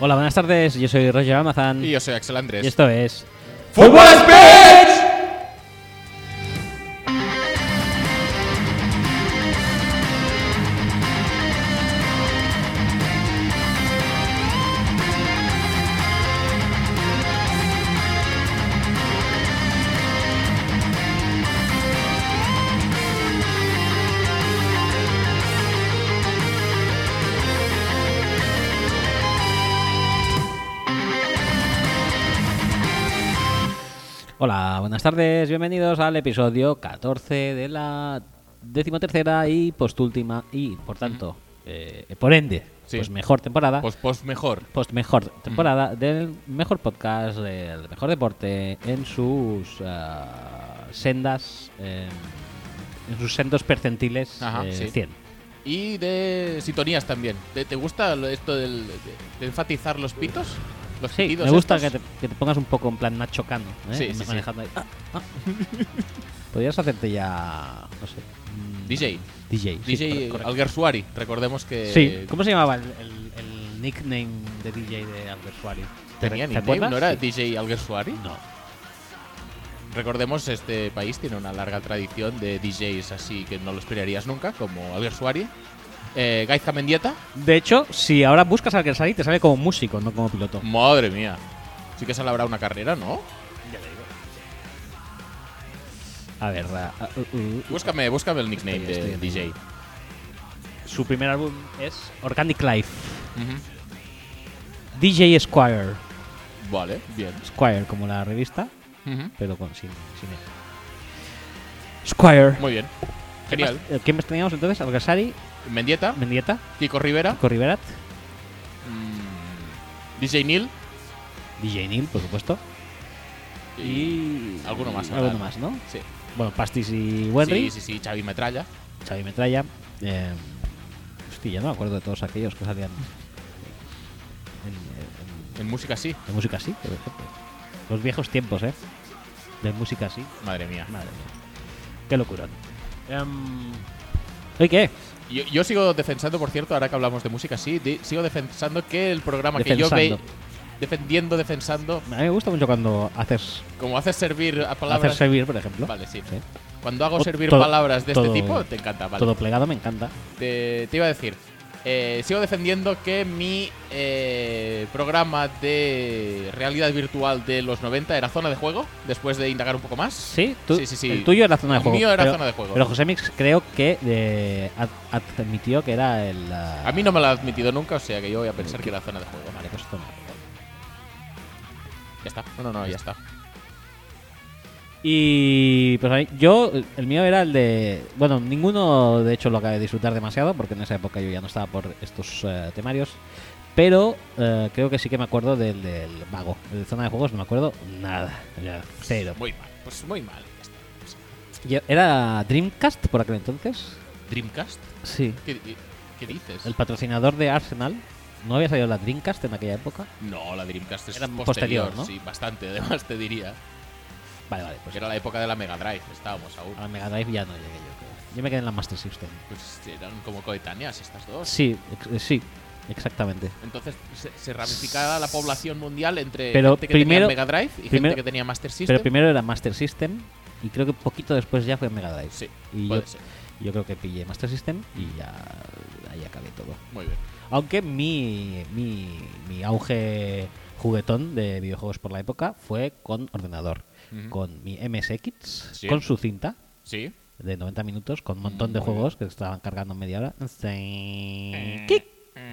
Hola, buenas tardes. Yo soy Roger Almazán. Y yo soy Axel Andrés. Y esto es. ¡Fútbol Speech! Hola, buenas tardes. Bienvenidos al episodio 14 de la decimotercera y postúltima y, por tanto, eh, por ende, Sí. pues mejor temporada. Pues post mejor. post mejor temporada del mejor podcast, del mejor deporte en sus ah, sendas, eh, en sus sendos percentiles Ajá, eh, sí. 100. Y de sintonías también. ¿Te, te gusta lo- esto del, de, de enfatizar los pitos? Los Sí, pitidos me gusta que estos? te, que te pongas un poco en plan Nacho Cano, ¿eh? Sí, sí, sí. Manejando ahí. Ah, ah. Podrías hacerte ya, no sé, mm, DJ. DJ. sí, DJ correcto. Alguersuari. Recordemos que. Sí, ¿cómo se llamaba el, el- el nickname de DJ de Albert Suárez? ¿Te- Tenía te nickname, acuerdas? ¿no era Sí. DJ Alguersuari? No. Recordemos, este país tiene una larga tradición de DJs así que no los pelearías nunca, como Alguersuari. Eh, Gaizka Mendieta. De hecho, si ahora buscas al Gersari, te sale como músico, no como piloto. Madre mía. Sí que se le habrá una carrera, ¿no? A ver, ra- ah, uh, uh, Búscame, búscame el nickname Estoy- estoy de en DJ. su primer álbum es Organic Life. Ujú. DJ Squire. Vale, bien. Squire como la revista, Ujú. pero con sin, sin E. Squire. Muy bien. Genial. Más- eh, ¿Quién más teníamos entonces? Algasari, Mendieta, Mendieta, Kiko Rivera, Kiko Riverat, mm, DJ Neil DJ Neil, por supuesto. y, alguno más. y ahora. alguno más, ¿no? Sí. Bueno, Pastis y Wenry, sí, sí, sí, Xavi Metralla. Xavi Metralla. Eh, hostia, ya no me acuerdo de todos aquellos que salían en, en- En música sí. De música así, por ejemplo. Los viejos tiempos, ¿eh? De música así. Madre mía. Madre mía. Qué locura. Em, ¿Oye qué? Yo, yo sigo defensando, por cierto, ahora que hablamos de música sí, di- sigo defensando que el programa que yo veía. Defensando. Defendiendo, defensando. A mí me gusta mucho cuando haces Como haces servir a hacer palabras. servir, por ejemplo. Vale, sí. Sí. Cuando hago O- servir todo- palabras de todo- este tipo, te encanta, vale. Todo plegado me encanta. Te, te iba a decir. eh, sigo defendiendo que mi eh, programa de realidad virtual de los 90 era zona de juego, después de indagar un poco más. ¿Sí? ¿Tú- Sí, sí, sí. El tuyo era zona de El juego. mío era pero, zona de juego. Pero José Mix creo que eh, ad- admitió que era el. ah, A mí no me lo ha admitido nunca, o sea que yo voy a pensar que era zona de juego. Vale, pues zona de juego. Ya está. No, no, no, ya está. Y pues a mí- yo, el mío era el de... Bueno, ninguno de hecho lo acabé de disfrutar demasiado, porque en esa época yo ya no estaba por estos eh, temarios. Pero eh, creo que sí que me acuerdo del, del vago. El de zona de juegos no me acuerdo nada. Ya, Cero. Muy mal, pues muy mal. ya está. Yo- ¿Era Dreamcast por aquel entonces? ¿Dreamcast? Sí. ¿Qué, qué- qué dices? El patrocinador de Arsenal. ¿No había salido la Dreamcast en aquella época? No, la Dreamcast es Era posterior, posterior, ¿no? sí, bastante, además te diría. Vale, vale. Pues Ah. Porque era la época de la Mega Drive, estábamos aún. a la Mega Drive ya no llegué yo, creo. Yo me quedé en la Master System. Pues eran como coetáneas estas dos. Sí, ex- eh, sí, exactamente. Entonces se, se ramificaba la población mundial entre Pero gente que primero- tenía Mega Drive y primero- gente que tenía Master System. Pero primero era Master System y creo que poquito después ya fue Mega Drive. Sí, Y yo, puede ser. yo creo que pillé Master System y ya ahí acabé todo. Muy bien. Aunque mi, mi, mi auge juguetón de videojuegos por la época fue con ordenador. Ujú. Con mi MSX, Sí. con su cinta Sí. de 90 minutos, con un montón de Muy juegos que estaban cargando en media hora. Mm. Sí. Kick.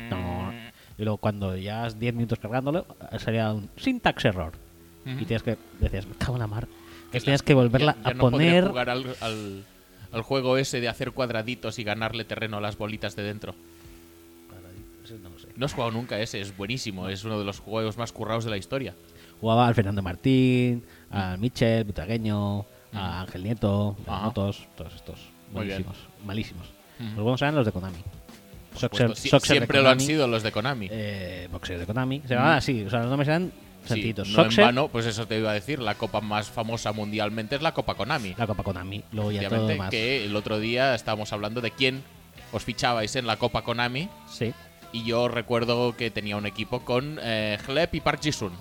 No. Y luego cuando ya has 10 minutos cargándolo, salía un syntax error. Ujú. Y tienes que, decías, me cago en la mar. Que Es tenías la- que volverla ya- ya a no podré poner. jugar al, al- al juego ese de hacer cuadraditos y ganarle terreno a las bolitas de dentro. Eso no lo sé. No has jugado nunca ese, es buenísimo, es uno de los juegos más currados de la historia. Jugaba al Fernando Martín, al Michel, Butagueño, a Ángel Nieto, a Mm. Ajá. Motos, todos estos. Muy bien. Malísimos. Malísimos. Ujú. Los buenos eran los de Konami. Soxer- Puesto- si- Soxer de siempre lo han Konami, sido los de Konami. Eh, boxeo de Konami. Se llamaban así, o sea, los nombres eran Sí, sencillitos. no en Soxer, vano, pues eso te iba a decir, la copa más famosa mundialmente es la Copa Konami. la Copa Konami. Luego ya todo Obviamente más. que el otro día estábamos hablando de quién os fichabais en la Copa Konami Sí. Y yo recuerdo que tenía un equipo con eh, Hleb y Park Ji-sun.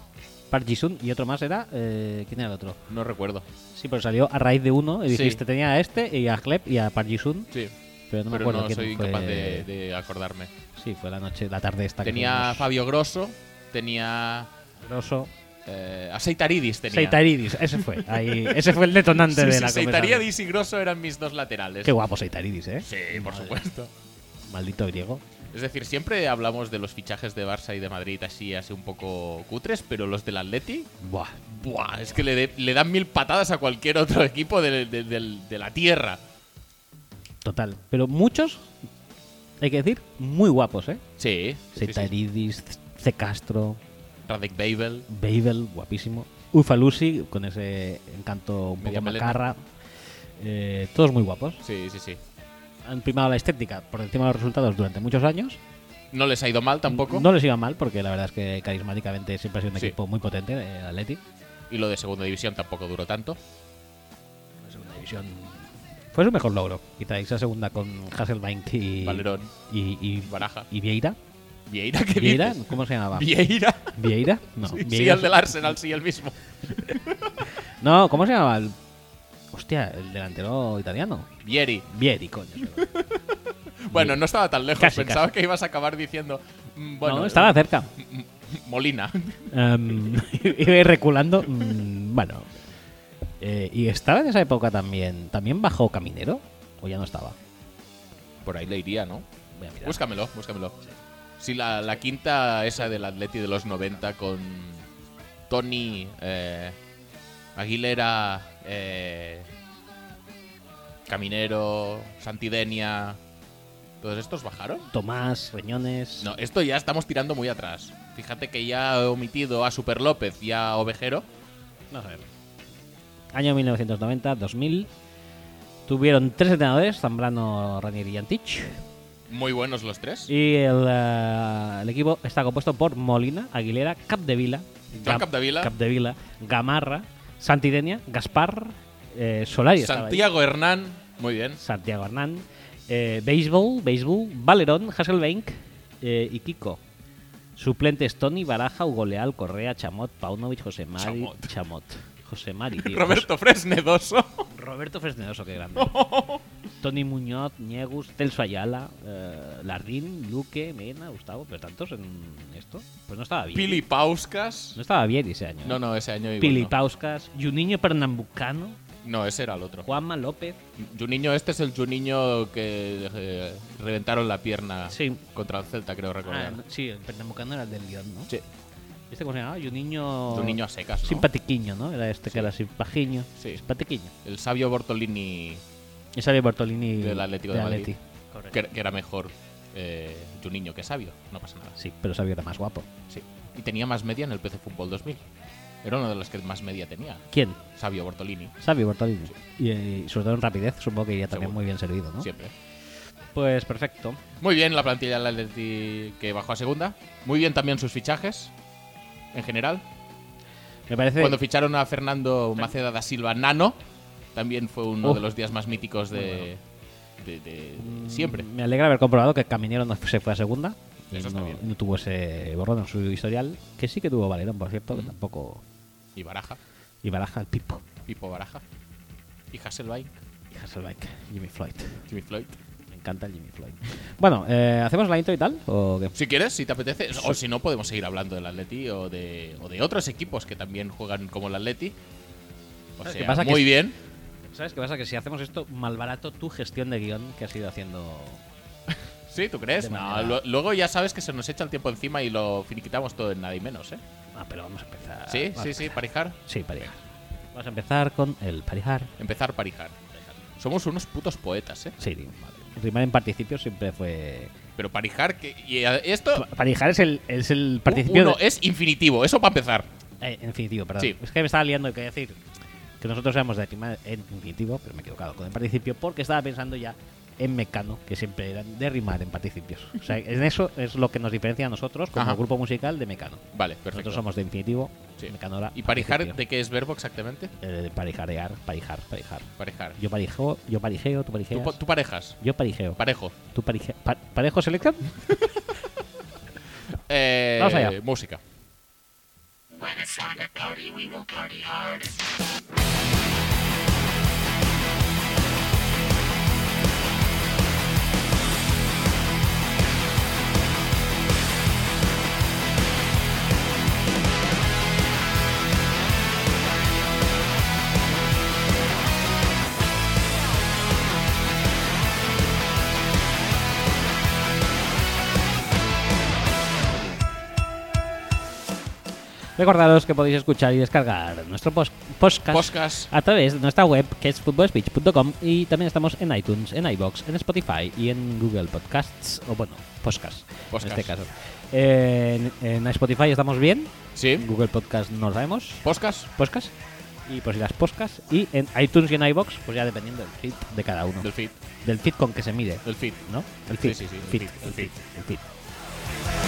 Park Ji-sun y otro más era. eh, ¿Quién era el otro? No recuerdo. Sí, pero salió a raíz de uno y Sí. dijiste tenía a este y a Klep y a Park Ji-sun. Sí. Pero no me pero acuerdo no quién soy fue. incapaz de, de acordarme. Sí, fue la noche, la tarde esta. que Tenía a fuimos. Fabio Grosso, tenía. Grosso. Eh, a Seitaridis tenía. Seitaridis, ese fue. Ahí, ese fue el detonante Sí, de sí, la conversación. Seitaridis y Grosso eran mis dos laterales. Qué guapo Seitaridis, ¿eh? Sí, por Madre. supuesto. Maldito griego. Es decir, siempre hablamos de los fichajes de Barça y de Madrid así, así un poco cutres, pero los del Atleti, Buah. buah, es que le, de- le dan mil patadas a cualquier otro equipo de, de- del- de la tierra. Total. Pero muchos, hay que decir, muy guapos, ¿eh? Sí, sí, sí. Seitaridis, C. Castro, Radek Babel. Babel, guapísimo. Ufalusi, con ese encanto un poco Media melena. macarra. Eh, todos muy guapos. Sí, sí, sí. Han primado la estética por encima de los resultados durante muchos años. No les ha ido mal tampoco. No les iba mal, porque la verdad es que carismáticamente siempre ha sido un Sí. equipo muy potente, eh, el Atleti. Y lo de segunda división tampoco duró tanto. La segunda división fue su mejor logro. Quizá esa segunda con Hasselbank y, Valerón, y, y- Baraja. y Vieira. Vieira, ¿qué ¿Vieira? dices? ¿Cómo se llamaba? Vieira. ¿Vieira? No, Sí, sí, Vieira el del Arsenal, sí, el mismo. No, ¿cómo se llamaba? el- Hostia, el delantero italiano. Vieri. Vieri, coño. es verdad. Bueno, no estaba tan lejos. Casi, Pensaba que ibas a acabar diciendo. mm, Bueno, no, estaba cerca. Molina. Em, iba ir reculando. mm, bueno. Eh, y estaba en esa época también. ¿También bajó Caminero? ¿O ya no estaba? Por ahí le iría, ¿no? Voy a mirar. Búscamelo, búscamelo. Sí, la, la quinta esa del Atleti de los 90 con Tony eh, Aguilera, eh, Caminero, Santidenia. ¿Todos estos bajaron? Tomás, Reñones. No, esto ya estamos tirando muy atrás. Fíjate que ya he omitido a Super López y a Ovejero. No sé. Año 1990, 2000. Tuvieron tres entrenadores, Zambrano, Ranieri y Antich. Muy buenos los tres. Y el, eh, el equipo está compuesto por Molina, Aguilera, Capdevila, Joan Gam- Capdevila. Capdevila, Gamarra, Santidenia, Gaspar, eh, Solari. estaba ahí, Santiago Hernán. Muy bien. Santiago Hernán, eh, Béisbol, Béisbol, Valerón, Hasselbank eh, y Kiko. Suplentes Tony, Baraja, Hugo Leal, Correa, Chamot, Paunovic, José Mari. Chamot. Chamot. José Mari, tío. Roberto Fresnedoso. Roberto Fresnedoso, qué grande. Tony Muñoz, Niegus, Celso Ayala, eh, Lardín, Luque, Mena, Gustavo, pero tantos en esto. Pues no estaba bien. Pili Pauskas. No estaba bien ese año. No, no, ese año igual Pili no. Pauscas, Juninho Pernambucano, No, ese era el otro. Juanma López. Juninho, este es el Juninho que eh, reventaron la pierna Sí. contra el Celta, creo Ah, recordar. no, sí, el Pernambucano era el del León, ¿no? Sí, ¿Este cómo se llamaba? Juninho. Juninho a secas, ¿no? Simpatiquiño, ¿no? Era este que era simpajiño. Sí. Simpatiquiño. El sabio Bortolini, Y sale Bartolini. Del Atlético de Atleti. Madrid. Correcto. que, que era mejor eh, Juninho que sabio, no pasa nada. Sí, pero Sabio era más guapo. Sí. Y tenía más media en el PC Fútbol 2000. Era uno de los que más media tenía, ¿Quién? sabio Bortolini, Sabio Bortolini. Y, eh, sobre todo en rapidez, supongo que iría también Seguro. muy bien servido, ¿no? siempre. Pues perfecto. Muy bien la plantilla del Atleti que bajó a segunda. Muy bien también sus fichajes, en general. Me parece. Cuando ficharon a Fernando Maceda da Silva Nano, también fue uno Oh. de los días más míticos de, de- de- de siempre. mm, Me alegra haber comprobado que Caminero no se fue a segunda. Y Eso está no, bien. no tuvo ese borrón en su historial. Que sí que tuvo Valerón, por cierto, que tampoco. Y Baraja, Y Baraja, el Pipo. Pipo Baraja, y Hasselbein, Y Hasselbeck, Jimmy Floyd. Jimmy Floyd. Me encanta el Jimmy Floyd. Bueno, eh, ¿hacemos la intro y tal? ¿O qué? Si quieres, si te apetece, o si no, podemos seguir hablando del Atleti o de, o de otros equipos que también juegan como el Atleti. O ¿Sabes qué sea, pasa? Que muy es- bien. ¿Sabes qué pasa? Que si hacemos esto, malbarato tu gestión de guión que has ido haciendo. Sí, ¿tú crees? de No, manera- lo- luego ya sabes que se nos echa el tiempo encima y lo finiquitamos todo en nada y menos, ¿eh? Ah, pero vamos a empezar. sí, Vamos a sí, sí, parejar. Sí, parejar. Vamos a empezar con el parejar. Empezar parejar. Somos unos putos poetas, ¿eh? Sí, rimar en participio siempre fue. Pero parejar, que, y a- esto Pa- Parejar es el, es el participio. Uno de- es infinitivo, eso para empezar. eh, en infinitivo, perdón. Sí. Es que me estaba liando que decir que nosotros éramos de rimar en infinitivo, pero me he equivocado con el participio porque estaba pensando ya en Mecano, que siempre eran de rimar en participios. O sea, en eso es lo que nos diferencia a nosotros como Ajá. grupo musical de Mecano. Vale, perfecto. Nosotros somos de infinitivo, Sí. Mecano era ¿Y parejar participio. de qué es verbo exactamente? Eh, parejarear, parejar, parejar. Parejar. Yo parejo, yo parejeo, tú Tú, parejeas. po- tú parejas. yo parejeo. Parejo. ¿Tú pareje pa- parejo selección? Eh, Vamos allá. Música. Recordaros que podéis escuchar y descargar nuestro pos- podcast Podcast. a través de nuestra web, que es footballspeech.com, y también estamos en iTunes, en iBox, en Spotify y en Google Podcasts, o bueno, podcasts, en Podcast. este caso. Eh, en, en Spotify estamos bien, en Sí. Google Podcast no lo sabemos, Podcast. podcast y pues las podcasts, y en iTunes y en iBox, pues ya dependiendo del feed de cada uno, Del feed. del feed con que se mide, Del feed. ¿no? El Sí, feed, sí, sí, el feed, feed, el el feed, el feed.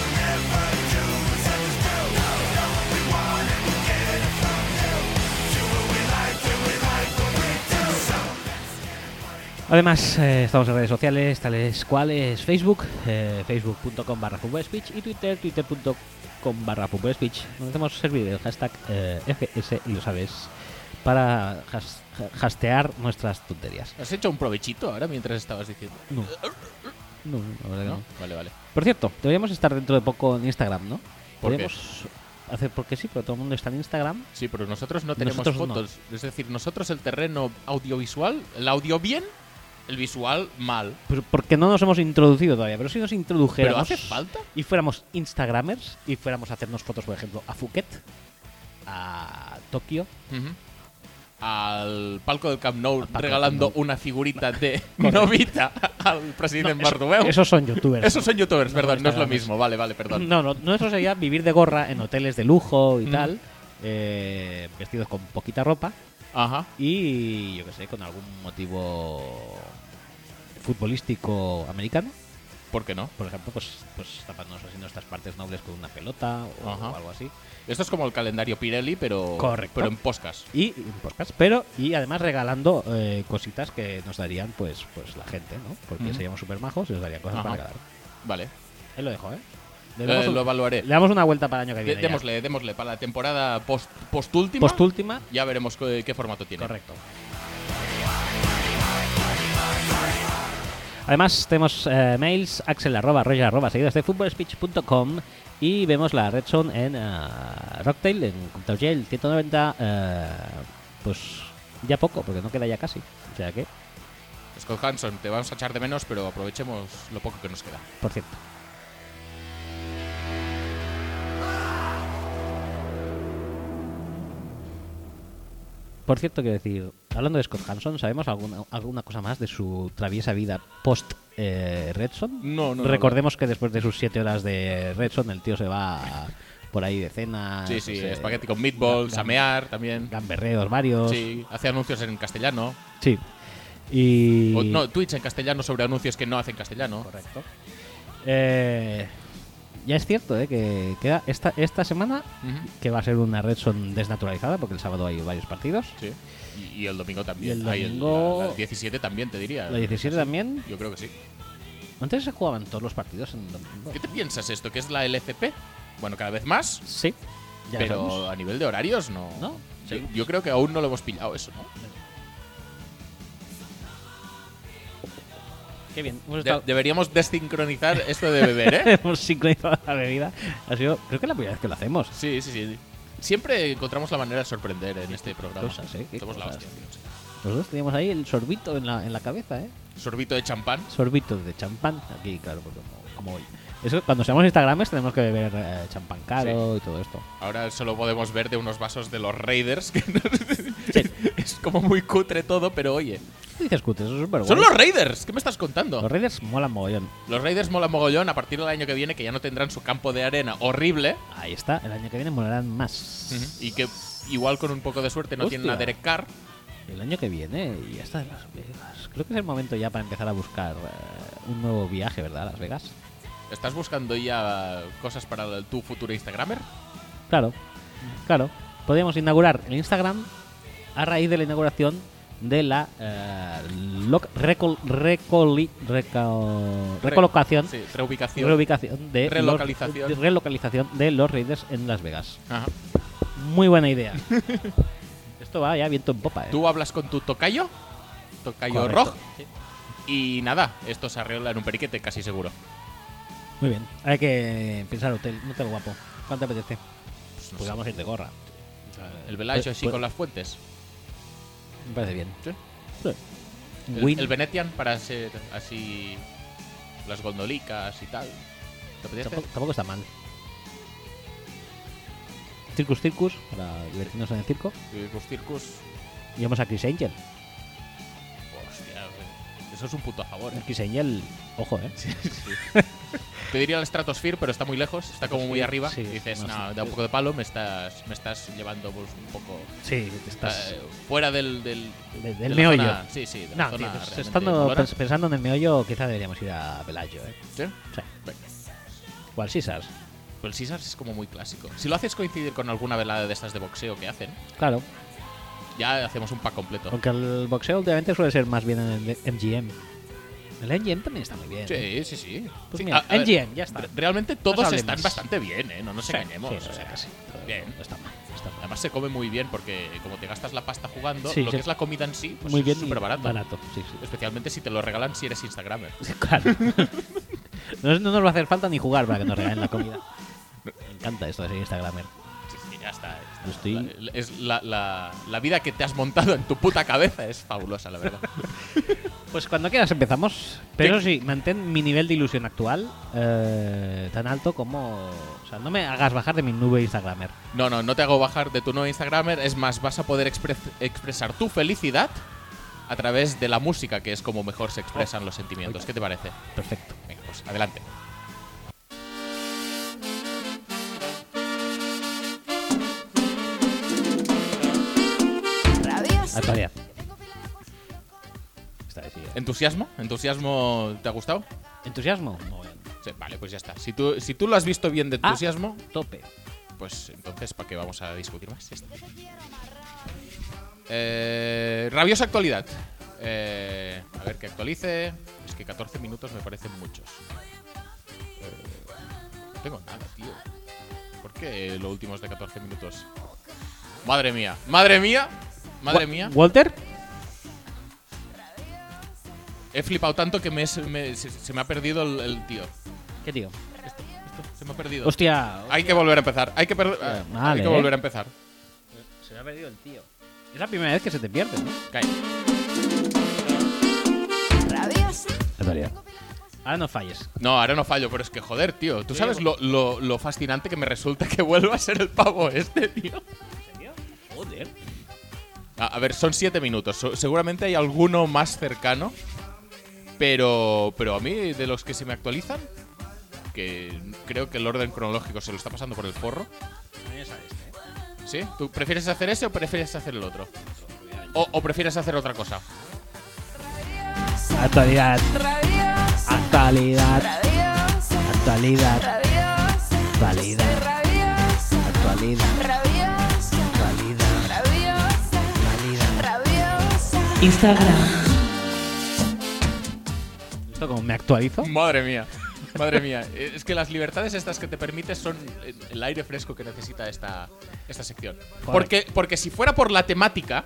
Además, eh, estamos en redes sociales, tales cuales Facebook, eh, facebook.com barra speech y Twitter, twitter.com barra speech donde hacemos servir el hashtag eh, FS y lo sabes para has- ha- hastear nuestras tonterías. ¿Has hecho un provechito ahora mientras estabas diciendo? No. No, la verdad que ¿No? no. Vale, vale. Por cierto, deberíamos estar dentro de poco en Instagram, ¿no? ¿Por qué? Podríamos hacer porque sí, pero todo el mundo está en Instagram. Sí, pero nosotros no tenemos Nosotros no. fotos. Es decir, nosotros el terreno audiovisual, el audio bien, el visual mal. Pero Pues porque no nos hemos introducido todavía, pero si nos Pero, introdujéramos hace falta. y fuéramos Instagramers y fuéramos a hacernos fotos, por ejemplo, a Phuket, a Tokio, Ujú. Al palco del Camp Nou Al palco regalando del Camp una figurita de novita al presidente No, Bartomeu. esos son youtubers. Esos son youtubers, No, perdón, no es lo Instagramers. mismo. Vale, vale, perdón. No, no, no, eso sería vivir de gorra en hoteles de lujo y Mm. tal, eh, vestidos con poquita ropa Ajá. y yo qué sé, con algún motivo futbolístico americano. ¿Por qué no? por ejemplo, pues, pues tapándonos así nuestras partes nobles con una pelota o, Ajá. o algo así. Esto es como el calendario Pirelli, pero, Correcto. pero en podcast. Y y un podcast, pero y además regalando eh, cositas que nos darían pues pues la gente, ¿no? Porque Ujú. seríamos súper majos y nos darían cosas Ajá. para regalar. Vale. Ahí lo dejo, ¿eh? Le Eh, damos, un- lo evaluaré. le damos una vuelta para el año que De- viene. ya. démosle, démosle. Para la temporada post, postúltima, Postúltima, ya veremos qué, qué formato tiene. correcto. Además, tenemos eh, mails, axel arroba, roger arroba, seguidas de footballspeech.com y vemos la red zone en eh, Rocktail, en Computers Jail 190. eh, pues ya poco, porque no queda ya casi. O sea que, Scott Hanson, te vamos a echar de menos, pero aprovechemos lo poco que nos queda. por cierto. Por cierto, quiero decir, hablando de Scott Hanson, ¿sabemos alguna, alguna cosa más de su traviesa vida post eh, Red Zone? No, Recordemos que después de sus 7 horas de Red Zone, el tío se va por ahí de cena. Sí, no sí, sé, espagueti con meatballs, gam- samear también. Gamberreos varios. Sí. Sí, hace anuncios en castellano. Y. O, no, Twitch en castellano sobre anuncios que no hacen castellano. Correcto. Eh, ya es cierto, ¿eh? Que queda esta, esta semana, Ujú. que va a ser una Red Zone desnaturalizada, porque el sábado hay varios partidos. Sí. Y, y el domingo también. Y el Ay, el- domingo- la, la 17 también, te diría. La 17 también. Yo creo que sí. Antes se jugaban todos los partidos en domingo. ¿Qué te piensas esto? ¿Que es la LFP? Bueno, cada vez más, Sí. Ya pero lo sabemos. a nivel de horarios no. No, Yo, seguimos. yo creo que aún no lo hemos pillado eso, ¿no? Qué bien. Hemos, De- estado- deberíamos desincronizar esto de beber, ¿eh? hemos sincronizado la bebida. Ha sido, creo que es la primera vez que lo hacemos. Sí, sí, sí. Siempre encontramos la manera de sorprender en este programa. cosas, ¿eh? Qué Somos la cosas. hostia, tío. Nosotros teníamos ahí el sorbito en la, en la cabeza, ¿eh? Sorbito de champán. Sorbitos de champán. Aquí, claro, porque como, como hoy. Eso, cuando seamos Instagramers tenemos que beber eh, champán caro y todo esto. Ahora solo podemos ver de unos vasos de los Raiders. que Sí. es como muy cutre todo, pero oye. ¿Qué dices, Cutre? Eso es súper ¡Son los Raiders! ¿Qué me estás contando? Los Raiders molan mogollón. Los Raiders mola mogollón a partir del año que viene, que ya no tendrán su campo de arena horrible. Ahí está, el año que viene molarán más. Y que igual con un poco de suerte no Hostia. tienen a Derek Carr. El año que viene y hasta en Las Vegas. Creo que es el momento ya para empezar a buscar eh, un nuevo viaje, ¿verdad? A Las Vegas. ¿Estás buscando ya cosas para el- tu futuro Instagramer? Claro, claro. Podríamos inaugurar el Instagram a raíz de la inauguración de la eh, loc- recol- recoli- reco- recolocación Sí, reubicación. reubicación de los- Relocalización. de relocalización de los Raiders en Las Vegas. Ajá. Muy buena idea. Esto va ya viento en popa, ¿eh? Tú hablas con tu tocayo, tocayo Correcto. Rog, y nada, esto se arregla en un periquete, casi seguro. Muy bien. Hay que pensar hotel, un hotel guapo. ¿Cuánto apetece? Pues no Pues vamos a ir de gorra. sé, El Velayo Pues- así pues- con las fuentes. Me parece bien. Sí. Sí. El, Win. el Venetian para ser así. Las gondolicas y tal. ¿Te apetece? Tampoco, tampoco está mal. Circus Circus, para divertirnos en el circo. Circus Circus. Y vamos a Chris Angel. Hostia, eso es un punto a favor. El ¿eh? Chris Angel, ojo, ¿eh? Te diría la Stratosphere, pero está muy lejos, está como muy Sí, arriba. sí, y dices, no, no, sí. da un poco de palo, me estás, me estás llevando pues, un poco Sí, estás. eh, fuera del, del, de- del Eh, de la meollo. zona- sí, sí, de No, la tío, zona pues, realmente estando molona. pens- pensando en el meollo, quizá deberíamos ir a Bellagio, ¿eh? ¿Sí? Sí. Venga. O al Caesars. Pero el Caesars es como muy clásico. Si lo haces coincidir con alguna velada de estas de boxeo que hacen, Claro. ya hacemos un pack completo. Aunque el boxeo últimamente suele ser más bien en el MGM. El MGM también está muy bien. ¿eh? Sí, sí, sí. Pues Sí, mira, a- a ver, MGM, ya está. re- realmente todos hablemos. están bastante bien, ¿eh? No nos engañemos. Sí, o sí, sea, sí, sí. bien. No está mal. no está mal. Además se come muy bien porque como te gastas la pasta jugando, Sí, lo sí. que es la comida en sí, pues muy es bien. y súper barato. Barato, sí, sí. Especialmente si te lo regalan si eres Instagramer. Claro. no, no nos va a hacer falta ni jugar para que nos regalen la comida. Me encanta esto de ser Instagramer. Sí, sí, ya está. ya está. Estoy- La- es la, la- la vida que te has montado en tu puta cabeza es fabulosa, la verdad. Pues cuando quieras empezamos. Pero eso sí, mantén mi nivel de ilusión actual eh, tan alto como. O sea, no me hagas bajar de mi nube Instagramer. No, no, no te hago bajar de tu nuevo Instagramer. Es más, vas a poder expres- expresar tu felicidad a través de la música, que es como mejor se expresan Oh, los sentimientos. ¿Qué te parece? Perfecto. Venga, pues adelante. Actualidad. Esta vez sí, eh. ¿Entusiasmo? ¿Entusiasmo te ha gustado? ¿Entusiasmo? No, eh, Sí, vale, pues ya está. Si tú, si tú lo has visto bien de Ah. entusiasmo, tope. pues entonces, ¿para qué vamos a discutir más? Ya está. Eh, rabiosa actualidad. Eh, a ver que actualice. Es que 14 minutos me parecen muchos. Eh, no tengo nada, tío. ¿Por qué lo último es de 14 minutos? Madre mía, madre mía, madre Wa- mía. ¿Walter? He flipado tanto que me, es- me- se, se me ha perdido el, el tío. ¿Qué tío? Se me ha perdido. Hostia. Hay que volver a empezar. Hay que, per- Hostia, hay vale, que eh. volver a empezar. Se me ha perdido el tío. Es la primera vez que se te pierde, ¿no? Cae. Ahora no falles. No, ahora no fallo, pero es que joder, tío. ¿Tú sabes lo, lo- lo fascinante que me resulta que vuelva a ser el pavo este, tío? ¿En serio? Joder. A, a ver, son siete minutos. So- seguramente hay alguno más cercano. Pero, pero a mí, de los que se me actualizan, que creo que el orden cronológico se lo está pasando por el forro. ¿Sí? ¿Tú prefieres hacer ese o prefieres hacer el otro? O, o prefieres hacer otra cosa? Actualidad. Actualidad. Actualidad. Actualidad. Actualidad. Actualidad. Actualidad. Instagram, ¿Esto como me actualizo? Madre mía. Madre mía, Eh, es que las libertades estas que te permites son eh, el aire fresco que necesita esta, esta sección. Porque, porque si fuera por la temática,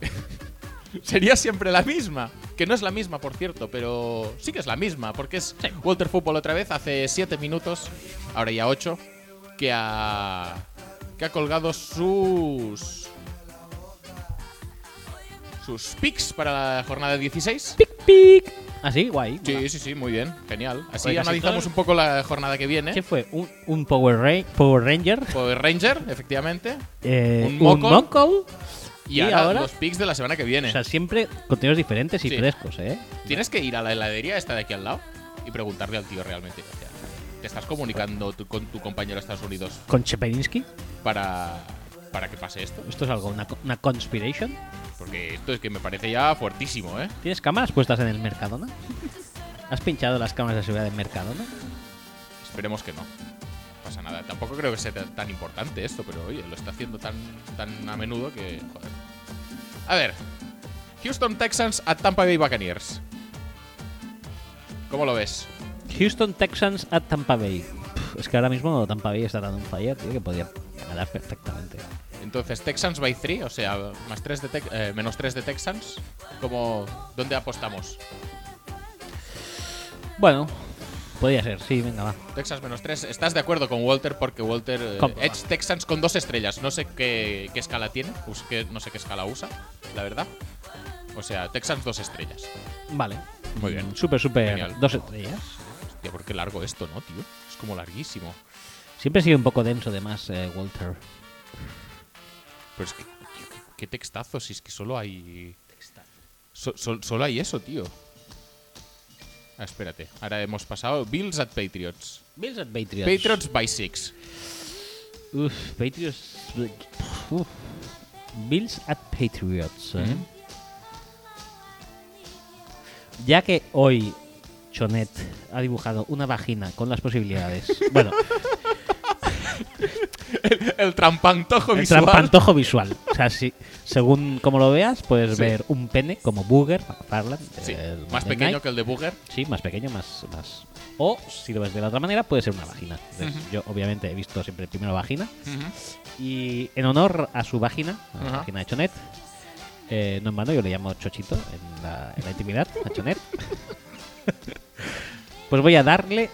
sería siempre la misma. Que no es la misma, por cierto, pero sí que es la misma, porque es Walter Football otra vez, hace 7 minutos, ahora ya 8, que ha, que ha colgado sus... Sus picks para la jornada 16. Pic. Así, Ah, guay. Sí, sí, sí, muy bien, genial. Así Oye, casi analizamos todo- un poco la jornada que viene. ¿Qué fue? Un, un Power, Ra- Power Ranger. Power Ranger, efectivamente. eh, Un un Mokol. Mokol. Y, ¿Y ahora, ahora? los picks de la semana que viene. O sea, siempre contenidos diferentes y Sí. frescos, ¿eh? Tienes que ir a la heladería esta de aquí al lado y preguntarle al tío realmente. O sea, te estás comunicando tú- con tu compañero de Estados Unidos Con Cheperinsky. para, para que pase esto. Esto es algo, una, co- una conspiration. Porque esto es que me parece ya fuertísimo, ¿eh? ¿Tienes cámaras puestas en el Mercadona? ¿Has pinchado las cámaras de seguridad del Mercadona? Esperemos que no. No pasa nada. Tampoco creo que sea tan tan importante esto, pero oye, lo está haciendo tan, tan a menudo que. Joder. A ver, Houston Texans a Tampa Bay Buccaneers. ¿Cómo lo ves? Houston Texans a Tampa Bay. Pff, es que ahora mismo Tampa Bay está dando un fallo, tío, que podía ganar perfectamente. Entonces, Texans by 3, o sea, más tres de Tex- eh, menos 3 de Texans. ¿Cómo, ¿Dónde apostamos? Bueno, podía ser, sí, venga, va. Texans menos 3. ¿Estás de acuerdo con Walter? Porque Walter. eh, Compro. Edge Texans con dos estrellas. No sé qué, qué escala tiene. us- que- no sé qué escala usa, la verdad. O sea, Texans dos estrellas. Vale. Muy bien. Súper, súper. Genial. Dos estrellas. Hostia, ¿por qué largo esto, no, tío? Es como larguísimo. Siempre ha sido un poco denso, además, eh, Walter. Pero es que. tío, qué- qué textazo, si es que solo hay. so- so- solo hay eso, tío. Ah, espérate. Ahora hemos pasado. Bills at Patriots. Bills at Patriots. Patriots by 6. Uf, Patriots. Uf. Bills at Patriots. eh. Ya que hoy Chonet ha dibujado una vagina con las posibilidades. bueno, El trampantojo el visual. trampantojo visual. O sea, si, según como lo veas, puedes Sí. ver un pene como Booger, McFarland. Sí, el más Monday pequeño Night. que el de Booger. Sí, más pequeño, más, más. O, si lo ves de la otra manera, puede ser una vagina. Entonces, Yo, obviamente, he visto siempre primero vagina. Y en honor a su vagina, a la Ajá. vagina de Chonet, eh, no en vano, yo le llamo Chochito en la, en la intimidad, a Chonet. pues voy a darle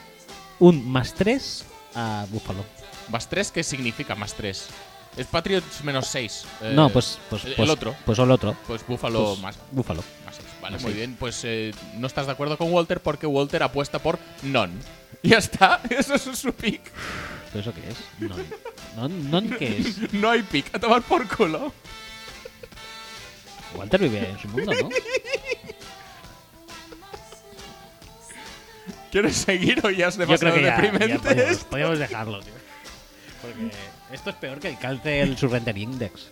un más 3 a Búfalo. Más 3, ¿qué significa más 3? Es Patriots menos 6. no, pues, pues, Eh, el pues- otro. Pues el otro. Pues Buffalo Pues, más, Búfalo. más 6. Vale, más muy seis. bien. Pues eh, no estás de acuerdo con Walter porque Walter apuesta por non. Ya está, eso es su pick. ¿Pero eso qué es? Non. Non, non qué es? No hay pick, a tomar por culo. Walter vive en su mundo, ¿no? ¿Quieres seguir o ya es demasiado ya- ya deprimente? podíamos, podíamos dejarlo, tío. Porque esto es peor que el calce el Surrender Index.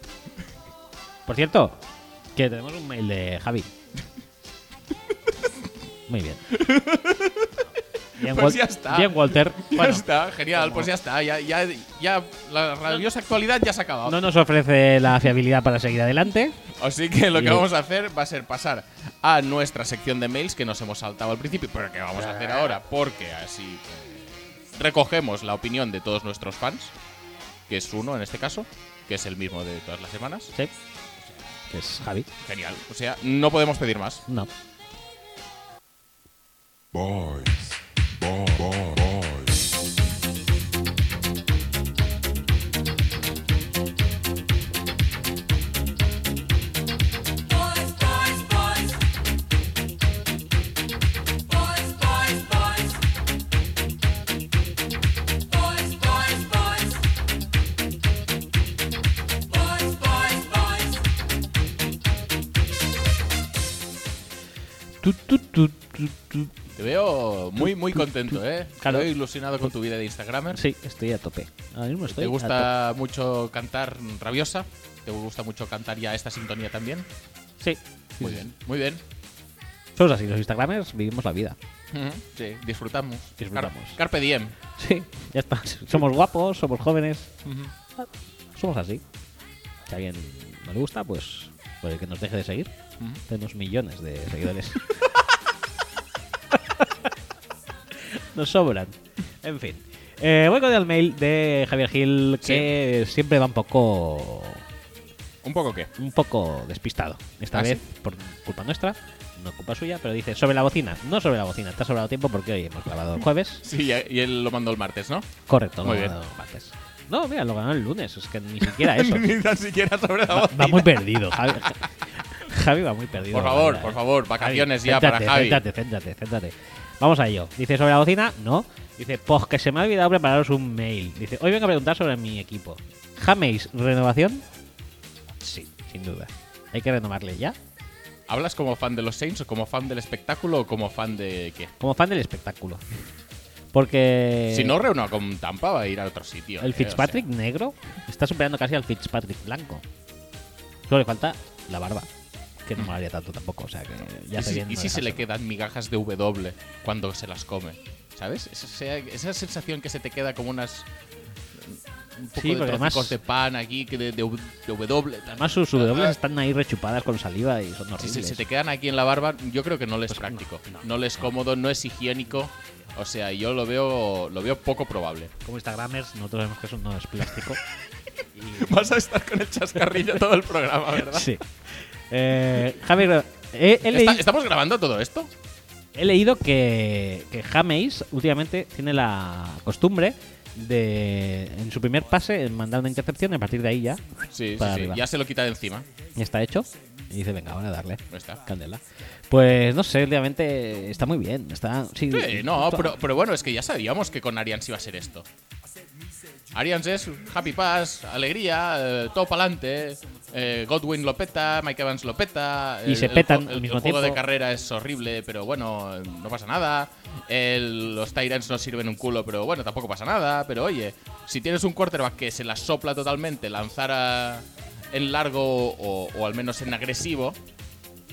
Por cierto, que tenemos un mail de Javi. Muy bien. Bien, Pues Wal- ya está. bien, Walter. Ya Bueno, está, genial, pues ya está. Ya, ya, ya la rabiosa actualidad ya se ha acabado. no nos ofrece la fiabilidad para seguir adelante. Así que lo que Bien. vamos a hacer va a ser pasar a nuestra sección de mails que nos hemos saltado al principio, pero que vamos Ah. a hacer ahora porque así eh, recogemos la opinión de todos nuestros fans, que es uno en este caso, que es el mismo de todas las semanas. Sí. Que es Javi. Genial, o sea, no podemos pedir más. No. Boys. Boy, boy, boys. Boys, boys, boys. Boys, boys, boys. Boys, boys, boys. Boys, boys, boys. Tu, tu, tu, tu, tu. Te veo muy, muy contento, ¿eh? Claro. Te veo ilusionado con tu vida de Instagramer. Sí, estoy a tope. Ahora mismo estoy ¿Te a gusta mucho cantar rabiosa? ¿Te gusta mucho cantar ya esta sintonía también? tope. Sí. Muy bien, muy bien. Somos así, los Instagramers vivimos la vida. Ujú, Sí, disfrutamos. Disfrutamos. Car- Carpe diem. Sí, ya está. Somos guapos, somos jóvenes. Ah, Somos así. Si a alguien no le gusta, pues, pues que nos deje de seguir. Tenemos millones de seguidores. nos sobran. En fin. Eh, voy con el mail de Javier Gil, que siempre va un poco, ¿Un poco qué? un poco despistado. Esta ¿Ah, vez, por culpa nuestra, no culpa suya, pero dice sobre la bocina. No sobre la bocina, está sobrado tiempo porque hoy hemos grabado el jueves. Sí, y y él lo mandó el martes, ¿no? Correcto, Muy lo bien. ganó martes. No, mira, lo ganó el lunes, es que ni siquiera eso. Ni tan siquiera sobre la Va, voz. va muy perdido, Javi. Javi va muy perdido. Por la favor, verdad, por eh. favor, Javi, vacaciones ya céntrate, para Javi. Céntrate, céntrate, céntrate. Vamos a ello. Dice sobre la bocina, no. Dice, pues que se me ha olvidado prepararos un mail. Dice, hoy vengo a preguntar sobre mi equipo. ¿Jameis renovación? Sí, sin duda. Hay que renovarle ya. ¿Hablas como fan de los Saints o como fan del espectáculo o como fan de qué? Como fan del espectáculo. Porque. si no reúna con Tampa va a ir a otro sitio. eh, Eh, El o sea. Fitzpatrick negro está superando casi al Fitzpatrick blanco. Solo le falta la barba, que no molaría tanto tampoco. O sea, que ya Mm. ¿Y sé si, bien y no si se le dejárselo. quedan migajas de W cuando se las come? ¿Sabes? Esa, sea- esa sensación que se te queda como unas un poco Sí, de porque trocicos además- de pan aquí, que de, de W- de W. también. Además, sus W están ahí rechupadas con saliva y son Si horribles. se, se te quedan aquí en la barba, yo creo que Pues no les práctico. No, les cómodo, no es higiénico. O sea, yo lo veo, lo veo poco probable. Como Instagramers, nosotros vemos que eso no es plástico. Vas a estar con el chascarrillo todo el programa, ¿verdad? sí. Eh, Javier, he, he ¿Está- leído- ¿Estamos grabando todo esto? He leído que, que James últimamente tiene la costumbre de, en su primer pase, mandar una intercepción y a partir de ahí ya, Sí, sí, Para sí. arriba. Ya se lo quita de encima. ya está hecho. Y dice, venga, ahora a darle. No está. Candela. Pues no sé, últimamente está muy bien. Está, sí, Sí, no, está- pero, pero bueno, es que ya sabíamos que con Arians iba a ser esto. Arians es Happy Pass, alegría, eh, todo pa'lante. eh, Godwin lo peta, Mike Evans lo peta. Y el- se el petan ju- al El, el mismo juego de tiempo. carrera es horrible, pero bueno, eh, no pasa nada. El- los Tyrants no sirven un culo, pero bueno, tampoco pasa nada. Pero oye, si tienes un quarterback que se la sopla totalmente, lanzar a- en largo o- o al menos en agresivo,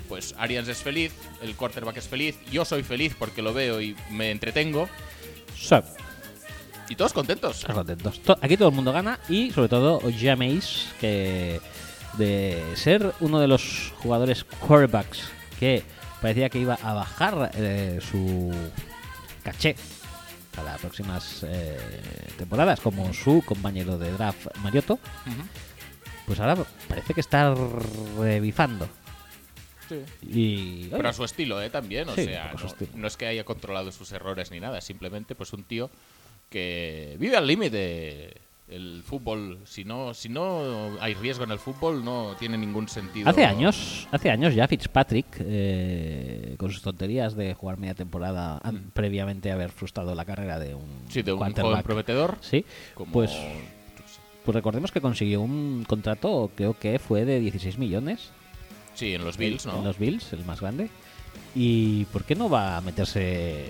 pues Arians es feliz, el quarterback es feliz, yo soy feliz porque lo veo y me entretengo, son- y todos contentos. están contentos. To- Aquí todo el mundo gana y sobre todo James, que de ser uno de los jugadores quarterbacks que parecía que iba a bajar eh, su caché para las próximas eh, temporadas, como su compañero de draft Mariotto, pues ahora parece que está revifando. Y, Pero a su estilo, ¿eh? También, o Sí, sea, a su no, estilo. no es que haya controlado sus errores ni nada, simplemente pues un tío que vive al límite el fútbol. Si no, si no hay riesgo en el fútbol, no tiene ningún sentido. Hace años, hace años ya Fitzpatrick, eh, con sus tonterías de jugar media temporada an- previamente haber frustrado la carrera de un, Mm. Sí, de un joven quarterback. prometedor, Sí, como... pues, pues recordemos que consiguió un contrato, creo que fue de 16 millones Sí, en los Bills, ¿no? en los Bills, el más grande. ¿Y por qué no va a meterse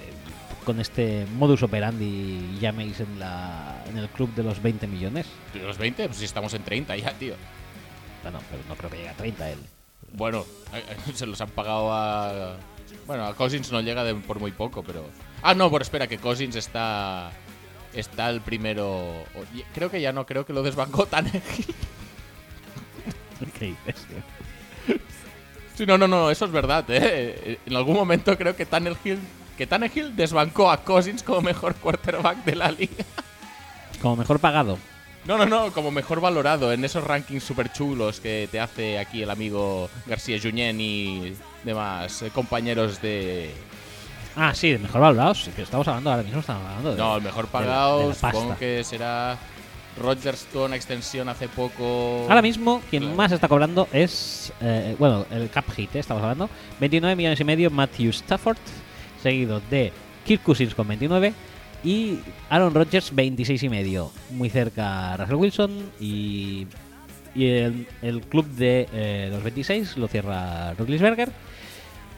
con este modus operandi, llaméis, en, la, en el club de los 20 millones? ¿En los 20, pues si estamos en 30 ya, tío. Bueno, pero no creo que llegue a 30 él. Bueno, se los han pagado a. Bueno, a Cousins no llega de- por muy poco, pero. Ah, no, pero espera, que Cousins está. Está el primero. o- y- Creo que ya no, creo que lo desbancó tan. ¿Qué dices, tío? Sí, no, no, no, eso es verdad, ¿eh? En algún momento creo que Tannehill, que Tannehill desbancó a Cousins como mejor quarterback de la liga. Como mejor pagado. No, no, no, como mejor valorado en esos rankings súper chulos que te hace aquí el amigo García Junyent y demás eh, compañeros de, Ah, sí, de mejor valorados. sí, pero estamos hablando ahora mismo, estamos hablando de. No, el mejor la- pagado de la supongo pasta. que será Rogers tuvo una extensión hace poco. Ahora mismo, quien Claro. más está cobrando es. eh, bueno, el cap hit, eh, estamos hablando. 29 millones y medio, Matthew Stafford. Seguido de Kirk Cousins con 29. Y Aaron Rodgers, 26 y medio. Muy cerca Russell Wilson. Y. y el, el club de eh, los 26 lo cierra Berger.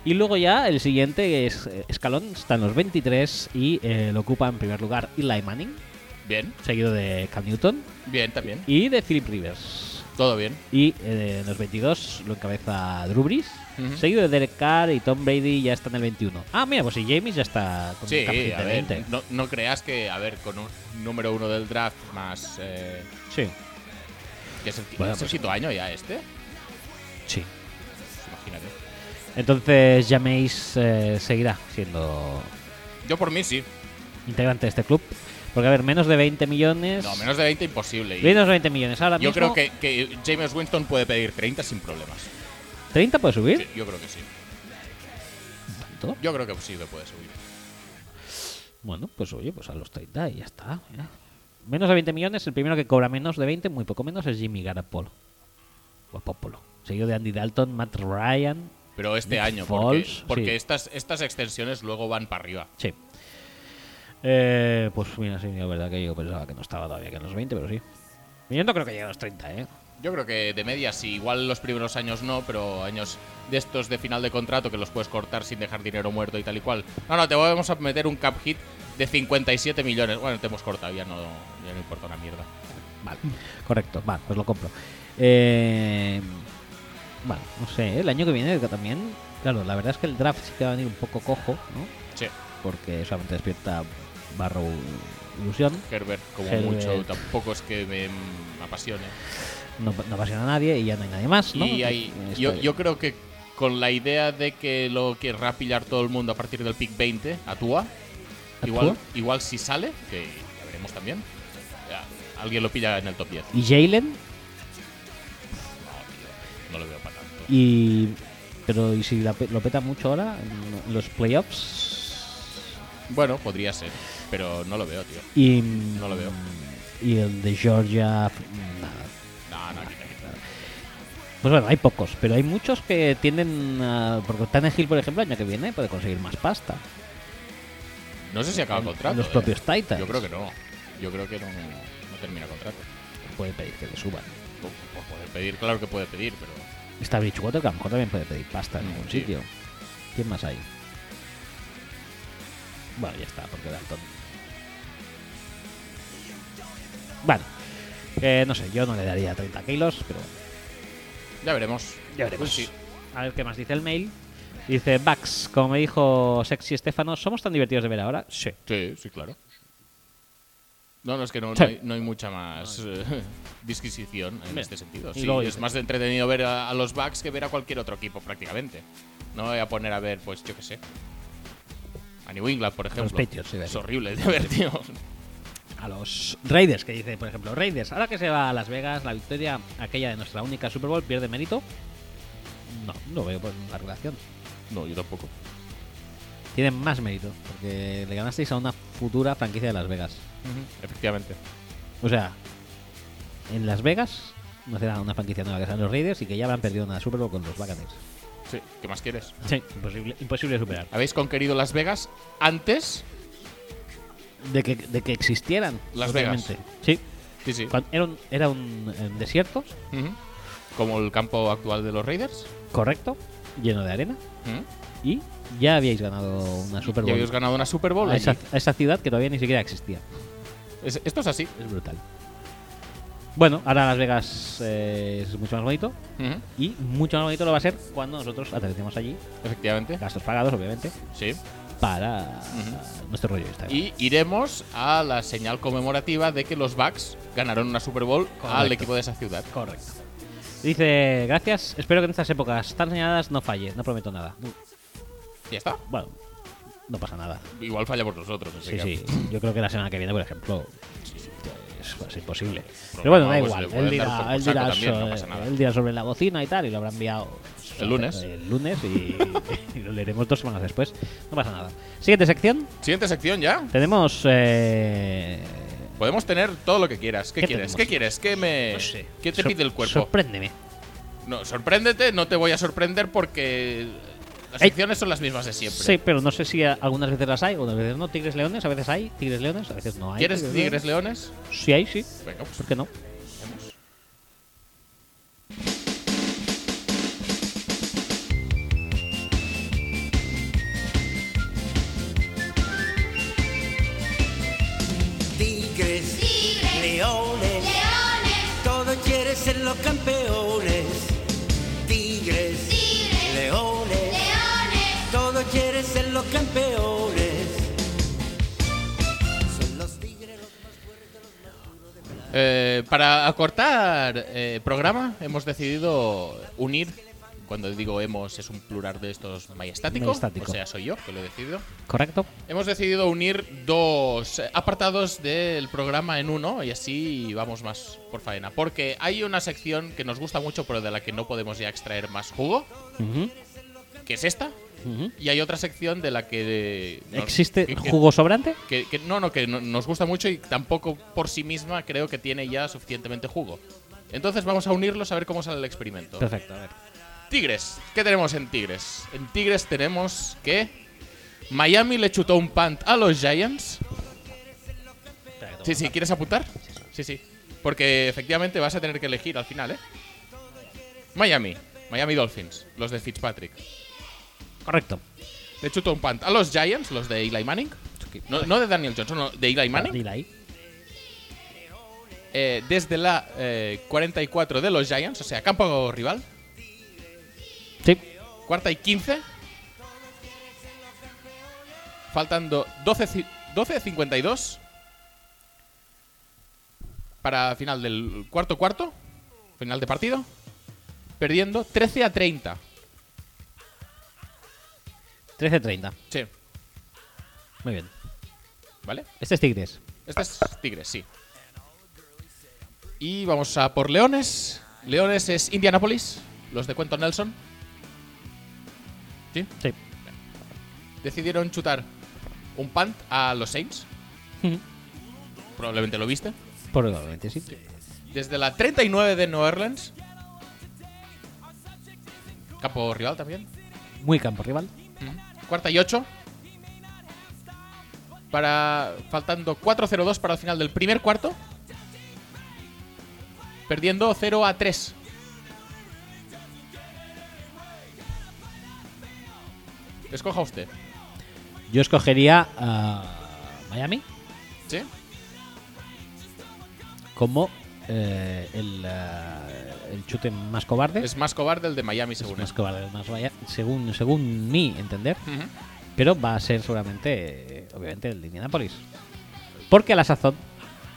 Y luego ya el siguiente es, eh, escalón están los 23 y eh, lo ocupa en primer lugar Eli Manning, Bien, seguido de Cam Newton bien, también. y de Philip Rivers. Todo bien. Y eh, en los 22 lo encabeza Drew Brees, Ujú. seguido de Derek Carr y Tom Brady ya está en el 21. Ah, mira, pues si James ya está con Sí, un cap hit a de ver, 20. no, no creas que, a ver, con un número uno del draft más. eh, Sí, que es el, qui- Bueno, es el pues- quinto año ya este. sí. Pues imagínate. Entonces James eh, seguirá siendo Yo por mí sí. integrante de este club. Porque, a ver, menos de 20 millones. No, menos de 20 imposible. Y menos de 20 millones. Ahora yo mismo, creo que, que James Winston puede pedir 30 sin problemas. 30 puede subir. Sí, yo creo que sí. ¿Tanto? Yo creo que sí que puede subir. Bueno, pues oye, pues a los 30 y ya está. mira. Menos de 20 millones, el primero que cobra menos de 20, muy poco menos, es Jimmy Garapolo. Guapopolo. Seguido de Andy Dalton, Matt Ryan. Pero este Nick año, porque, Foles, porque sí. estas, estas extensiones luego van para arriba. Sí. Eh, pues mira, sí, la verdad que yo pensaba que no estaba todavía que en los 20, pero sí. Yo no creo que llegue a los 30, ¿eh? Yo creo que de media sí, igual los primeros años no, pero años de estos de final de contrato que los puedes cortar sin dejar dinero muerto y tal y cual. No, no, te vamos a meter un cap hit de 57 millones. Bueno, te hemos cortado, ya no, ya no importa una mierda. Vale, correcto, vale, pues lo compro. Eh, bueno, no sé, ¿eh? el año que viene que también, claro, la verdad es que el draft sí que va a venir un poco cojo, ¿no? Sí, porque solamente despierta Barrow ilusión. Herbert, como Herbert. mucho, tampoco es que me mm, apasione. No, no apasiona a nadie y ya no hay nadie más, ¿no? Y hay- Esto- yo, yo creo que con la idea de que lo querrá pillar todo el mundo a partir del pick 20, Atúa, igual, ¿Actúa? igual si sale, que ya veremos también, ya, alguien lo pilla en el top 10. Y Jalen. No lo veo para tanto. Y. Pero, ¿y si la pe- lo peta mucho ahora? En los playoffs. Bueno, podría ser, pero no lo veo, tío. Y. mm, No lo veo. Y el de Georgia. mm, nada. No, no, quita, quita. Pues bueno, hay pocos, pero hay muchos que tienden a. Porque Tannehill, por ejemplo, el año que viene puede conseguir más pasta. No sé si acaba En- contrato. los eh. propios Titans. Yo creo que no. Yo creo que no, no termina contrato. Puede pedir que le suban. Por, por poder pedir, claro que puede pedir, pero Está Bridgewater, que a lo mejor también puede pedir pasta en Mm, algún sí. sitio. ¿Quién más hay? Bueno, ya está, porque Dalton. Vale. Eh, no sé, yo no le daría 30 kilos, pero bueno. ya veremos. Ya veremos. Pues sí. A ver qué más dice el mail. Dice Bax, como me dijo Sexy Estefano, ¿somos tan divertidos de ver ahora? Sí. Sí, sí, claro. No, no, es que no, Sí. no, hay, no hay mucha más eh, disquisición en Bien. este sentido. Y Sí, luego es dice- más entretenido ver a, a los Bucks que ver a cualquier otro equipo prácticamente. No me voy a poner a ver, pues yo qué sé. A New England, por ejemplo. Patriots, sí, es vale. horrible de ver, tío. A los Raiders, que dice, por ejemplo, Raiders, ahora que se va a Las Vegas, la victoria aquella de nuestra única Super Bowl pierde mérito. No, no veo por la relación. No, yo tampoco. Tienen más mérito, porque le ganasteis a una futura franquicia de Las Vegas. Efectivamente. O sea, en Las Vegas no será una franquicia nueva que serán los Raiders y que ya habrán perdido una Super Bowl con los Buccaneers. Sí, ¿qué más quieres? Sí, imposible, imposible superar. Habéis conquerido Las Vegas antes. De que, de que existieran. Las Vegas. totalmente. Sí. Sí, sí. Cuan- Era un, era un eh, desierto, Ujú. Como el campo actual de los Raiders. correcto, lleno de arena, Ujú. y ya habíais ganado una Super Y Bowl. Ah, habéis ganado una Super Bowl. a, esa, allí. a esa ciudad que todavía ni siquiera existía. Es- esto es así. Es brutal. Bueno, ahora Las Vegas eh, es mucho más bonito. Ujú. Y mucho más bonito lo va a ser cuando nosotros aterricemos allí, Efectivamente. gastos pagados, obviamente, Sí. para Ujú. nuestro rollo de Instagram. Y iremos a la señal conmemorativa de que los Bucks ganaron una Super Bowl al Correcto. equipo de esa ciudad. Correcto. Dice, gracias, espero que en estas épocas tan señaladas no falle, no prometo nada. Ya está. Bueno, no pasa nada. Igual falla por nosotros. así Sí, que- sí. Yo creo que la semana que viene, por ejemplo, es, es imposible. Pero bueno, Problema, da pues, igual. le Él pueden dar por dirá, saco él dirá también, no so- pasa nada. él dirá sobre la bocina y tal, y lo habrá enviado Eh, El lunes. El lunes y, y lo leeremos dos semanas después. No pasa nada. Siguiente sección. Siguiente sección ya. Tenemos. eh, Podemos tener todo lo que quieras. ¿Qué, ¿Qué quieres? tenemos? ¿Qué quieres? ¿Qué me no sé. Eh, qué te Sor- pide el cuerpo? Sorpréndeme. no, sorpréndete, no te voy a sorprender porque las Ey. secciones son las mismas de siempre. Sí, pero no sé si a- algunas veces las hay, algunas veces no. Tigres leones, a veces hay. Tigres leones, a veces no hay. ¿Quieres Tigres Leones? leones? Sí, hay, sí. Venga, pues ¿Por qué no? vamos. Tigres, leones, todos quieren ser los campeones. Tigres, leones, todos quieren ser los campeones. Son los tigres los más fuertes, los más duros de plata. Eh, para acortar eh, programa, hemos decidido unir. Cuando digo hemos, es un plural de estos majestático. Majestático. O sea, soy yo que lo he decidido. ¿Correcto? Hemos decidido unir dos eh, apartados del programa en uno y así vamos más por faena. Porque hay una sección que nos gusta mucho, pero de la que no podemos ya extraer más jugo, Ujú, que es esta. ujú. Y hay otra sección de la que. eh, nos- ¿Existe que- que- jugo sobrante? que, que- no, no, que no- nos gusta mucho y tampoco por sí misma creo que tiene ya suficientemente jugo. Entonces vamos a unirlos a ver cómo sale el experimento. Perfecto, a ver. Tigres, ¿qué tenemos en Tigres? En Tigres tenemos que Miami le chutó un punt a los Giants. Sí, sí, ¿quieres apuntar? Sí, sí. Porque efectivamente vas a tener que elegir al final, ¿eh? Miami, Miami Dolphins, los de Fitzpatrick. Correcto. Le chutó un punt a los Giants, los de Eli Manning. No, no de Daniel Johnson, no, de Eli Manning. Dile ahí. Eh, desde la eh, 44 de los Giants, o sea, campo rival, Sí. cuarta y 15. Faltando 12, ci- 12.52 para final del cuarto cuarto, final de partido, perdiendo 13 a 30. 13-30. Sí, Muy bien. ¿vale? Este es Tigres. Este es Tigres, sí. Y vamos a por Leones. Leones es Indianapolis, los de Cuento Nelson. Sí. Sí. Decidieron chutar un punt a los Saints. Probablemente lo viste. Probablemente sí. Desde la 39 de New Orleans. Campo rival también. Muy campo rival. Cuarta y ocho. Para. Faltando 4-0-2 para el final del primer cuarto. Perdiendo 0 a 3. Escoja usted. Yo escogería a Miami ¿Sí? como eh, el, eh, el chute más cobarde. Es más cobarde el de Miami, Es según más él. cobarde, el más vaya- según, según mi entender. Ujú. Pero va a ser seguramente, eh, obviamente, el de Indianapolis. Porque a la sazón,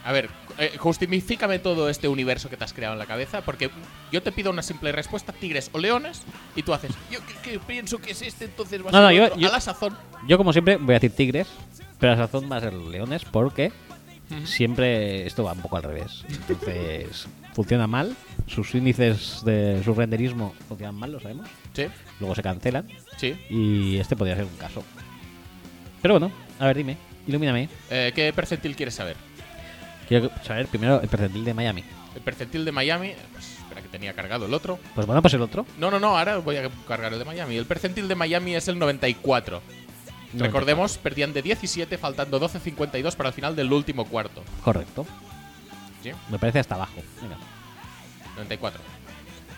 A ver, eh, justifícame todo este universo que te has creado en la cabeza, porque yo te pido una simple respuesta, tigres o leones, y tú haces, yo que, que pienso que es este, entonces va a No, ser no, yo- otro". yo- a la sazón. yo como siempre voy a decir Tigres, pero a la sazón va a ser los Leones porque siempre esto va un poco al revés. Entonces funciona mal, sus índices de su renderismo funcionan mal, lo sabemos. Sí, Luego se cancelan sí. y este podría ser un caso. Pero bueno, a ver, dime, ilumíname. Eh, ¿Qué percentil quieres saber? Quiero saber primero el percentil de Miami. El percentil de Miami, eh, pues, espera que tenía cargado el otro. Pues bueno, pues el otro. No, no, no, ahora voy a cargar el de Miami. El percentil de Miami es el 94. 94. Recordemos, perdían de 17, faltando 12.52 para el final del último cuarto. Correcto. Sí, Me parece hasta abajo. Venga, 94.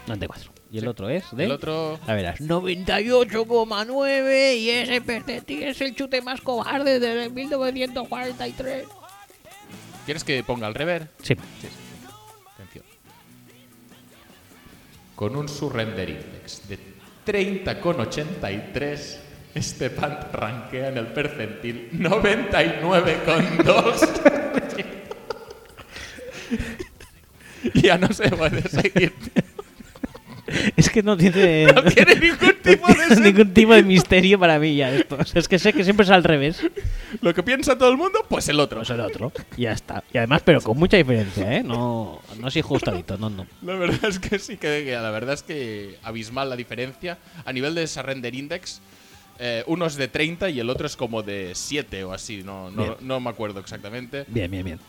94. Y el Sí. otro es de... El otro... A verás. 98,9 y ese percentil es el chute más cobarde desde 1943. ¿Quieres que ponga el rever? Sí. Atención. Con un surrender index de 30,83, este punt rankea en el percentil 99,2. ya no se puede seguir. Es que no tiene, No tiene ningún tipo de sentido. ningún tipo de misterio para mí ya esto. O sea, es que sé que siempre es al revés. Lo que piensa todo el mundo, pues el otro. Pues el otro. Y ya está. Y además, pero con mucha diferencia, ¿eh? No, no es injustadito, no, no. La verdad es que sí que que la verdad es que abismal la diferencia. A nivel de surrender index, eh, uno es de 30 y el otro es como de 7 o así, no, no, Bien. no me acuerdo exactamente. Bien, bien, bien.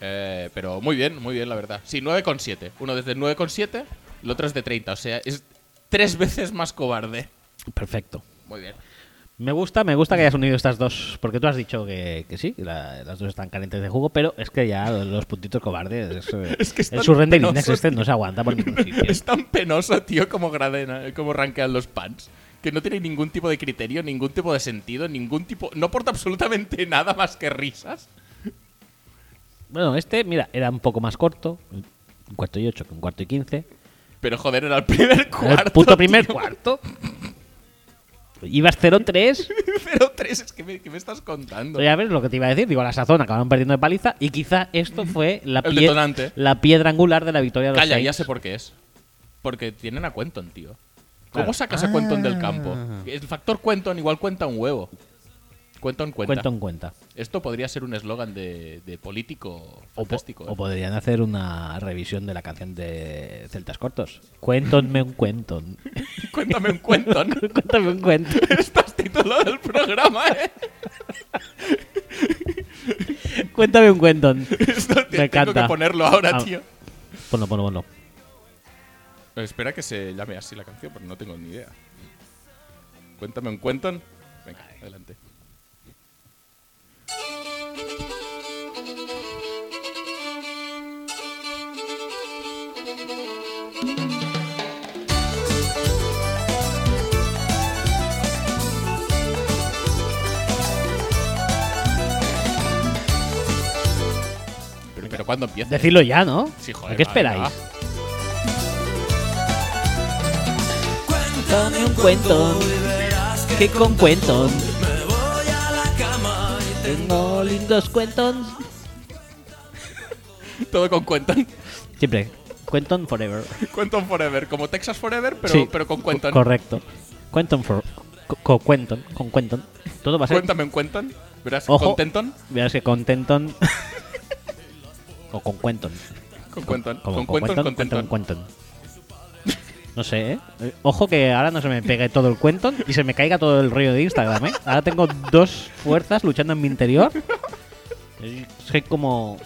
Eh, pero muy bien, muy bien, la verdad. Sí, 9,7. Uno desde 9,7, el otro es de 30, o sea, es tres veces más cobarde. Perfecto. Muy bien. Me gusta, me gusta que hayas unido estas dos, porque tú has dicho que, que sí, que la- las dos están calientes de jugo, pero es que ya los puntitos cobardes, es, eh, Es que están el surrender index penosos, este no se aguanta por ningún sitio. Es tan penoso, tío, como, gradena, eh, como rankean los pants. Que no tiene ningún tipo de criterio, ningún tipo de sentido, ningún tipo. No aporta absolutamente nada más que risas. Bueno, este, mira, era un poco más corto, un cuarto y ocho que un cuarto y quince. Pero joder, era el primer cuarto. el puto primer tío. cuarto. Ibas 0-3, 0-3, es que me, que me estás contando. ya ves lo que te iba a decir, digo, la sazón acabaron perdiendo de paliza y quizá esto fue la, El pie- detonante. la piedra angular de la victoria de los Calla, Saints. ya sé por qué es. Porque tienen a Quenton, tío. ¿Cómo Claro. Ah. sacas a Quenton del campo? El factor Quenton igual cuenta un huevo. Quenton cuenta. Cuento en cuenta. Esto podría ser un eslogan de, de político O, po- fantástico. o ¿eh? podrían hacer una revisión de la canción de Celtas Cortos. Cuéntonme un cuento. Cuéntame un Quenton. Cuéntame un cuento. Esto es título del programa, ¿eh? Cuéntame un cuento. Esto te- Me tengo que encanta. ponerlo ahora, Ah. tío. Ponlo, ponlo, ponlo. Espera que se llame así la canción, porque no tengo ni idea. Cuéntame un cuenton. Venga, adelante. Pero, pero ¿cuándo empieza? Decidlo ya, ¿no? Sí, joder, ¿A qué va, esperáis? venga, Cuéntame un cuento. Que con cuentos. Tengo lindos cuentos. Todo con Quentin. Siempre. Quentin Forever. Quentin Forever. Como Texas Forever, pero, Sí. pero con Co- Quentin. Correcto. Quentin for. co- co- Quentin, con Quentin. Todo va a ser. Cuéntame un Quentin. Verás, Ojo. con Tenton. Verás que con Tenton. o con Quentin. Con Quentin. Como Con Quentin, con Tenton. Quentin. No sé, ¿eh? Eh, Ojo que ahora no se me pegue todo el Quentin y se me caiga todo el rollo de Instagram, ¿eh? Ahora tengo dos fuerzas luchando en mi interior. Eh, Soy como.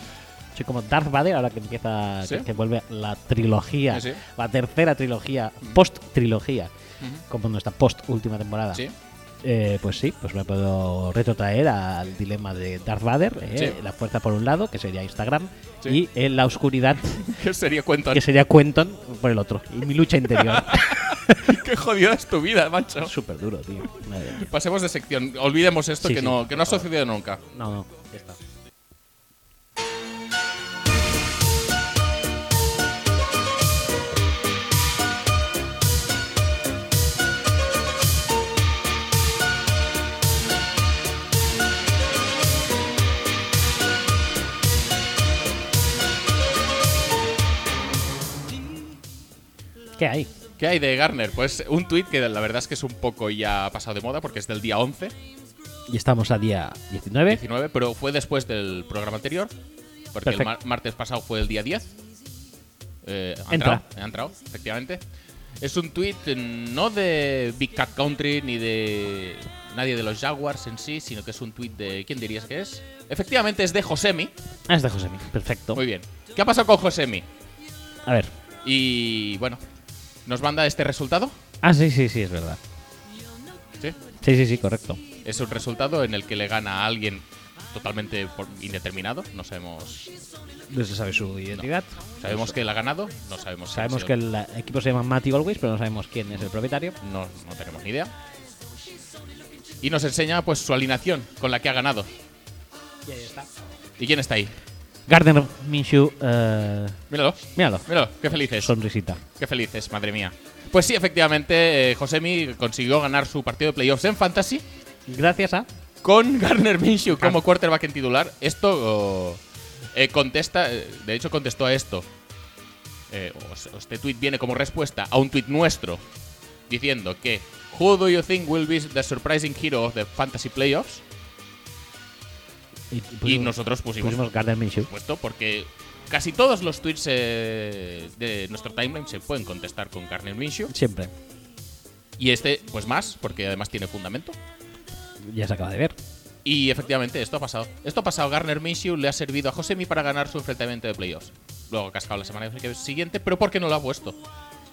Soy como Darth Vader ahora que empieza. ¿Sí? Que, que vuelve la trilogía. Sí, Mm. sí. La tercera trilogía. Post-trilogía. Como nuestra post-última temporada. Sí. Eh, pues sí, pues me puedo retrotraer al dilema de Darth Vader, ¿eh? Sí. la fuerza por un lado, que sería Instagram, Sí. y eh, la oscuridad, ¿Qué sería Quentin? que sería Quentin, por el otro, y mi lucha interior. Qué jodida es tu vida, macho. Súper duro, tío. Madre mía. Pasemos de sección. Olvidemos esto Sí, que, sí, no, que no ha sucedido nunca. No, no, ya está. ¿Qué hay? ¿Qué hay de Garner? Pues un tuit que la verdad es que es un poco ya pasado de moda porque es del día 11, Y estamos a día 19. 19, pero fue después del programa anterior, porque el Perfecto. mar- martes pasado fue el día 10. Eh, Entra. ha entrado, ha entrado, efectivamente. Es un tuit eh, no de Big Cat Country ni de nadie de los Jaguars en sí, sino que es un tuit de... ¿Quién dirías que es? Efectivamente es de Josemi. Ah, es de Josemi. Perfecto. Muy bien. ¿Qué ha pasado con Josemi? A ver. Y bueno, ¿nos manda este resultado? Ah, sí, sí, sí, es verdad. Sí. Sí, sí, sí, correcto. Es un resultado en el que le gana a alguien totalmente por- indeterminado. No sabemos. No se sabe su identidad. Sabemos que él ha ganado. No sabemos. si ha Sabemos sido- que el eh, equipo se llama Matty Always, pero no sabemos quién es el propietario. No, no tenemos ni idea. Y nos enseña pues su alineación con la que ha ganado. Y ahí está. ¿Y quién está ahí? Gardner Minshew, eh, Míralo. míralo, Míralo. Qué felices. sonrisita. Qué felices, madre mía. Pues sí, efectivamente, eh, Josemi consiguió ganar su partido de playoffs en Fantasy Gracias a. con Garner Minshew como quarterback en titular. Esto oh, eh, contesta, eh, de hecho contestó a esto. Eh, o se- o este tweet viene como respuesta a un tweet nuestro diciendo que Who do you think will be the surprising hero of the fantasy playoffs? Y, y nosotros pusimos, Pues, pusimos Gardner Minshew. puesto porque casi todos los tweets eh, de nuestro timeline se pueden contestar con Garner Minshew Siempre. y este pues más porque además tiene fundamento. Ya se acaba de ver. Y efectivamente, esto ha pasado. Esto ha pasado. Garner Minshew le ha servido a Josemi para ganar su enfrentamiento de playoffs. Luego ha cascado la semana siguiente, pero ¿por qué no lo ha puesto?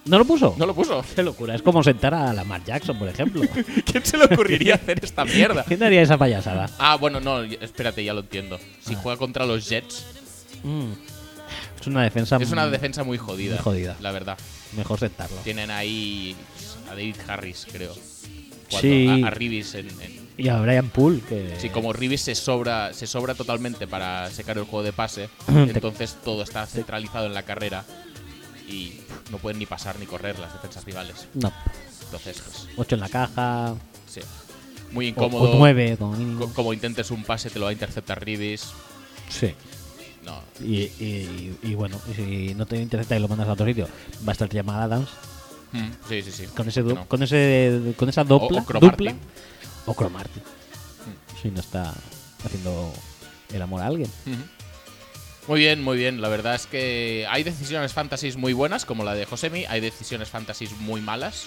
¿No lo puso? No lo puso. Qué locura. Es como sentar a Lamar Jackson, por ejemplo. ¿Quién se le ocurriría hacer esta mierda? ¿Quién daría esa payasada? Ah, bueno, no, espérate, ya lo entiendo. Ah. Si juega contra los Jets, Mm. Es una defensa. es una mm, defensa muy jodida. Muy jodida. La verdad. Mejor sentarlo. Tienen ahí a David Harris, creo. Sí. A, a Reeves en, en- Y a Brian Poole, que. Sí, como Reeves se sobra, se sobra totalmente para secar el juego de pase, Te- entonces todo está centralizado en la carrera y no pueden ni pasar ni correr las defensas rivales. No. Entonces, pues, 8 en la caja. sí. Muy O, incómodo. o 9, como mínimo. Co- como intentes un pase, te lo va a interceptar Reeves. Sí. No. Y, y- y bueno, y si no te intercepta y lo mandas a otro sitio, va a estar llamada Adams Mm, Sí, sí, sí. con ese du- No. con ese con esa dupla, o Mm. Cromartie. dupla o Cromarty. Si no está haciendo el amor a alguien. Ujú. Muy bien, muy bien. La verdad es que hay decisiones fantasies muy buenas, como la de Josemi. Hay decisiones fantasies muy malas.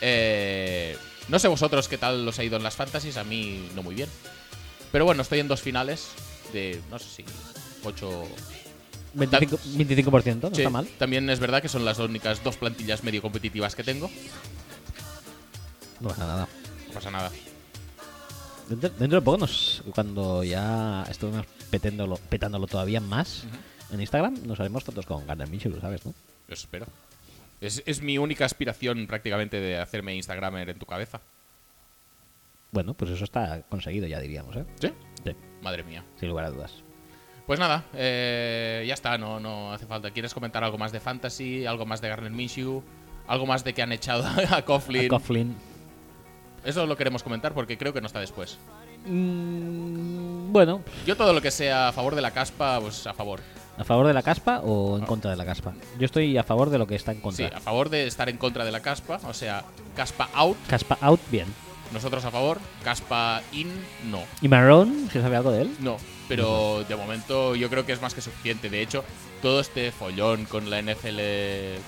Eh, no sé vosotros qué tal os ha ido en las fantasies. A mí no muy bien. Pero bueno, estoy en dos finales de, no sé si, ocho... 25, 25% no Sí, está mal. También es verdad que son las únicas dos plantillas medio competitivas que tengo. No pasa nada. No pasa nada. Dentro, dentro de poco nos cuando ya estuvimos petándolo, petándolo todavía más en Instagram, nos haremos fotos con Garner Mitchell, ¿sabes, no? Yo Eso espero. Es, es mi única aspiración prácticamente de hacerme Instagramer en tu cabeza. Bueno, pues eso está conseguido ya diríamos, ¿eh? ¿Sí? Sí, Madre mía. sin lugar a dudas. Pues nada, eh, ya está, no, no hace falta. ¿Quieres comentar algo más de Fantasy? ¿Algo más de Garner Minshew? ¿Algo más de que han echado a Coughlin? A Coughlin. Eso lo queremos comentar porque creo que no está después. Mm, bueno, Yo todo lo que sea a favor de la caspa, pues a favor. ¿A favor de la caspa o en contra de la caspa? Yo estoy a favor de lo que está en Sí, contra. a favor de estar en contra de la caspa, o sea, caspa out, Caspa out, bien. nosotros a favor, caspa in, no. ¿Y Marrón? ¿Se sabe algo de él? No, pero de momento yo creo que es más que suficiente. De hecho, todo este follón con la NFL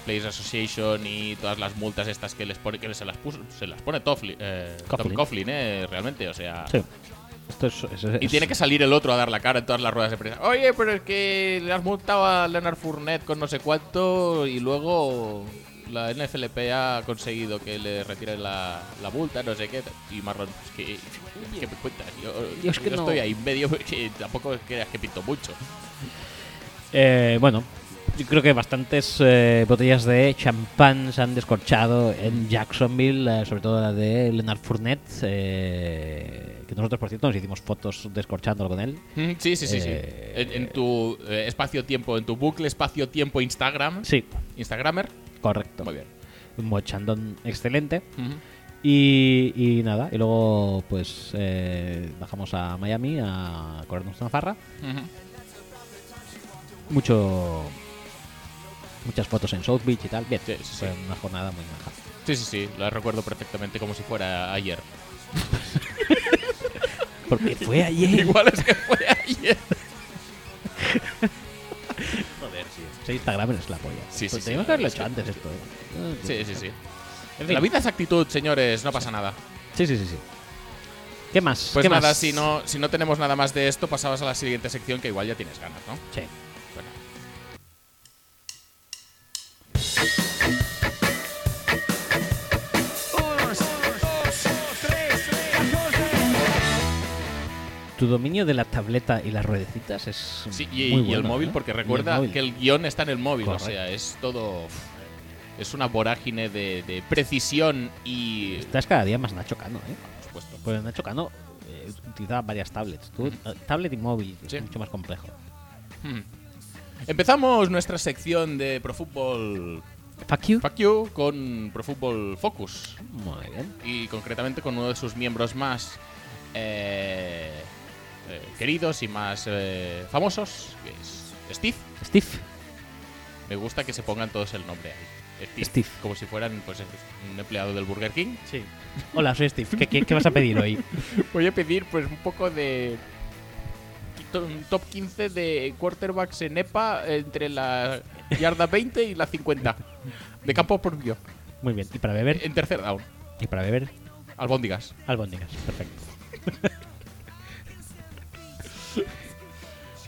Players Association y todas las multas estas que les pone, que se las puso- se las pone Toffli- eh, Coughlin. Tom Coughlin, eh, realmente, o sea. Sí. Esto es, es- es- Y tiene que salir el otro a dar la cara en todas las ruedas de prensa. Oye, pero es que le has multado a Leonard Fournette con no sé cuánto y luego la NFLP ha conseguido que le retire la, la multa, no sé qué. Y Marrón, es que, es que me cuentas. Yo, Yo es que yo no. estoy ahí en medio que tampoco creas que pinto mucho. Eh, bueno, yo creo que bastantes eh, botellas de champán se han descorchado en Jacksonville, eh, sobre todo la de Leonard Fournette, eh, que nosotros, por cierto, nos hicimos fotos descorchándolo con él. Mm, Sí, sí, sí, sí. Eh, En, en tu eh, espacio-tiempo, en tu bucle espacio-tiempo Instagram. Sí, Instagramer. correcto. Muy bien. Un mochandón excelente. Ujú. Y, y nada, y luego pues eh, bajamos a Miami a corrernos una farra. Ujú. Mucho, muchas fotos en South Beach y tal. Bien, Sí, sí, fue sí. una jornada muy maja. Sí, sí, sí. Lo recuerdo perfectamente como si fuera ayer. Porque fue ayer. Igual es que fue ayer. Joder, sí. Instagram es la polla. Sí, sí, Pues sí, teníamos la que haberlo verdad hecho antes esto. ¿eh? Sí, sí, sí. En fin. La vida es actitud, señores, no pasa nada. Sí, sí, sí, sí. ¿Qué más? Pues ¿Qué nada, más? si no, si no tenemos nada más de esto, pasabas a la siguiente sección que igual ya tienes ganas, ¿no? Sí. Bueno. Tu dominio de la tableta y las ruedecitas es. Sí, y, muy y el bueno, móvil, ¿eh? porque Y el recuerda móvil. que el guión está en el móvil, Correcto. o sea, es todo. Es una vorágine de, de precisión y. Estás cada día más Nacho Cano, ¿eh? Por supuesto. Pues Nacho Cano eh, utilizaba varias tablets. Tú, eh, tablet y móvil, Sí. es mucho más complejo. Hmm. Empezamos nuestra sección de Pro Football Fuck you. Fuck You con Pro Football Focus. Muy bien. y concretamente con uno de sus miembros más eh, eh, queridos y más eh, famosos, que es Steve. Steve. Me gusta que se pongan todos el nombre ahí. Eh, Steve. Steve. Como si fueran pues, un empleado del Burger King. Sí. Hola, soy Steve. ¿Qué, qué, qué vas a pedir hoy? Voy a pedir pues un poco de to- un top 15 de quarterbacks en EPA entre la yarda 20 y la 50. De campo por medio. Muy bien. ¿Y para beber? En tercer down. ¿Y para beber? Albóndigas. Albóndigas. Perfecto.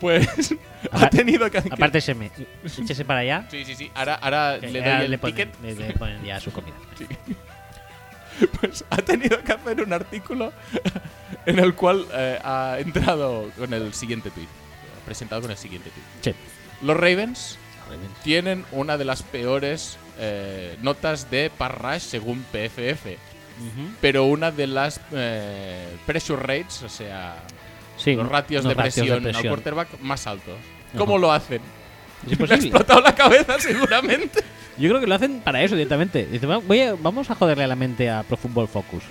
Pues ha Apar- tenido que... Aparte, se me. Échese para allá. Sí, sí, sí. Ahora, ahora que le ya doy el ponen, ticket. le- le ponen ya su comida. Pues ha tenido que hacer un artículo en el cual eh, ha entrado con el siguiente tweet. Ha presentado con el siguiente tweet. Sí. Los Ravens tienen una de las peores eh, notas de pass rush según PFF, Ujú. pero una de las eh, pressure rates, o sea, Sí, los ratios unos de presión, pues al presión. quarterback más altos. ¿Cómo lo hacen? Es Le ha imposible. explotado la cabeza seguramente. Yo creo que lo hacen para eso directamente. Dice, "Va- voy a- vamos a joderle a la mente a Pro Football Focus.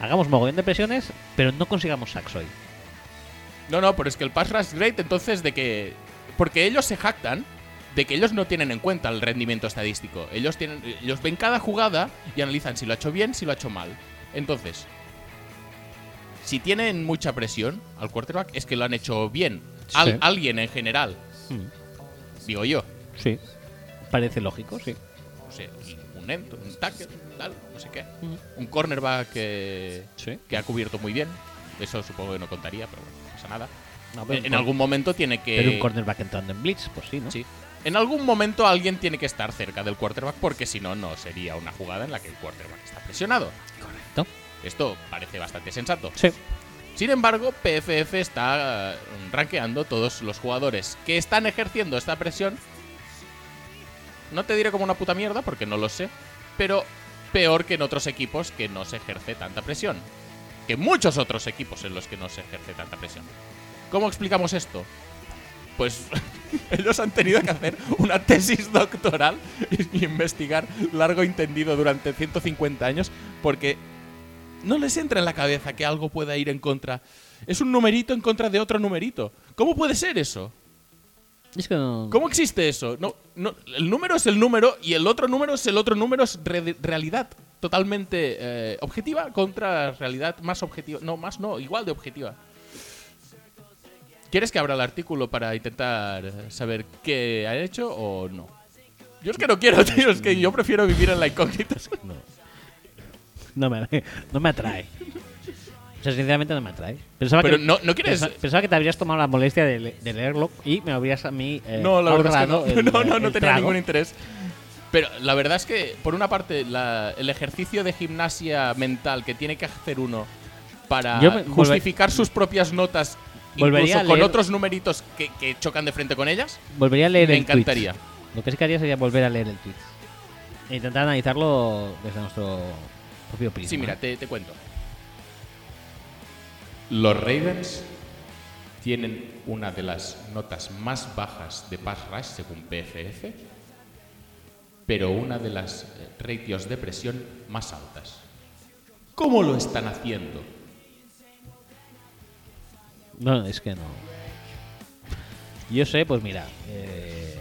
Hagamos mogollón de presiones, pero no consigamos sacks hoy. No, no, pero es que el pass rush rate, entonces, de que. Porque ellos se jactan de que ellos no tienen en cuenta el rendimiento estadístico. Ellos, tienen, ellos ven cada jugada y analizan si lo ha hecho bien, si lo ha hecho mal. Entonces, si tienen mucha presión al quarterback, es que lo han hecho bien. Al- Sí. Alguien en general, Mm, digo yo. Sí. Parece lógico, sí. No sé, un end, un tackle, tal, no sé qué. Ujú. Un cornerback que, Sí. que ha cubierto muy bien. Eso supongo que no contaría, pero bueno, no pasa nada. No, pero En, un en cor- algún momento tiene que. Pero un cornerback entrando en blitz, pues sí, ¿no? Sí. En algún momento alguien tiene que estar cerca del quarterback porque si no, no sería una jugada en la que el quarterback está presionado. Correcto. Esto parece bastante sensato. Sí. Sin embargo, PFF está eh, rankeando todos los jugadores que están ejerciendo esta presión. No te diré como una puta mierda porque no lo sé, pero peor que en otros equipos que no se ejerce tanta presión. Que muchos otros equipos en los que no se ejerce tanta presión. ¿Cómo explicamos esto? Pues ellos han tenido que hacer una tesis doctoral y investigar largo y tendido durante 150 años porque no les entra en la cabeza que algo pueda ir en contra. Es un numerito en contra de otro numerito. ¿Cómo puede ser eso? Es que no. ¿Cómo existe eso? No, no, el número es el número y el otro número es el otro número, es re- realidad totalmente eh, objetiva contra realidad más objetiva. No, más no, igual de objetiva. ¿Quieres que abra el artículo para intentar saber qué han hecho o no? Yo es que no quiero, tío, es que yo prefiero vivir en la incógnita. No. No me, no me atrae. O sea, sinceramente no me atrae. Pensaba Pero que, Ah, no- no quieres- pensa- Pensaba que te habrías tomado la molestia de, le- de leerlo y me habrías a mí eh, No, la verdad es que ahorrado no. el, no, eh, no, no el tenía trago. ningún interés. Pero la verdad es que, por una parte, la- el ejercicio de gimnasia mental que tiene que hacer uno para Yo me- volve- justificar sus propias notas, Volvería incluso a con leer- otros numeritos que, que chocan de frente con ellas, Volvería a leer me el tweet. encantaría. Lo que sí que haría sería volver a leer el tweet. E intentar analizarlo desde nuestro propio prisma. Sí, mira, te, te cuento. Los Ravens tienen una de las notas más bajas de pass rush según PFF, pero una de las eh, ratios de presión más altas. ¿Cómo lo están haciendo? No, es que no. Yo sé, pues mira. eh,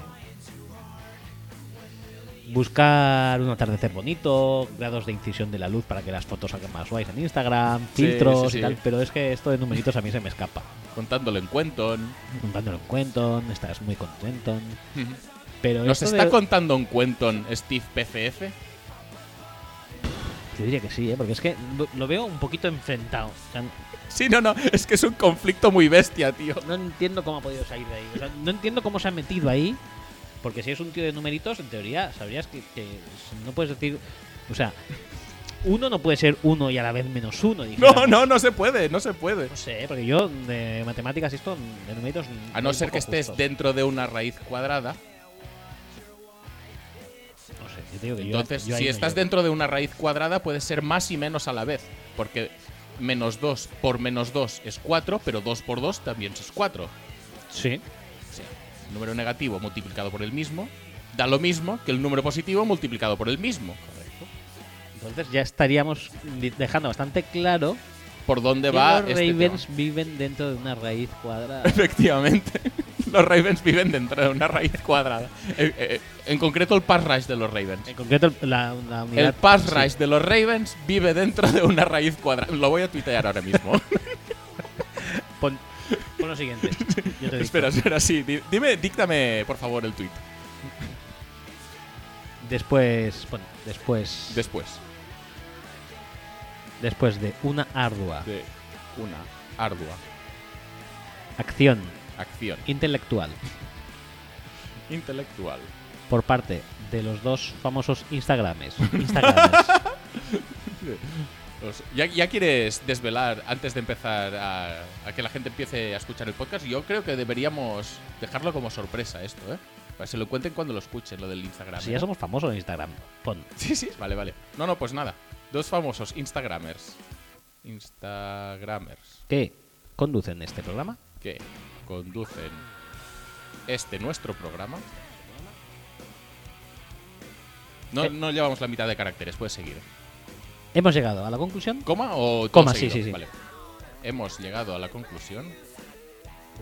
buscar un atardecer bonito, grados de incisión de la luz para que las fotos salgan más guays en Instagram, Sí, filtros sí, sí. y tal. Pero es que esto de numeritos a mí se me escapa. Contándolo en cuento. Contándolo en Quenton, estás muy contento. Pero ¿Nos esto está de- contando un cuento Steve PFF? Yo diría que sí, ¿eh? porque es que lo veo un poquito enfrentado. O sea, Sí, no, no, es que es un conflicto muy bestia, tío. no entiendo cómo ha podido salir de ahí. O sea, no entiendo cómo se ha metido ahí. Porque si es un tío de numeritos, en teoría, sabrías que, que no puedes decir. O sea, uno no puede ser uno y a la vez menos uno. No, dijéramos. no, no se puede, no se puede. No sé, porque yo de matemáticas y esto, de numeritos. A soy no un ser poco que estés justo. dentro de una raíz cuadrada, No sé, yo te digo que yo- Entonces, yo ahí si no estás llego. dentro de una raíz cuadrada, puede ser más y menos a la vez. Porque menos 2 por menos 2 es 4, pero 2 por 2 también es 4. Sí. O sea, el número negativo multiplicado por el mismo da lo mismo que el número positivo multiplicado por el mismo. Entonces ya estaríamos di- dejando bastante claro ¿Por dónde que va los este Ravens tema? viven dentro de una raíz cuadrada. Efectivamente. Los Ravens viven dentro de una raíz cuadrada. Eh, eh, en concreto, el pass rush de los Ravens. en concreto, el- la, la unidad. El pass sí. rush de los Ravens vive dentro de una raíz cuadrada. Lo voy a tuitear ahora mismo. Pon, pon lo siguiente. Yo te digo. Espera, espera, sí. di- Dime, díctame, por favor, el tweet. Después, bueno, después, Después después de una ardua de una ardua acción acción intelectual intelectual. por parte de los dos famosos Instagrames, Instagrames Os- ¿Ya, ya quieres desvelar antes de empezar a, a que la gente empiece a escuchar el podcast? Yo creo que deberíamos dejarlo como sorpresa esto, ¿eh? Para que se lo cuenten cuando lo escuchen, lo del Instagram. si ya ¿eh? somos famosos en Instagram, pon Sí, sí. Vale, vale. No, no, pues nada. Dos famosos Instagramers. Instagramers. que conducen este programa que conducen este nuestro programa. No, Eh. no llevamos la mitad de caracteres, puedes seguir. hemos llegado a la conclusión ¿Coma o todo Coma, sí, seguido? sí, sí. Vale. Hemos llegado a la conclusión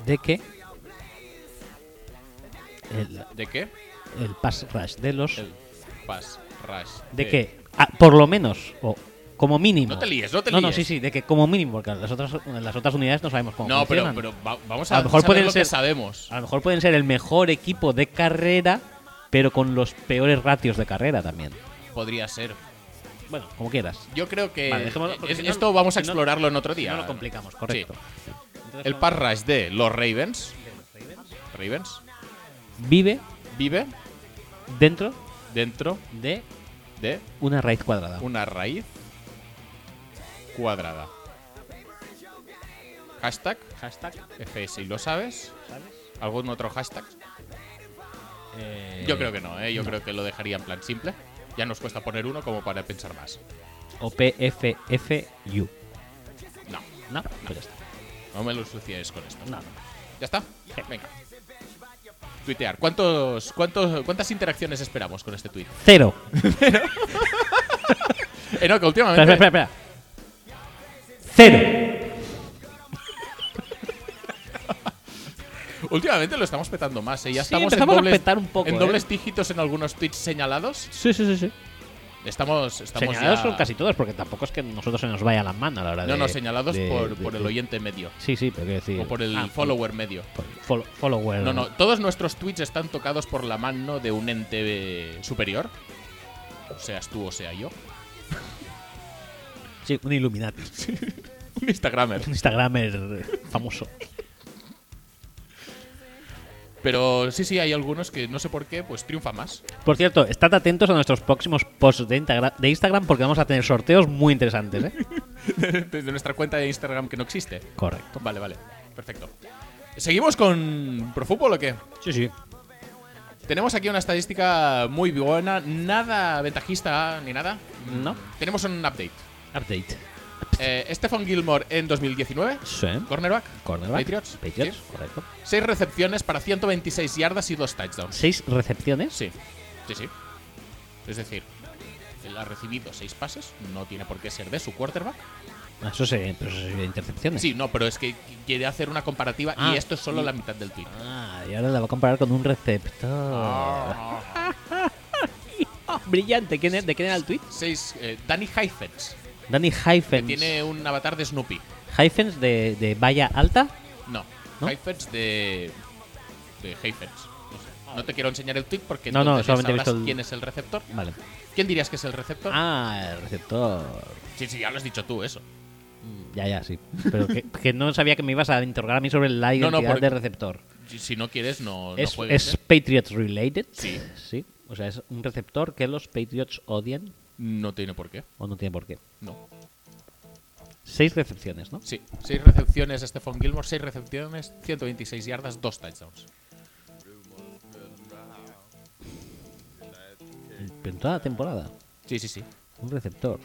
de que el, de que el pass rush de los el pass rush. de que ah, por lo menos o como mínimo No te líes, no te no líes. sí sí de que como mínimo porque las otras las otras unidades no sabemos cómo No, pero, funcionan. pero va- vamos A a, lo mejor saber pueden lo ser- que sabemos. A lo mejor pueden ser el mejor equipo de carrera, pero con los peores ratios de carrera también. Podría ser. Bueno, como quieras. Yo creo que Vale, dejémoslo, porque es- si no- esto vamos a si no- explorarlo en otro Si día. no lo complicamos, Sí. correcto. El pass rush de los Ravens. Ravens vive vive dentro dentro de de una raíz cuadrada. una raíz cuadrada. Hashtag hashtag, FS, ¿y lo sabes? ¿sabes? ¿Algún otro hashtag? Yo creo que no, ¿eh? yo creo que lo dejaría en plan simple. Ya nos cuesta poner uno como para pensar más. O PFFU. No, No, pues ya está. no me lo ensucies con esto. No, no. ¿Ya está? Venga. Tuitear. ¿Cuántos, cuántos, ¿Cuántas interacciones esperamos con este tuit? Cero. Eh, no, que últimamente... Espera, espera, espera. espera. Cero. Últimamente lo estamos petando más, ¿eh? Ya Sí, estamos en empezamos a dobles, petar un poco, en ¿eh? dobles dígitos en algunos tweets señalados. Sí, sí, sí. sí. Estamos, estamos Señalados ya- son casi todos, porque tampoco es que nosotros se nos vaya la mano a la hora de. No, no, señalados de- por, de- por el oyente medio. Sí, sí, pero quiero decir. O por el Ah, follower medio. por el fol- follower. No, no, todos nuestros tweets están tocados por la mano de un ente eh, superior. Seas tú o sea yo. Sí, un Illuminati. Un Instagramer. Un Instagramer famoso. Pero sí, sí, hay algunos que no sé por qué, pues triunfa más. Por cierto, estad atentos a nuestros próximos posts de, Integra- de Instagram porque vamos a tener sorteos muy interesantes, ¿eh? Desde nuestra cuenta de Instagram que no existe. Correcto. Vale, vale. Perfecto. ¿Seguimos con Profútbol o qué? Sí, sí. Tenemos aquí una estadística muy buena, nada ventajista ni nada. No. Tenemos un update. Update. Eh, Stephen Gilmore en 2019, Sí. cornerback, Cornerback. Patriots. Patriots, Sí. correcto. Seis recepciones para 126 yardas y dos touchdowns. Seis recepciones. Sí, sí, sí. Es decir, él ha recibido seis pases, no tiene por qué ser de su quarterback. Ah, Eso sería, pero eso sería intercepciones. Sí, no, pero es que quiere hacer una comparativa Ah. y esto es solo la mitad del tweet. Ah, y ahora la va a comparar con un receptor. Ah. Brillante. ¿Quién es- ¿De quién era el tweet? Seis, eh, Danny Heifetz, Danny que Hyphens. tiene un avatar de Snoopy. Hyphens de, de Valla Alta. No, ¿No? Heifetz de. de Heifetz. No, sé. No te quiero enseñar el tweet porque No, no, entonces ya solamente he visto sabrás el- quién es el receptor. Vale. ¿Quién dirías que es el receptor? Ah, el receptor. Sí, sí, ya lo has dicho tú, eso. Ya, ya, sí. Pero que, que no sabía que me ibas a interrogar a mí sobre la No, identidad no, porque- de receptor. Si- Si no quieres, no, no es juegues. es ¿eh? Patriots related. Sí. O sea, es un receptor que los Patriots odian No tiene por qué. o no tiene por qué. No. Seis recepciones, ¿no? Sí, seis recepciones Stephon Gilmore, seis recepciones, 126 yardas, dos touchdowns. En toda la temporada. Sí, sí, sí. Un receptor.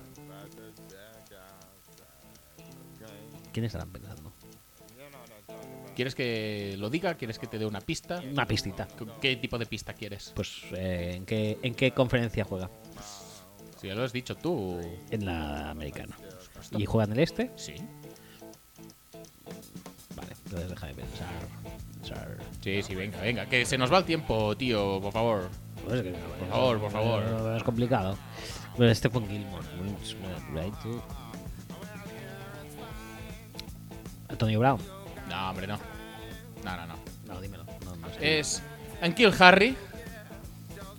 ¿Quiénes estarán pensando? ¿Quieres que lo diga? ¿Quieres que te dé una pista? Una pistita. ¿Qué- ¿Qué tipo de pista quieres? Pues, eh, ¿en, qué, ¿en qué conferencia juega? Si ya lo has dicho tú. En la americana. ¿Y juega en el este? Sí, Vale, entonces déjame pensar. pensar. sí, sí, venga, venga. Que se nos va el tiempo, tío, por favor. Pues que- Por favor, por favor. Es complicado. Pero Stephen Gilmore. Right, sí. Antonio Brown. No, hombre, no. No, no, no. No, dímelo. No, no sé. Es Ankill Harry.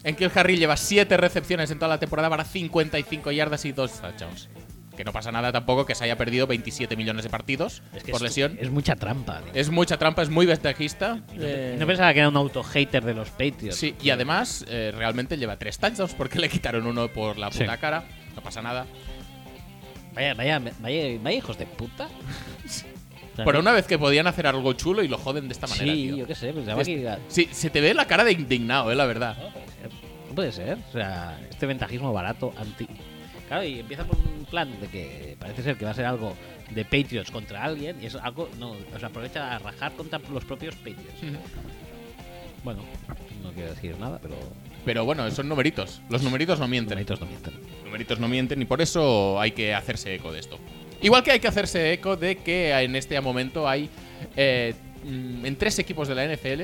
Ankill Harry lleva 7 recepciones en toda la temporada para 55 yardas y 2 touchdowns. Que no pasa nada tampoco que se haya perdido 27 millones de partidos Es que por es- lesión. Es mucha trampa. tío. Es mucha trampa, es muy ventajista. Y No pensaba que era un auto-hater de los Patriots. Sí, y además eh, realmente lleva 3 touchdowns porque le quitaron uno por la Sí. puta cara. No pasa nada. Vaya, vaya, vaya, vaya hijos de puta. Pero una vez que podían hacer algo chulo y lo joden de esta manera, Sí, tío. yo qué sé, pensaba que iba- Sí, se te ve la cara de indignado, eh, la verdad. No puede ser. O sea, este ventajismo barato, anti. Claro, y empieza por un plan de que parece ser que va a ser algo de Patriots contra alguien. Y es algo. No, o sea, aprovecha a rajar contra los propios Patriots. Bueno, no quiero decir nada, pero. Pero bueno, son numeritos. Los numeritos no mienten. Numeritos no mienten. numeritos no mienten y por eso hay que hacerse eco de esto. Igual que hay que hacerse eco de que en este momento hay eh, mm, en tres equipos de la NFL,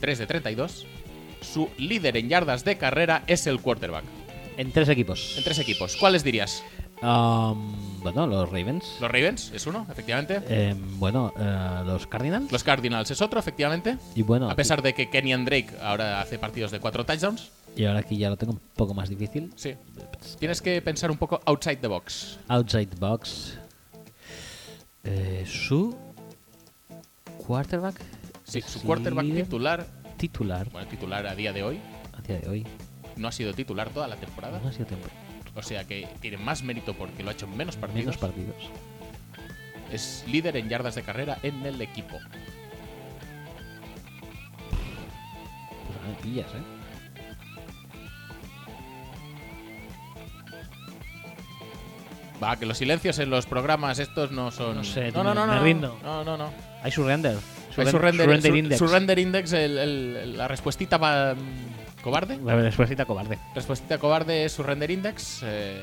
3 de 32, su líder en yardas de carrera es el quarterback. En tres equipos. En tres equipos, ¿cuáles dirías? Um, bueno, los Ravens. Los Ravens es uno, efectivamente. Eh, bueno, eh, los Cardinals. Los Cardinals es otro, efectivamente. Y bueno, A pesar de que Kenyan Drake ahora hace partidos de cuatro touchdowns, y ahora aquí ya lo tengo un poco más difícil. sí. Tienes que pensar un poco outside the box. Outside Box. Eh, su quarterback. Sí, es su quarterback líder titular, titular bueno, titular a día de hoy, a día de hoy. no ha sido titular toda la temporada. No ha sido tiempo. O sea que tiene más mérito porque lo ha hecho en menos partidos. Menos partidos. es líder en yardas de carrera en el equipo. Pues ahora me pillas, ¿eh? Va, que los silencios en los programas estos no son. No sé, no, no, no, me no, rindo. No, no, no. Hay surrender. Hay Surren- su render, surrender su- index. su render index, el- el- la respuestita va- mm, cobarde. La respuesta cobarde. Respuestita cobarde es su render index. eh,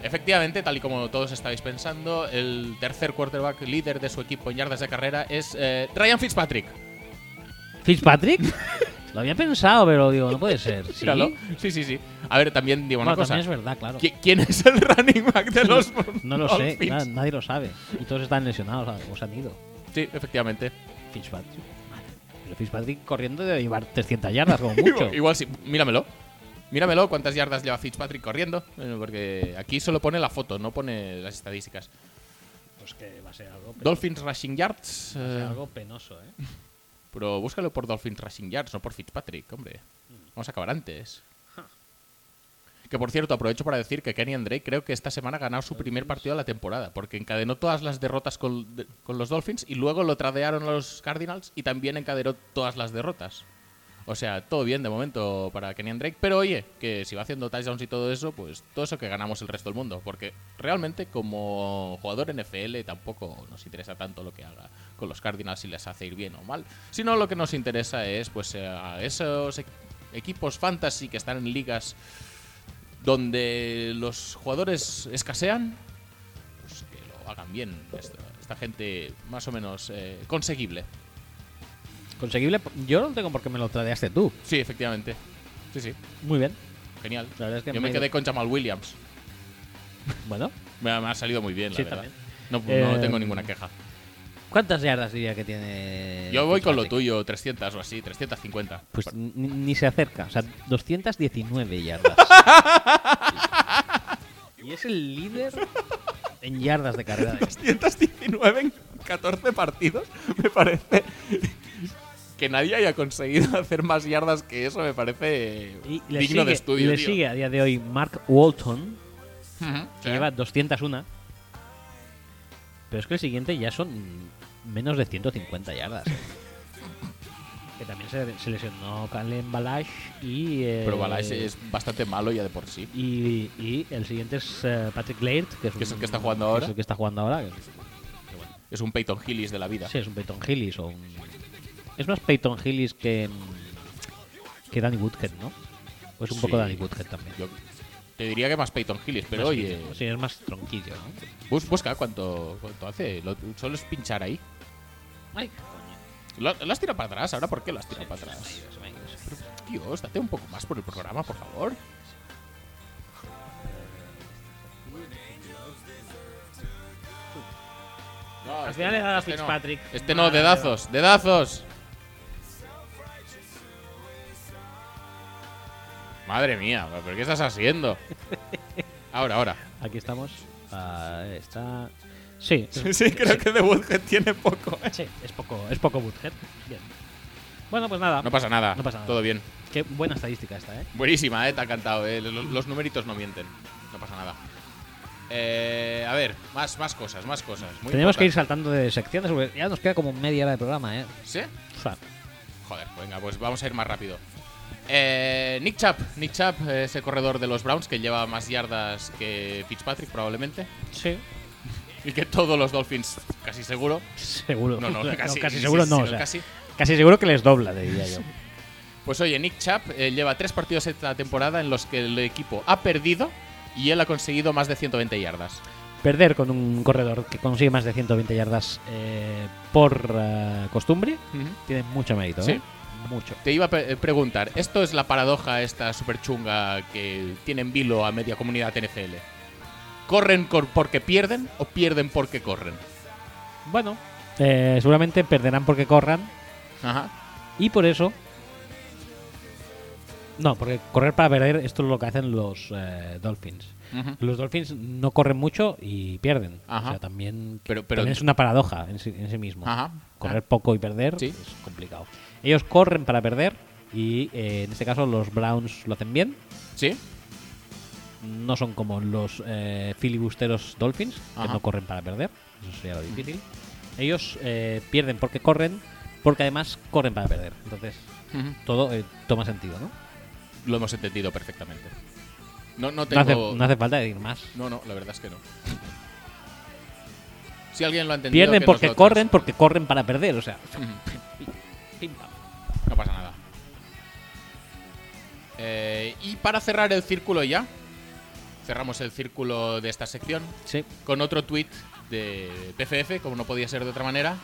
Efectivamente, tal y como todos estáis pensando, el tercer quarterback líder de su equipo en yardas de carrera es eh, Ryan Fitzpatrick. ¿Fitzpatrick? Lo había pensado, pero digo, no puede ser. ¿Sí? Míralo. Sí, sí, sí. A ver, también digo Bueno, una cosa. también es verdad, claro. ¿Qui- ¿Quién es el running back de los No lo sé, Dolphins? na- nadie lo sabe. Y todos están lesionados o se han ido. Sí, efectivamente. Fitzpatrick. Pero Fitzpatrick corriendo debe llevar 300 yardas como mucho. Igual, igual sí. Míramelo. Míramelo cuántas yardas lleva Fitzpatrick corriendo. eh, Porque aquí solo pone la foto, no pone las estadísticas. Pues que va a ser algo, pe- Dolphins Rushing Yards. va a ser eh, algo penoso, ¿eh? pero búscalo por Dolphins Rushing Yards, no por Fitzpatrick, hombre. Vamos a acabar antes. Que por cierto, aprovecho para decir que Kenny Andre creo que esta semana ha ganado su primer partido de la temporada, porque encadenó todas las derrotas con, de- con los Dolphins y luego lo tradearon a los Cardinals y también encadenó todas las derrotas. O sea, todo bien de momento para Kenny Drake, pero oye, que si va haciendo touchdowns y todo eso, pues todo eso que ganamos el resto del mundo, porque realmente como jugador NFL tampoco nos interesa tanto lo que haga con los Cardinals si les hace ir bien o mal, sino lo que nos interesa es pues eh, a esos e- equipos fantasy que están en ligas donde los jugadores escasean, pues que lo hagan bien esta, esta gente más o menos eh, conseguible. Conseguible, p- yo no tengo por qué me lo tradeaste tú. Sí, efectivamente. Sí, sí. Muy bien. Genial. La verdad es que Yo me me ha quedé ido- con Jamal Williams. Bueno, Me ha, me ha salido muy bien, la Sí, verdad. también. No, no Eh, tengo ninguna queja. ¿cuántas yardas diría que tiene? Yo voy con lo Fitzpatrick? tuyo, 300 o así, 350. Pues ni, ni se acerca, o sea, 219 yardas. y es el líder en yardas de carrera. de- este. 319 en 14 partidos, me parece. Que nadie haya conseguido hacer más yardas que eso me parece Y le, digno sigue, de estudio. le tío. sigue a día de hoy Mark Walton, Ujú, que sí. lleva 201. Pero es que el siguiente ya son menos de 150 yardas. eh. que también se, se lesionó Kalen Balash y. eh, Pero Balash es bastante malo ya de por sí. Y, y el siguiente es eh, Patrick Laird, que es, Que es el un- que está jugando que ahora. Es el que está jugando ahora. que- Es un Peyton Hillis de la vida. Sí, es un Peyton Hillis o un... Es más Peyton Hillis que, mm, que Danny Woodhead, ¿no? O es un poco Sí. Danny Woodhead también. Yo te diría que más Peyton Hillis, pero Más oye, tronquillo. Sí, es más tronquillo, ¿no? bus- busca cuánto, cuánto hace. Lo- solo es pinchar ahí. Ay, coño. Lo, lo has tirado para atrás, ahora por qué lo has tirado para atrás. Dios mío, Dios mío. Pero, Dios, date un poco más por el programa, por favor. No, Al final le da a no. Fitzpatrick. Este no, dedazos, dedazos. Madre mía, pero ¿qué estás haciendo? Ahora, ahora. Aquí estamos. Ah, está... Sí, es, Sí, creo que de Woodhead tiene poco. ¿eh? sí, es poco, es poco Woodhead. Bien. Bueno, pues nada. No pasa nada, No pasa nada. todo bien. Qué buena estadística esta, ¿eh? Buenísima, eh, te ha encantado, eh. Los, los numeritos no mienten. No pasa nada. Eh, a ver, más, más cosas, más cosas. Muy Tenemos que ir importante. saltando de secciones porque ya nos queda como media hora de programa, ¿eh? ¿Sí? O sea, Joder, venga, pues vamos a ir más rápido. Eh, Nick Chubb, Nick Chubb, ese corredor de los Browns que lleva más yardas que Fitzpatrick probablemente sí, y que todos los Dolphins casi seguro. seguro. No, no, casi, sí, seguro sí, no. sí, o sea, casi. Casi seguro que les dobla, diría yo. Pues oye, Nick Chubb eh, lleva tres partidos esta temporada en los que el equipo ha perdido y él ha conseguido más de 120 yardas. Perder con un corredor que consigue más de 120 yardas eh, por eh, costumbre tiene mucho mérito, Sí. ¿eh? Mucho. Te iba a pe- eh, preguntar, ¿esto es la paradoja esta super chunga que tiene en vilo a media comunidad NFL? ¿Corren cor- porque pierden o pierden porque corren? Bueno, eh, seguramente perderán porque corran Ajá. y por eso. No, porque correr para perder, esto es lo que hacen los eh, Dolphins. Ujú. Los Dolphins no corren mucho y pierden. Ajá. O sea, también, Pero- pero- también es una paradoja en sí, en sí mismo. Ajá. Correr poco y perder Sí. es complicado. Ellos corren para perder y eh, en este caso los Browns lo hacen bien. ¿Sí? No son como los eh, filibusteros Dolphins, que Ajá. no corren para perder. Eso sería lo difícil. Ellos eh, pierden porque corren, porque además corren para perder. Entonces, todo eh, toma sentido, ¿no? Lo hemos entendido perfectamente. No, no No hace, tengo. no hace falta decir más. no, no, la verdad es que no. Si alguien lo ha entendido. Pierden que porque nosotros- corren, porque corren para perder. O sea, Ujú, pim, pam. No pasa nada. Eh, y para cerrar el círculo ya, cerramos el círculo de esta sección Sí. con otro tweet de PFF, como no podía ser de otra manera,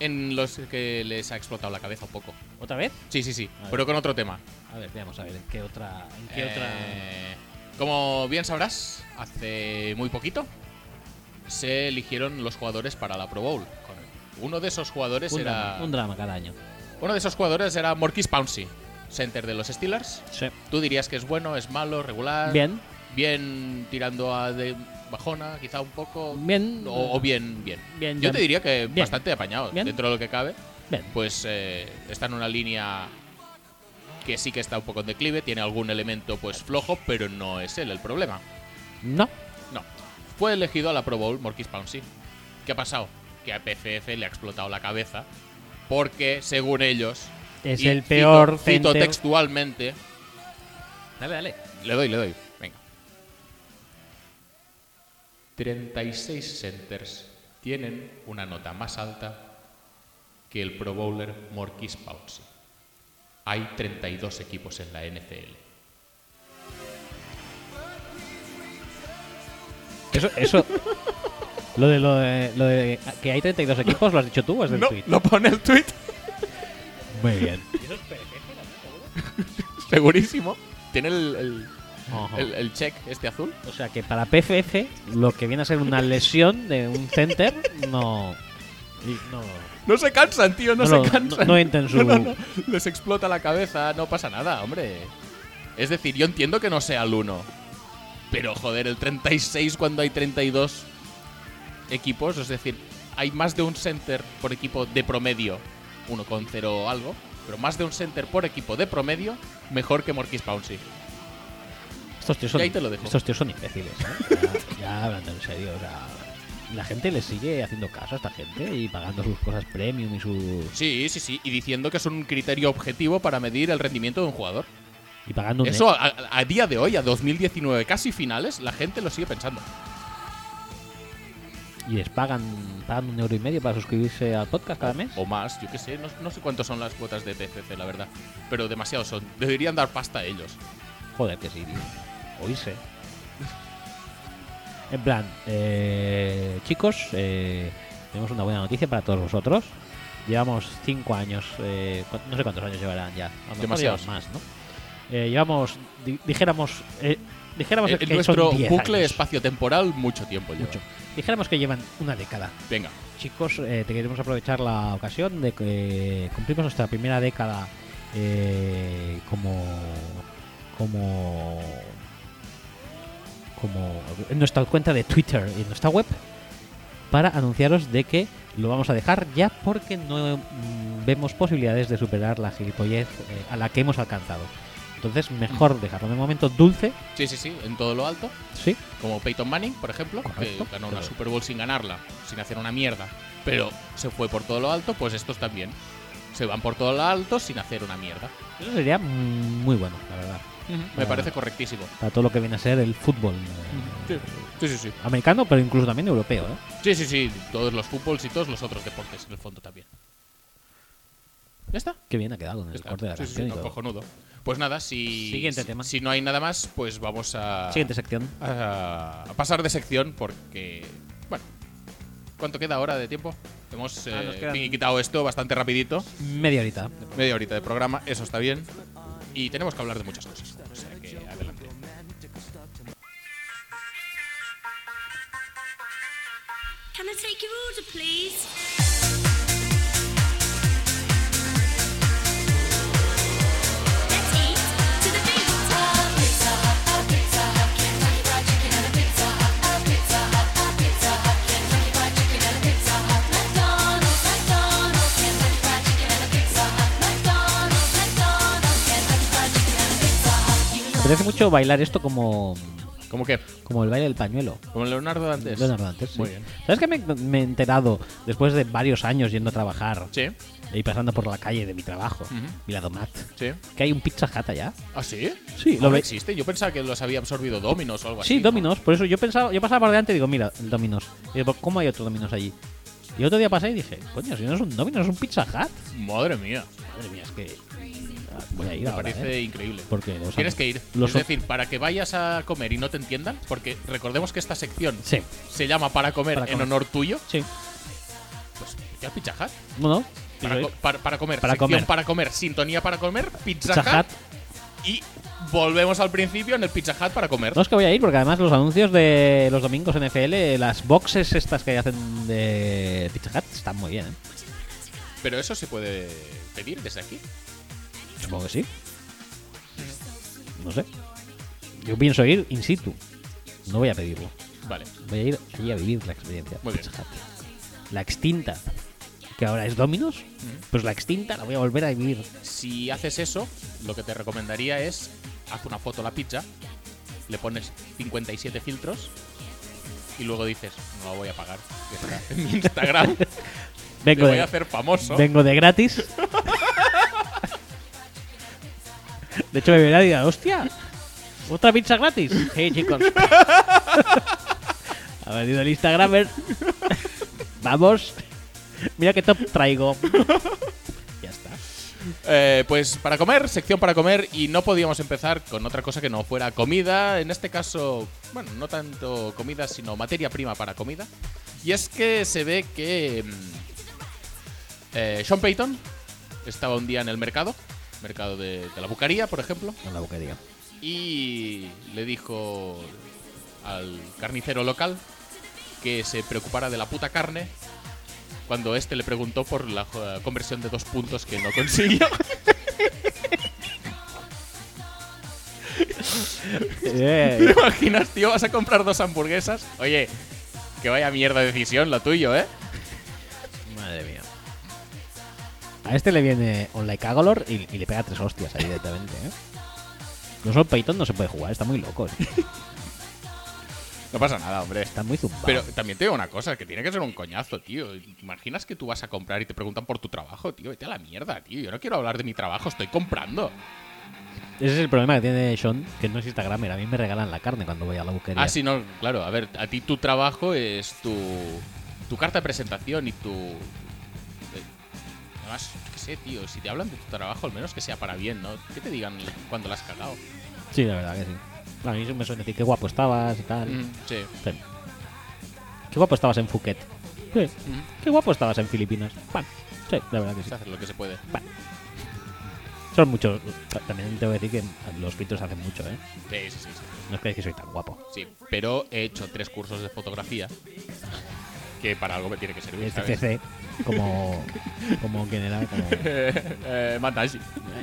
en los que les ha explotado la cabeza un poco. ¿Otra vez? Sí, sí, sí, A ver. pero con otro tema. A ver, veamos a ver en qué otra. En qué otra. Eh, Como bien sabrás, hace muy poquito se eligieron los jugadores para la Pro Bowl. Uno de esos jugadores Un era drama, un drama cada año. uno de esos jugadores era Morquis Pouncey, center de los Steelers. Sí. Tú dirías que es bueno, es malo, regular. Bien. Bien tirando a de bajona, quizá un poco. Bien. O, o bien, bien. Bien, Yo bien. te diría que Bien. bastante apañado Bien. dentro de lo que cabe. Bien. Pues eh, está en una línea que sí que está un poco en declive, tiene algún elemento pues flojo, pero no es él el problema. No. No. Fue elegido a la Pro Bowl Morquis Pouncey. ¿Qué ha pasado? Que a PFF le ha explotado la cabeza porque, según ellos, Es y el cito- peor Cito, center. textualmente. Dale, dale. Le doy, le doy. Venga. 36 centers tienen una nota más alta que el Pro Bowler Morquis Pouncey. Hay 32 equipos en la NFL. Eso. eso lo, de, lo, de, lo de que hay 32 equipos, ¿lo has dicho tú o es del tweet? lo pone el tweet, Muy bien. segurísimo. Tiene el, el- el- el check este azul. O sea que para PFF, lo que viene a ser una lesión de un center, no. y No. No se cansan, tío, no, No, no, se cansan. no, no entran su- No, no, Les explota la cabeza, no pasa nada, hombre. Es decir, yo entiendo que no sea el 1. Pero joder, el 36 cuando hay 32 equipos, es decir, hay más de un center por equipo de promedio, 1,0 o algo, pero más de un center por equipo de promedio, mejor que Morquis Pouncey. Estos tíos son, Y ahí te lo dejo. Estos tíos son imbéciles. ¿eh? Ya, ya hablando en serio. O sea, la gente les sigue haciendo caso a esta gente y pagando sus cosas premium y sus. Sí, sí, sí, y diciendo que es un criterio objetivo para medir el rendimiento de un jugador. Y pagando un. Eso a, a día de hoy, a 2019, casi finales, la gente lo sigue pensando. e- Y les pagan, pagan un euro y medio para suscribirse al podcast cada mes. O más, yo qué sé, no, no sé cuántos son las cuotas de PCC, la verdad. Pero demasiados son. Deberían dar pasta a ellos. Joder, que sí, tío. Oírse. En plan, eh, chicos, eh, tenemos una buena noticia para todos vosotros. Llevamos cinco años, eh, cu- no sé cuántos años llevarán ya. A lo mejor Demasiados. llevan más, ¿no? Eh, llevamos, di- dijéramos, eh, dijéramos En que nuestro son 10 bucle años. espaciotemporal, mucho tiempo lleva. Mucho. Dijéramos que llevan una década. Venga, Chicos, eh, te queremos aprovechar la ocasión de que cumplimos nuestra primera década eh, como como como en nuestra cuenta de Twitter y en nuestra web para anunciaros de que lo vamos a dejar ya porque no mm, vemos posibilidades de superar la gilipollez eh, a la que hemos alcanzado. Entonces, mejor dejarlo de momento dulce, sí, sí, sí, en todo lo alto. sí, Como Peyton Manning, por ejemplo, Correcto. que ganó una Pero- Super Bowl sin ganarla, sin hacer una mierda. Pero se fue por todo lo alto, pues estos también. Se van por todo lo alto sin hacer una mierda. eso sería mm, muy bueno, la verdad, Me Ah. parece correctísimo. para todo lo que viene a ser el fútbol. eh, Sí, sí, sí. sí. americano, pero incluso también europeo, ¿eh? Sí, sí, sí. Todos los fútbols y todos los otros deportes, en el fondo también. ¿Ya está? Qué bien ha quedado con el Está. corte de la Sí, sí, sí, canción y no, todo. cojonudo. Pues nada, si, Siguiente si- tema. si no hay nada más, pues vamos a, Siguiente sección. a, a pasar de sección porque, bueno, ¿cuánto queda ahora de tiempo? Hemos Ah, nos eh, quedan- finiquitado esto bastante rapidito, Media horita. media horita de programa, eso está bien, y tenemos que hablar de muchas cosas, o sea que adelante. Can I take your order, please? Let's eat to the beat. Me parece mucho bailar esto como, ¿Cómo que? como el baile del pañuelo. ¿Como Leonardo antes? Leonardo Dantes, sí. Muy bien. ¿Sabes que me, me he enterado después de varios años yendo a trabajar Sí, y pasando por la calle de mi trabajo, Ujú. Milado Mat, sí. que hay un Pizza Hut allá? ¿Ah, sí? Sí, lo ¿Ahora ve- existe? Yo pensaba que los había absorbido Dominos o algo así. Sí, ¿no? Dominos. Por eso yo pensaba, yo pasaba por delante y digo, mira, el Dominos. Y digo, ¿cómo hay otro Dominos allí? Y otro día pasé y dije, coño, si no es un Dominos, es un Pizza Hut. Madre mía. Madre mía, es que mm, Voy a ir Me ahora, parece ¿eh? increíble. Porque los- Tienes que ir. los- es decir, para que vayas a comer y no te entiendan, porque recordemos que esta sección Sí. se llama Para comer Para en comer. honor tuyo. Sí. Pues ya Pizza Hut. Bueno, Para, sí, co- sí. para- para comer, Para sección comer. para comer, sintonía para comer, Pizza, Pizza Hut. Y volvemos al principio en el Pizza Hut para comer. No es que voy a ir, porque además los anuncios de los domingos NFL, las boxes estas que hacen de Pizza Hut, están muy bien, ¿eh? Pero eso se puede pedir desde aquí. Supongo que sí. No sé. Yo pienso ir in situ. No voy a pedirlo. Vale. Voy a ir allí a vivir la experiencia. Muy bien. Pizza Hut. La extinta, que ahora es Dominos, pues la extinta la voy a volver a vivir. Si haces eso, lo que te recomendaría es haz una foto a la pizza, le pones 57 filtros y luego dices, no la voy a pagar. que está en mi Instagram le Vengo voy a de, hacer famoso. vengo de gratis. De hecho, me verá y dirá, hostia, ¿otra pizza gratis? Hey, chicos. ha venido el Instagramer. Vamos. Mira qué top traigo. ya está. Eh, pues para comer, sección para comer y no podíamos empezar con otra cosa que no fuera comida, en este caso, bueno, no tanto comida, sino materia prima para comida. Y es que se ve que mm, eh, Sean Payton estaba un día en el mercado, mercado de, de la Bucaría, por ejemplo, En la boquería. y le dijo al carnicero local que se preocupara de la puta carne cuando este le preguntó por la eh, conversión de dos puntos que no consiguió. ¿Te imaginas, tío? Vas a comprar dos hamburguesas. Oye, que vaya mierda de decisión la tuyo, ¿eh? Madre mía. A este le viene Online Cagolor y, y le pega tres hostias ahí directamente, ¿eh? No solo Peyton no se puede jugar, está muy loco. No pasa nada, hombre. Está muy zumbado. Pero también te digo una cosa, que tiene que ser un coñazo, tío. ¿Te Imaginas que tú vas a comprar y te preguntan por tu trabajo, tío. Vete a la mierda, tío. Yo no quiero hablar de mi trabajo, estoy comprando. Ese es el problema que tiene Sean, que no es Instagramer. A mí me regalan la carne cuando voy a la buquería. Ah, sí, no, claro. A ver, a ti tu trabajo es tu, tu carta de presentación y tu... eh, Además, yo qué sé, tío. Si te hablan de tu trabajo, al menos que sea para bien, ¿no? Que te digan cuando la has cagado. Sí, la verdad que sí. A mí me suelen decir qué guapo estabas y tal. Mm, sí. Sí. Qué guapo estabas en Phuket. Sí. Mm. Qué guapo estabas en Filipinas. Pam. Sí, la verdad que sí. Se hace lo que se puede. Son muchos. También te voy a decir que los filtros hacen mucho, ¿eh? Sí, sí, sí, sí. No os creáis que soy tan guapo. Sí, pero he hecho tres cursos de fotografía que para algo me tiene que servir. El ¿sabes? CCC, Este como, como quien era, como Eh, Matashi.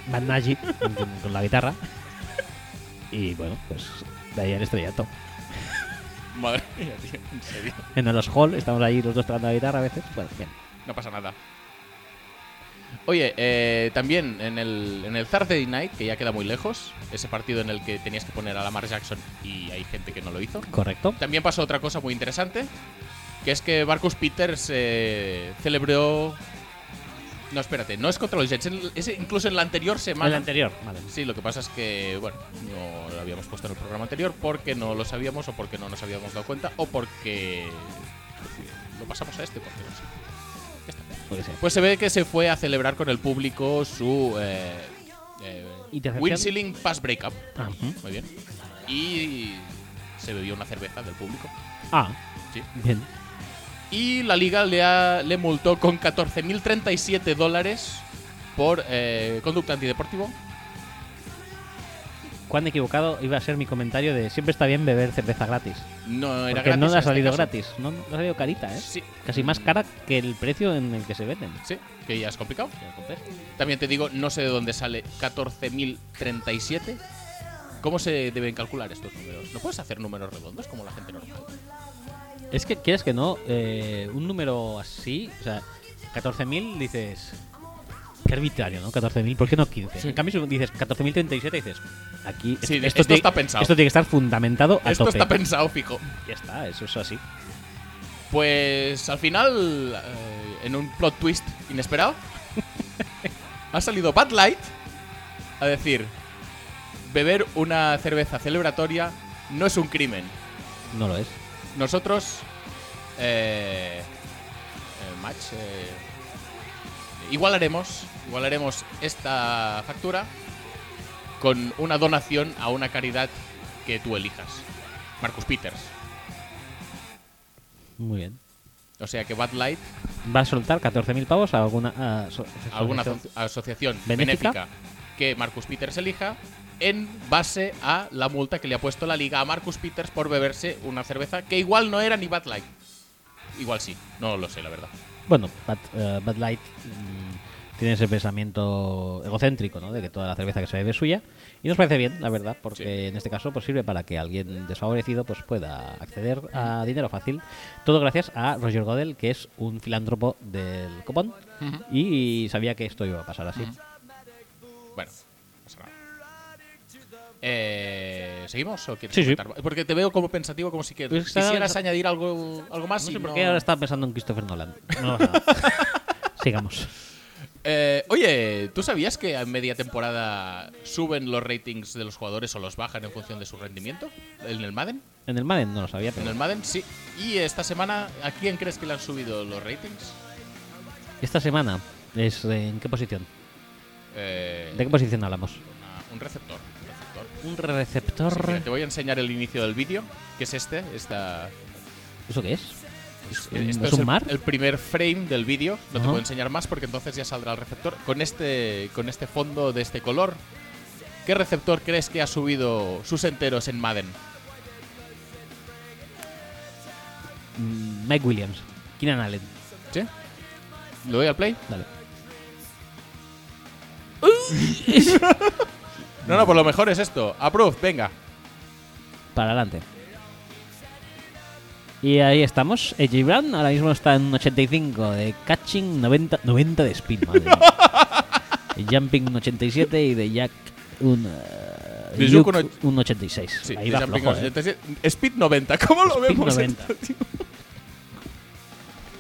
Matt Nagy con, con la guitarra. Y bueno, pues de ahí el estrellato. Madre mía, tío, en serio. En los hall estamos ahí los dos tocando la guitarra a veces. Bueno, bien. No pasa nada. Oye, eh, también en el, en el Thursday Night, que ya queda muy lejos, ese partido en el que tenías que poner a Lamar Jackson y hay gente que no lo hizo, Correcto. también pasó otra cosa muy interesante, que es que Marcus Peters eh, celebró... No, espérate, no es contra los Jets, en- es incluso en la anterior semana. El anterior, vale. Sí, lo que pasa es que, bueno, no lo habíamos puesto en el programa anterior porque no lo sabíamos o porque no nos habíamos dado cuenta o porque lo pasamos a este porque no sé. Puede ser. Pues se ve que se fue a celebrar con el público su eh, eh, Intercepción. Win Ceiling Pass Breakup. Ah, ujú. Muy bien. Y se bebió una cerveza del público. Ah, Sí. bien. Y la liga le, ha- le multó con 14.037 dólares por eh, conducta antideportivo. Cuán equivocado iba a ser mi comentario de siempre está bien beber cerveza gratis. No era Porque gratis. no en le ha este salido caso. gratis. No, no le ha salido carita, ¿eh? Sí, Casi más cara que el precio en el que se venden. Sí, que ya es complicado. También te digo, no sé de dónde sale 14.037. ¿Cómo se deben calcular estos números? ¿No puedes hacer números redondos como la gente normal? Es que, quieres que no, eh, un número así, o sea, 14.000 dices. Qué arbitrario, ¿no? 14.000, ¿por qué no 15? En cambio, si dices 14.037, dices. Aquí. Sí, es- esto tiene- está pensado. Esto tiene que estar fundamentado a Esto tope. está pensado fijo. ya está, eso es así. Pues al final, eh, en un plot twist inesperado, ha salido Bad Light a decir: beber una cerveza celebratoria no es un crimen. No lo es. Nosotros. Eh, eh, match. eh, igualaremos, igualaremos esta factura con una donación a una caridad que tú elijas. Marcus Peters. Muy bien. O sea que Bad Light, ¿Va a soltar 14.000 pavos a alguna, a so- alguna asociación? aso- asociación ¿Benéfica? benéfica. que Marcus Peters elija en base a la multa que le ha puesto la liga a Marcus Peters por beberse una cerveza que igual no era ni Bad Light. Igual sí, no lo sé, la verdad. Bueno, Bad, eh, Bud Light mm, tiene ese pensamiento egocéntrico, ¿no? De que toda la cerveza que se bebe es suya. Y nos parece bien, la verdad, porque Sí. en este caso pues, sirve para que alguien desfavorecido pues, pueda acceder a dinero fácil. Todo gracias a Roger Godel, que es un filántropo del copón. Y sabía que esto iba a pasar así. Bueno, no pasa nada. Eh, ¿Seguimos o quieres Sí, sí. comentar? Porque te veo como pensativo, como si que Pues estaba quisieras pensa- añadir algo, algo más. No y sé por no- qué ahora estaba pensando en Christopher Nolan. No pasa nada. Sigamos. Eh, oye, ¿tú sabías que a media temporada suben los ratings de los jugadores o los bajan en función de su rendimiento? ¿En el Madden? En el Madden no lo sabía, En pero el Madden, sí. Y esta semana, ¿a quién crees que le han subido los ratings? esta semana es eh, en qué posición. Eh, ¿De qué posición hablamos? una- un receptor. un receptor. Un Sí, receptor. mira, te voy a enseñar el inicio del vídeo, que es este, esta, ¿Eso qué es? ¿Es, Eh, Esto es es un el- mar? El, primer frame del vídeo. No te Ajá. puedo enseñar más porque entonces ya saldrá el receptor. Con este, con este fondo de este color, ¿qué receptor crees que ha subido sus enteros en Madden? Mm, Mike Williams. Keenan Allen. ¿Sí? ¿Le doy al play? Dale. No, no, por lo mejor es esto. Approve, venga. Para adelante. Y ahí estamos. AJ Brown ahora mismo está en un 85 de catching, 90, 90 de spin, madre mía. De Jumping un 87 y de Jack un. eh, De Juke Luke un och- un 86. Sí, ahí de va jumping flojo, on- eh. entonces, Speed 90, ¿cómo lo Speed vemos? 90. esto, tío?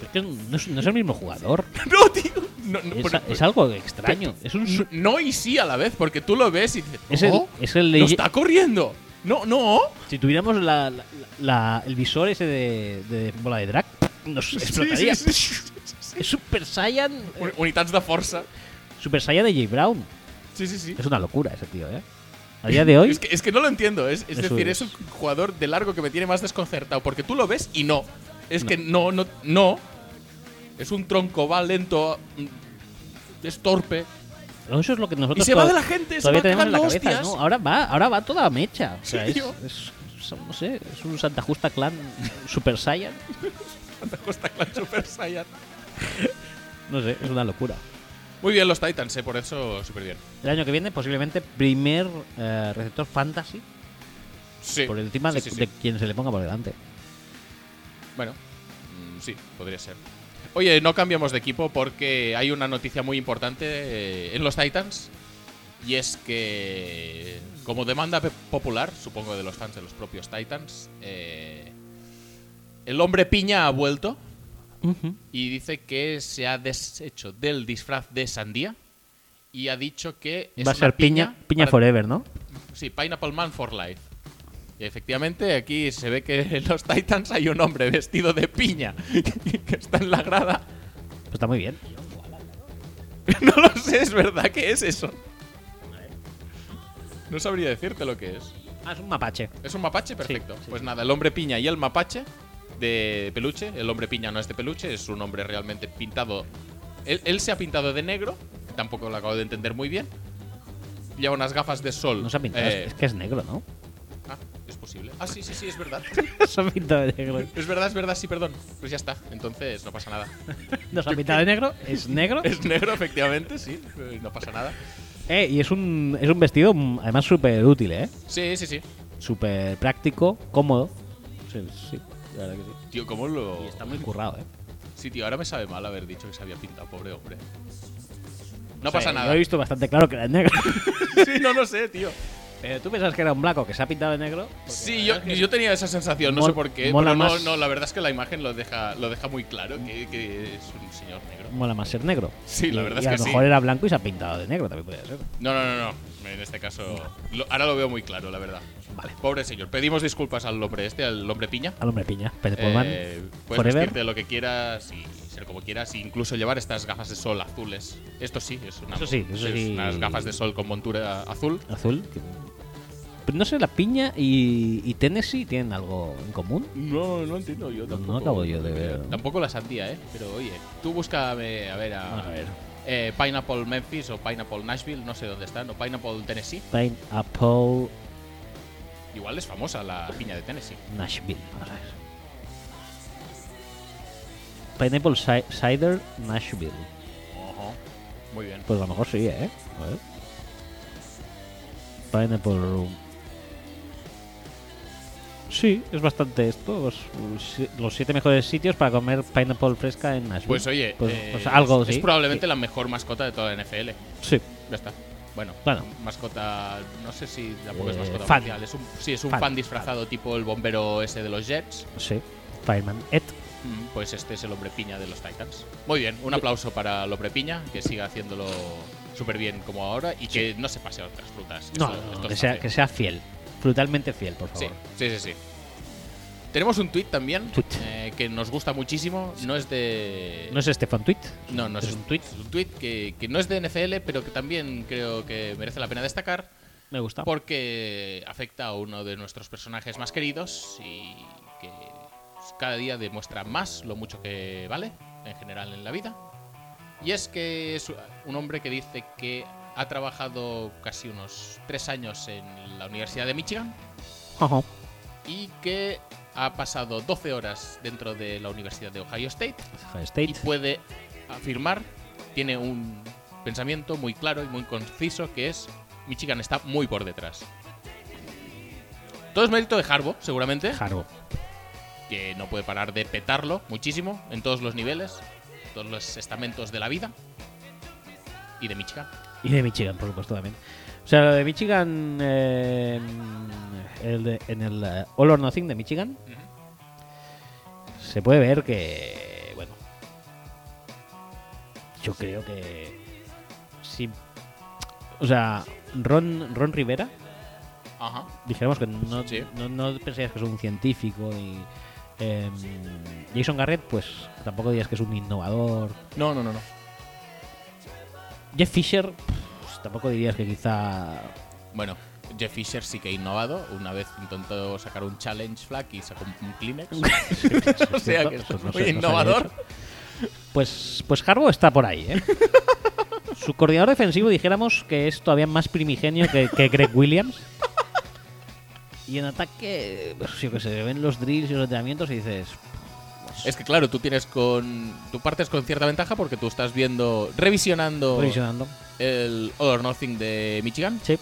Es que no, es, no es el mismo jugador. No, tío. No, no, Es, pero- es algo extraño. Es un. su- no y sí a la vez, porque tú lo ves y dices, Es el, "Oh, es el no de- está corriendo. No, no. Si tuviéramos la, la- la- el visor ese de, de bola de drag, nos Sí, explotaría. sí, sí. Es Super Saiyan. eh, Un- Unitats de força. Super Saiyan de J. Brown. Sí, sí, sí. Es una locura ese tío, ¿eh? A día de hoy. Es que, es que no lo entiendo. Es, es Eso decir, es. es. un jugador de largo que me tiene más desconcertado. Porque tú lo ves y no. Es que no, no, no. Es un tronco, va lento. mm, Es torpe. Eso es lo que nosotros. Y se va to- de la gente, se Todavía va tenemos en la cagando cabeza, hostias. ¿no? Ahora va, ahora va toda mecha. O sea, Sí, es, tío. es- es- No sé, es un Santa Justa clan Super Saiyan. Costa Clan Super Saiyan. No sé, es una locura. Muy bien los Titans, eh, por eso súper bien. El año que viene, posiblemente, primer eh, receptor fantasy Sí. por encima sí, de, sí, sí. de quien se le ponga por delante. Bueno, mm, sí, podría ser. Oye, no cambiamos de equipo porque hay una noticia muy importante eh, en los Titans. Y es que, como demanda pe- popular, supongo de los fans de los propios Titans, eh, el hombre piña ha vuelto y dice que se ha deshecho del disfraz de sandía y ha dicho que es va a una ser piña, piña, para- forever, ¿no? Pues Sí, Pineapple Man for Life. Y efectivamente, aquí se ve que en los Titans hay un hombre vestido de piña que está en la grada. Pues está muy bien. No lo sé, es verdad que es eso. No sabría decirte lo que es. Ah, es un mapache. ¿Es un mapache? Perfecto. sí, pues nada, el hombre piña y el mapache de peluche. El hombre piña no es de peluche, es un hombre realmente pintado. Él, él se ha pintado de negro, tampoco lo acabo de entender muy bien. Lleva unas gafas de sol. No se ha pintado, eh, es que es negro, ¿no? ah, es posible. Ah, sí, sí, sí, es verdad. se ha pintado de negro. Es verdad, es verdad, sí, perdón. Pues ya está, entonces no pasa nada. No se ha pintado de negro, es negro. Es negro, efectivamente, sí, eh, no pasa nada. Eh, y es un, es un vestido mm, además súper útil, ¿eh? Sí, sí, sí. Súper práctico, cómodo. Sí, sí, la verdad que sí. Tío, ¿cómo lo...? Y está muy currado, ¿eh? Sí, tío, ahora me sabe mal haber dicho que se había pintado, pobre hombre. No O sea, pasa Yo nada. he visto bastante claro que era negro. Sí, no lo sé, tío. Pero tú pensabas que era un blanco que se ha pintado de negro. Porque Sí, la yo, verdad es que- yo tenía esa sensación, no Mol- sé por qué. mola pero no, más. no, la verdad es que la imagen lo deja, lo deja muy claro, que, que es un señor negro. Mola más ser negro. Sí, la Y- verdad y es a que lo sí. mejor era blanco y se ha pintado de negro, también podría ser. No, no, no, no. En este caso, lo- ahora lo veo muy claro, la verdad. Vale. Pobre señor. Pedimos disculpas al hombre este, al hombre piña. Al hombre piña, Pedro Pullman. Eh, puedes Forever. vestirte lo que quieras y se ser como quieras, e incluso llevar estas gafas de sol azules. Esto sí, es una. Eso sí, eso es sí. Unas gafas de sol con montura azul. Azul. que- Pero no sé, la piña y, y Tennessee tienen algo en común. No, no entiendo yo tampoco. acabo yo de ver. Tampoco la sandía, ¿eh? Pero oye, tú búscame, a ver, a, Vamos a ver. eh, Pineapple Memphis o Pineapple Nashville, no sé dónde están, o Pineapple Tennessee. Pineapple Igual es famosa la piña de Tennessee. Nashville. Vamos a ver. Pineapple ci- Cider Nashville. Ojo. Muy bien. Pues a lo mejor sí, ¿eh? A ver. Pineapple Room. Sí, es bastante esto. Los, los siete mejores sitios para comer pineapple fresca en Nashville. Pues oye, Pues- eh, pues algo es, es sí. probablemente la mejor mascota de toda la NFL. Sí. Ya está. Bueno, Bueno. mascota, no sé si tampoco es Eh, mascota fan. oficial. Es un, sí, es un Fan. fan, disfrazado tipo el bombero ese de los Jets. Sí. Fireman Ed. Mm, Pues este es el hombre piña de los Titans. Muy bien, un aplauso para el hombre piña, que siga haciéndolo súper bien como ahora y que no se pase a otras frutas. No, Esto- no, esto que, está sea, bien. que sea fiel. Brutalmente fiel, por Sí, favor. sí, sí, sí. Tenemos un tweet también Tuit. eh, que nos gusta muchísimo. No es de. ¿No es Stefan Tweet? No, no es, es, un tweet. es un tweet que, que no es de NFL, pero que también creo que merece la pena destacar Me gusta. porque afecta a uno de nuestros personajes más queridos y que cada día demuestra más lo mucho que vale en general en la vida. Y es que es un hombre que dice que ha trabajado casi unos tres años en la Universidad de Michigan Ajá. y que ha pasado 12 horas dentro de la Universidad de Ohio State Ohio y State. puede afirmar, tiene un pensamiento muy claro y muy conciso que es Michigan está muy por detrás. Todo es mérito de Harbo, seguramente, Harbo. que no puede parar de petarlo muchísimo en todos los niveles, todos los estamentos de la vida y de Michigan. Y de Michigan, por supuesto, también. O sea, lo de Michigan, eh, en el, de- en el eh, All or Nothing de Michigan, se puede ver que, bueno, yo creo que sí. O sea, Ron, Ron Rivera, Ajá. dijéramos que no, Sí. no, no pensarías que es un científico y em, Jason Garrett, pues tampoco dirías que es un innovador. No, no, no, no. Jeff Fisher, pues, tampoco dirías que quizá Bueno, Jeff Fisher sí que ha innovado. Una vez intentó sacar un challenge flag y sacó un Kleenex. o sea que Eso es pues, no muy sé, no innovador. sabía eso. Pues, pues Harbo está por ahí, ¿eh? Su coordinador defensivo, dijéramos que es todavía más primigenio que, que Greg Williams. Y en ataque, pues, yo que se ven los drills y los entrenamientos y dices. Es que claro, tú tienes con. Tú partes con cierta ventaja porque tú estás viendo. Revisionando Provisionando. el All or Nothing de Michigan. Sí.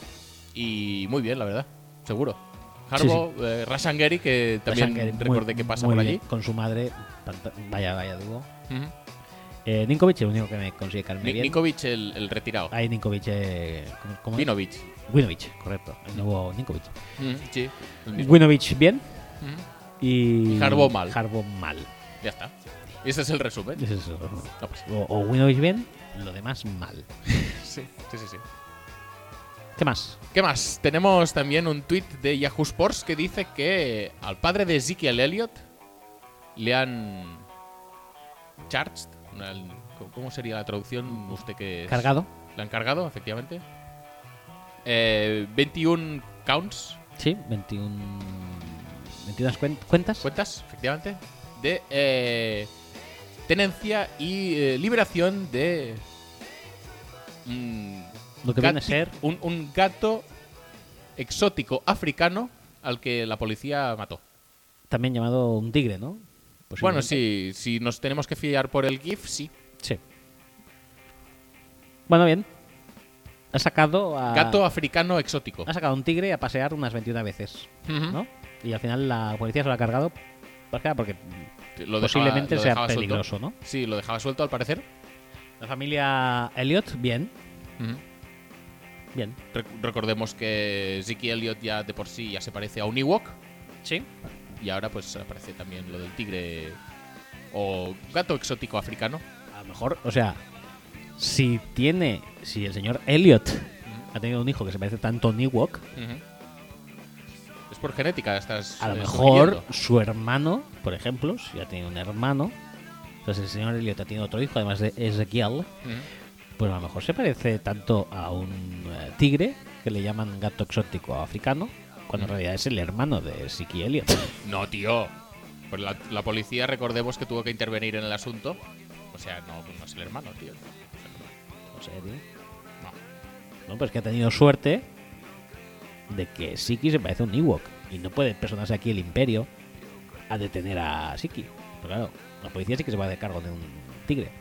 Y muy bien, la verdad. Seguro. Harbo, eh, Rashan Gary, que también Rashan Gary, recordé muy- que pasa muy por bien, allí. Con su madre. tanta- Vaya, vaya dúo. Ujú. Eh, Ninkovic, el único que me consigue caerme Ni- bien. Nikovic, el, el retirado. Ahí Ninkovic. eh, ¿cómo- cómo es? Vinovic. Winovich, correcto. El nuevo Ninkovic. Ujú, Sí, el mismo. Winovich bien. Ujú. Y. Y Harbaugh mal. Harbaugh mal. Ya está. Y ese es el resumen. Es eso. No pasa. O, o Winovich bien, lo demás mal. Sí, sí, sí, sí. ¿Qué más? ¿Qué más? Tenemos también un tuit de Yahoo Sports que dice que al padre de Ezekiel Elliott le han charged. una- ¿Cómo sería la traducción? Usted que es- ¿Cargado? Le han cargado, efectivamente. Eh, 21 counts, Sí, 21. 21 cuen- cuentas. cuentas, efectivamente, de eh, tenencia y eh, liberación de mm, un Lo que gati- viene a ser. un, un gato exótico africano al que la policía mató. También llamado un tigre, ¿no? Bueno, Posiblemente. sí, si nos tenemos que fiar por el GIF, sí. Sí. Bueno, bien. Ha sacado a. Gato africano exótico. Ha sacado un tigre a pasear unas 21 veces, Ujú. ¿no? Y al final la policía se lo ha cargado. más que nada Porque Lo dejaba- posiblemente lo sea dejaba suelto. peligroso, ¿no? Sí, lo dejaba suelto al parecer. La familia Elliot, bien. Ujú. Bien. Rec- Recordemos que Ziki Elliot ya de por sí ya se parece a un Ewok Sí. y ahora pues aparece también lo del tigre o gato exótico africano. A lo mejor, o sea, si tiene, si el señor Elliot ha tenido un hijo que se parece tanto a Niwok, Ujú. Es por genética, estás a lo eh, mejor sugiriendo. su hermano, por ejemplo, si ha tenido un hermano, Entonces el señor Elliot ha tenido otro hijo, además de Ezequiel. Mm. Pues a lo mejor se parece tanto a un eh, tigre, que le llaman gato exótico africano, cuando en realidad es el hermano de Siki Elliot. No, tío. Pues la, la policía, recordemos que tuvo que intervenir en el asunto. O sea, no, no es el hermano, tío. No sé, tío. No. No, pues que ha tenido suerte de que Siki se parece a un Ewok. Y no puede personarse aquí el imperio a detener a Siki. Pero claro, la policía sí que se va a hacer cargo de un tigre.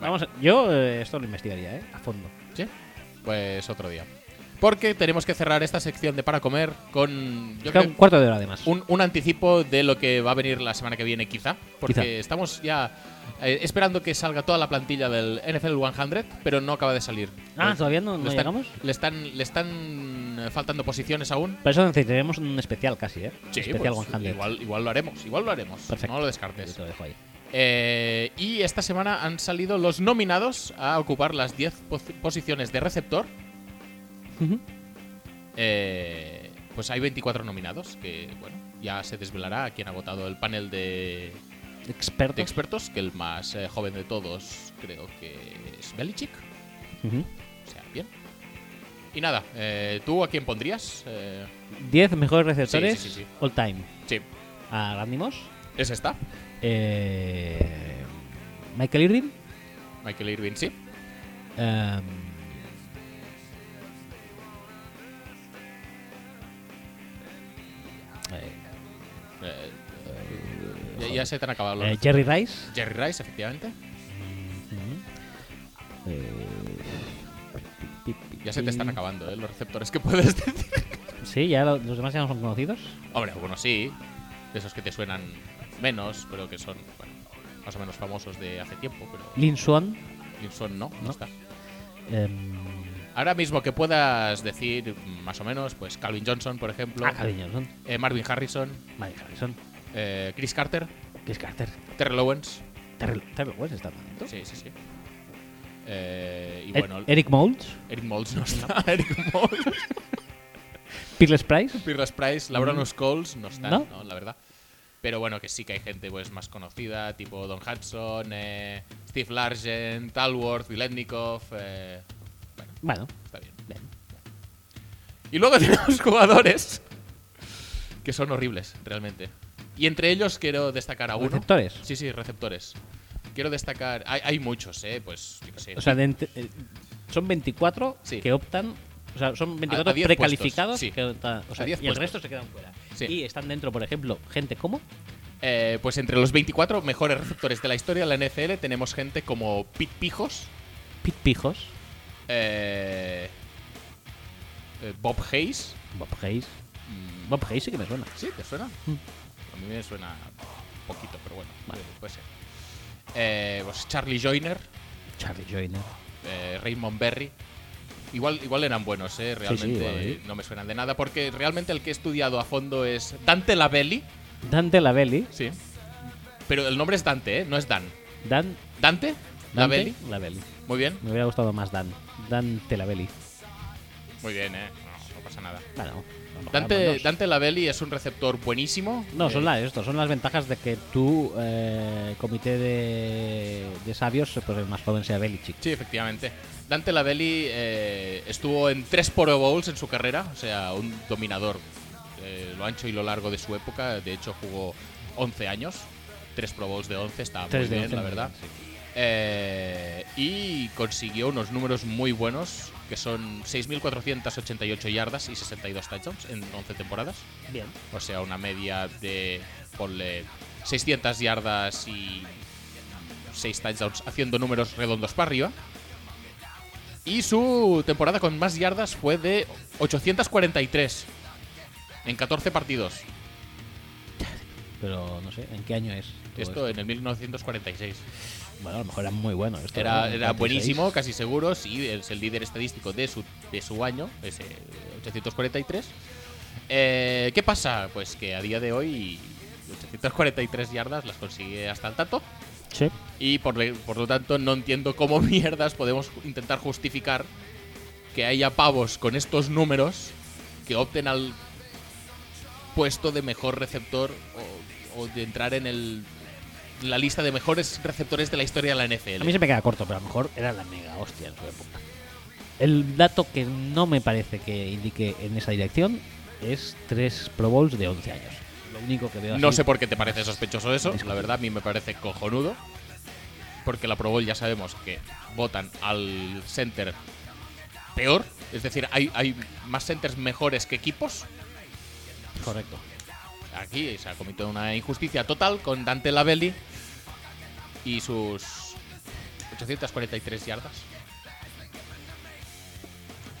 Vamos, a- yo eh, esto lo investigaría, ¿eh? A fondo. Sí. Pues otro día. Porque tenemos que cerrar esta sección de para comer con. yo Queda creo- un cuarto de hora además. un, un anticipo de lo que va a venir la semana que viene, quizá. Porque Quizá. estamos ya eh, esperando que salga toda la plantilla del NFL 100, pero no acaba de salir. Ah, Eh, ¿todavía no- le no están- llegamos? Le están, le están eh, faltando posiciones aún. Para eso necesitaremos un especial casi, ¿eh? Sí, especial pues, 100. igual, igual lo haremos, igual lo haremos. Perfecto. No lo Yo descartes. te lo dejo ahí. Eh, y esta semana han salido los nominados a ocupar las 10 pos- posiciones de receptor. Ujú. Eh, pues hay 24 nominados, que bueno, ya se desvelará a quién ha votado el panel de, Experto. de expertos, que el más eh, joven de todos creo que es Belichick. Ujú. O sea, bien. Y nada, eh, ¿tú a quién pondrías? Eh, 10 mejores receptores Sí, sí, sí, sí. all time. sí, A Randy Moss. es esta, eh, Michael Irvin. Michael Irvin, sí. em, eh, Eh, ya, ya se te han acabado los. eh, Jerry Rice. Jerry Rice, efectivamente. Eh, Ya se te están acabando eh, los receptores que puedes decir. Sí, ya lo- los demás ya no son conocidos. Hombre, algunos sí, de esos que te suenan menos, pero que son bueno, más o menos famosos de hace tiempo, pero Lin Swan. Gibson no, no, No. está. em, Ahora mismo que puedas decir más o menos, pues Calvin Johnson, por ejemplo, ah, cariño, son. eh, Marvin Harrison, Mike Harrison. eh, Chris Carter, Chris Carter. Terrell Owens. Terrell, Terrell West está también. Sí, sí, sí. Eh, y E- bueno, Eric Moulds. Eric Moles no está. Eric Moles, Peerless Price. Pierce Price, Labranus Coles no está, Mm. ¿No? ¿no? la verdad. Pero bueno, que sí que hay gente pues más conocida, tipo Don Hudson, eh, Steve Largent, Talworth, Viletnikov. eh, bueno, Bueno, está bien. bien. Y luego tenemos jugadores que son horribles, realmente. Y entre ellos quiero destacar a uno. ¿Receptores? Sí, sí, receptores. Quiero destacar. Hay, hay muchos, ¿eh? Pues, yo qué sé. O sea, de ent- eh, son 24 Sí. que optan. O sea, son 24 A- a 10 precalificados puestos, sí. que optan. O sea, A y 10 el puestos. resto se quedan fuera. Sí. Y están dentro, por ejemplo, gente como. Eh, pues entre los 24 mejores receptores de la historia de la NFL tenemos gente como Pit Pijos, Pit Pijos. eh, eh, Bob Hayes. Bob Hayes. mm, Bob Hayes sí que me suena. ¿Sí? ¿Te suena? Mm. A mí me suena poquito, pero bueno, eh, puede ser. Eh, pues Charlie Joyner, Charlie Joyner. eh, Raymond Berry. Igual, igual eran buenos, ¿eh? realmente igual, ¿eh? no me suenan de nada, porque realmente el que he estudiado a fondo es Dante Lavelli. Dante Lavelli. Sí. Pero el nombre es Dante, ¿eh? no es Dan. Dan. Dante, Dante Lavelli. Lavelli. Muy bien, Me hubiera gustado más Dan. Dante Lavelli. muy bien, ¿eh? No, no pasa nada. Bueno. a lo mejor Dante, ambos. Dante Lavelli es un receptor buenísimo. No, Eh, son las, esto, son las ventajas de que tu eh, comité de, de sabios, pues el más joven sea Belichick. Sí, efectivamente. Dante Lavelli eh, estuvo en tres Pro Bowls en su carrera, o sea, un dominador. eh, lo ancho y lo largo de su época. De hecho, jugó 11 años. Tres Pro Bowls de 11, estaba muy Tres de bien, 11, la muy verdad. bien, Eh, y consiguió unos números muy buenos, que son 6.488 yardas y 62 touchdowns en 11 temporadas. Bien. O sea, una media de, ponle, 600 yardas y 6 touchdowns, haciendo números redondos para arriba. Y su temporada con más yardas fue de 843 en 14 partidos. Pero no sé, ¿en qué año es? todo Esto en el 1946. Bueno, a lo mejor era muy bueno. Esto Era, ¿no? era 46. buenísimo, casi seguro, sí, es el líder estadístico de su, de su año, ese 843. Eh, ¿Qué pasa? Pues que a día de hoy 843 yardas las consigue hasta el tato Sí. y por, le- por lo tanto no entiendo cómo mierdas podemos ju- intentar justificar que haya pavos con estos números que opten al puesto de mejor receptor o, o de entrar en el la lista de mejores receptores de la historia de la NFL. A mí se me queda corto, pero a lo mejor era la mega hostia en su época. El dato que no me parece que indique en esa dirección es tres Pro Bowls de 11 años. Lo único que veo No así- sé por qué te parece sospechoso eso. Disculpe. La verdad, a mí me parece cojonudo. Porque la Pro Bowl ya sabemos que votan al center peor. Es decir, hay, hay más centers mejores que equipos. Correcto. Aquí se ha cometido una injusticia total con Dante Lavelli y sus 843 yardas.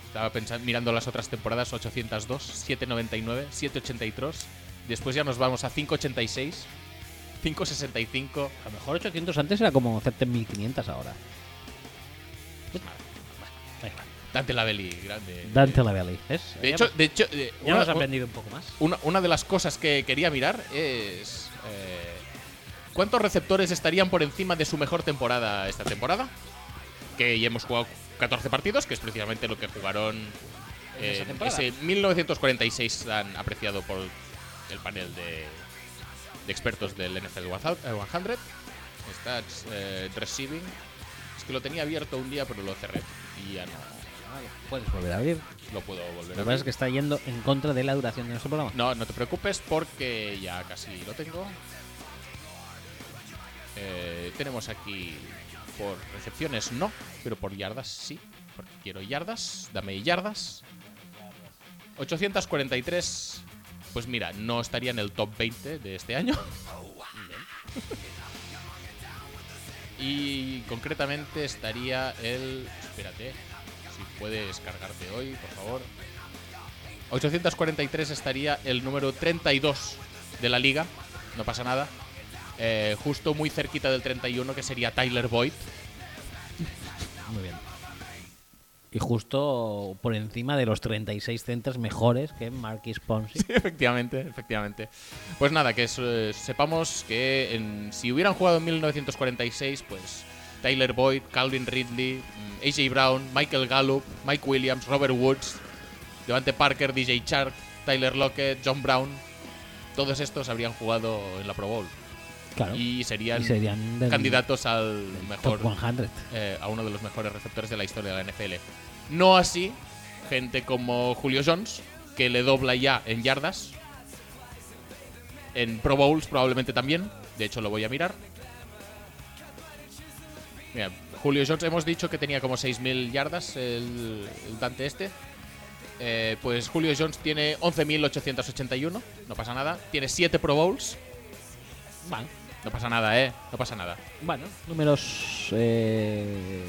Estaba pensando, mirando las otras temporadas, 802, 799, 783. Después ya nos vamos a 586, 565. A lo mejor 800 antes era como hacerte 1500 ahora. Da igual. Dante Lavelli, grande. Dante Lavelli. ¿ves? De Ya hecho, hemos- de hecho eh, ya una- hemos aprendido un poco más. Una, una de las cosas que quería mirar es. eh, ¿Cuántos receptores estarían por encima de su mejor temporada esta temporada? Que ya hemos jugado 14 partidos, que es precisamente lo que jugaron. ¿En eh, esa temporada? ese 1946 tan apreciado por el panel de, de expertos del NFL 100. eh, Stats eh, Receiving. Es que lo tenía abierto un día, pero lo cerré. Y Ah, ya no Puedes volver a abrir. lo puedo volver Lo a que pasa abrir. es que está yendo en contra de la duración de nuestro programa. No, no te preocupes porque ya casi lo tengo. Eh, tenemos aquí por recepciones no, pero por yardas sí. Porque quiero yardas, dame yardas. 843. Pues mira, no estaría en el top 20 de este año. Y concretamente estaría el... Espérate, si puedes cargarte hoy, por favor. 843 estaría el número 32 de la liga, no pasa nada. Eh, justo muy cerquita del 31 que sería Tyler Boyd. Ah, Muy bien. Y justo por encima de los 36 centers mejores que Marquis Ponzi. efectivamente, efectivamente. Pues nada, que se- sepamos que en- si hubieran jugado en 1946, pues Tyler Boyd, Calvin Ridley, mm, AJ Brown, Michael Gallup, Mike Williams, Robert Woods, Devante Parker, DJ Chark, Tyler Lockett, John Brown, todos estos habrían jugado en la Pro Bowl. Claro. Y serían, Y serían del- candidatos al mejor Top 100. eh, a uno de los mejores receptores de la historia de la NFL. No así gente como Julio Jones, que le dobla ya en yardas. En Pro Bowls probablemente también. De hecho, lo voy a mirar. Mira, Julio Jones hemos dicho que tenía como 6.000 yardas el, el Dante este. Eh, pues Julio Jones tiene 11.881. No pasa nada. Tiene 7 Pro Bowls. Bueno, No pasa nada, ¿eh? No pasa nada. bueno, números eh,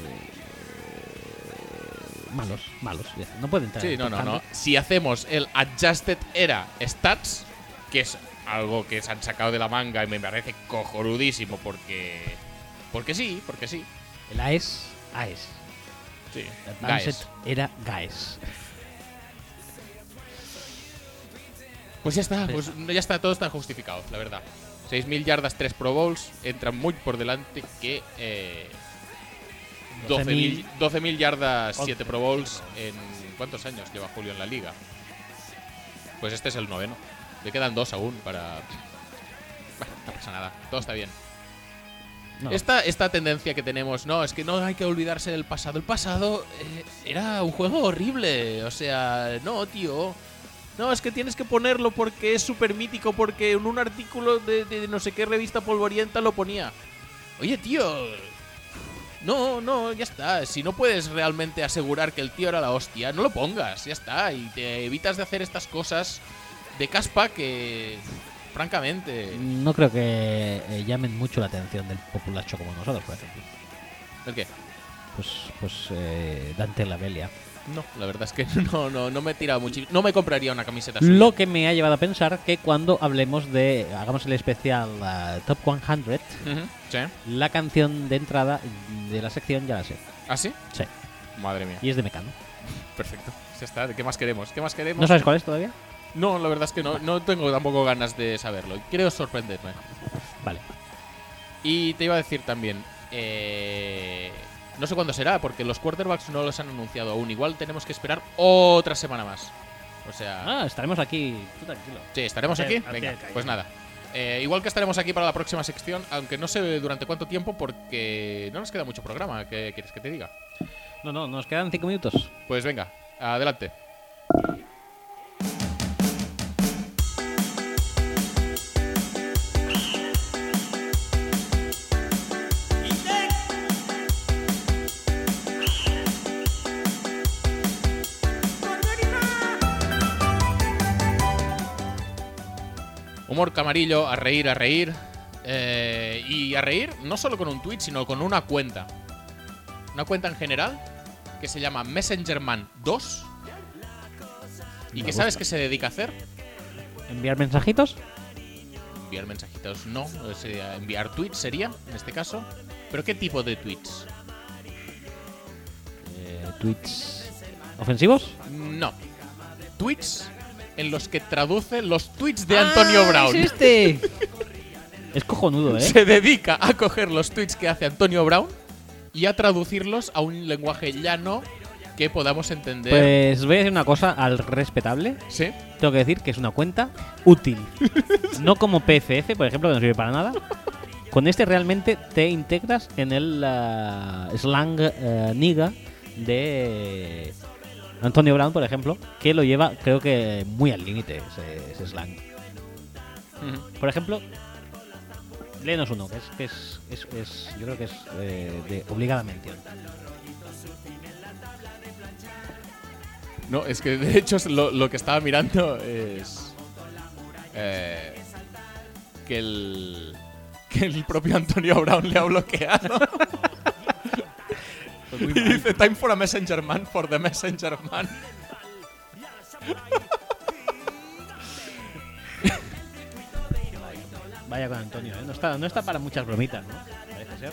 malos, malos. ya. No puede entrar. Sí, en no, top no, no. 100. Si hacemos el Adjusted Era Stats, que es algo que se han sacado de la manga y me parece cojonudísimo porque. Porque sí, porque sí. El E AES, AES. Sí. Advanced Guys. E era GAES. Pues ya está, pues ya está, todo está justificado, la verdad. 6.000 yardas, 3 Pro Bowls, entran muy por delante que eh, 12.000 12.000 12.000 yardas, 7 11 Pro Bowls en... ¿Cuántos años lleva Julio en la liga? Pues este es el noveno. Le quedan dos aún para... Bueno, no pasa nada, todo está bien. No, Esta, esta tendencia que tenemos, no, es que no hay que olvidarse del pasado. El pasado eh, era un juego horrible. O sea, no, tío. No, es que tienes que ponerlo porque es súper mítico, porque en un artículo de, de no sé qué revista polvorienta lo ponía. Oye, tío. No, no, ya está. Si no puedes realmente asegurar que el tío era la hostia, no lo pongas, ya está. Y te evitas de hacer estas cosas de caspa que, francamente... no creo que eh, llamen mucho la atención del populacho como nosotros, por ejemplo. ¿El qué? Pues, pues eh, Dante Lavelia. No, la verdad es que no, no, no me he tirado mucho. No me compraría una camiseta suya. Lo que me ha llevado a pensar que cuando hablemos de, hagamos el especial eh, Top 100, Ujú, ¿Sí? la canción de entrada de la sección ya la sé. ¿Ah, sí? Sí. Madre mía. Y es de Mecano. Perfecto. Ya está. ¿Qué más queremos? ¿Qué más queremos? ¿No sabes cuál es todavía? No, la verdad es que no, no tengo tampoco ganas de saberlo. Quiero sorprenderme. Vale. Y te iba a decir también. eh, no sé cuándo será, porque los quarterbacks no los han anunciado aún. Igual tenemos que esperar otra semana más. O sea. Ah, estaremos aquí. Tú tranquilo. Sí, estaremos Al pie- aquí. al pie Venga, del cañón. pues nada. Eh, igual que estaremos aquí para la próxima sección, aunque no sé durante cuánto tiempo porque no nos queda mucho programa. ¿Qué quieres que te diga? No, no, nos quedan cinco minutos. Pues venga, adelante. Humor camarillo, a reír, a reír. Eh, y a reír no solo con un tweet, sino con una cuenta. Una cuenta en general que se llama Messengerman 2. ¿Y que sabes que se dedica a hacer? ¿Enviar mensajitos? Enviar mensajitos, no. sería enviar tweets sería, en este caso. ¿Pero qué tipo de tweets? Eh, ¿Tweets ofensivos? No. Tweets en los que traduce los tweets de Antonio Brown. ¡Es este! es cojonudo, ¿eh? Se dedica a coger los tweets que hace Antonio Brown y a traducirlos a un lenguaje llano que podamos entender. Pues voy a decir una cosa al respetable. ¿Sí? Tengo que decir que es una cuenta útil. No como PFF, por ejemplo, que no sirve para nada. Con este realmente te integras en el ah, slang eh, niga de Antonio Brown, por ejemplo, que lo lleva, creo que, muy al límite ese, ese slang. Ujú. Por ejemplo, léenos uno, que es, que es, es- es- yo creo que es eh, de obligada mención. No, es que de hecho es lo, lo que estaba mirando es. eh, que el. Que el propio Antonio Brown le ha bloqueado. y dice: Time for a Messenger Man, for the Messenger Man. Vaya con Antonio, ¿eh? No está, no está para muchas bromitas, ¿no? Parece ser.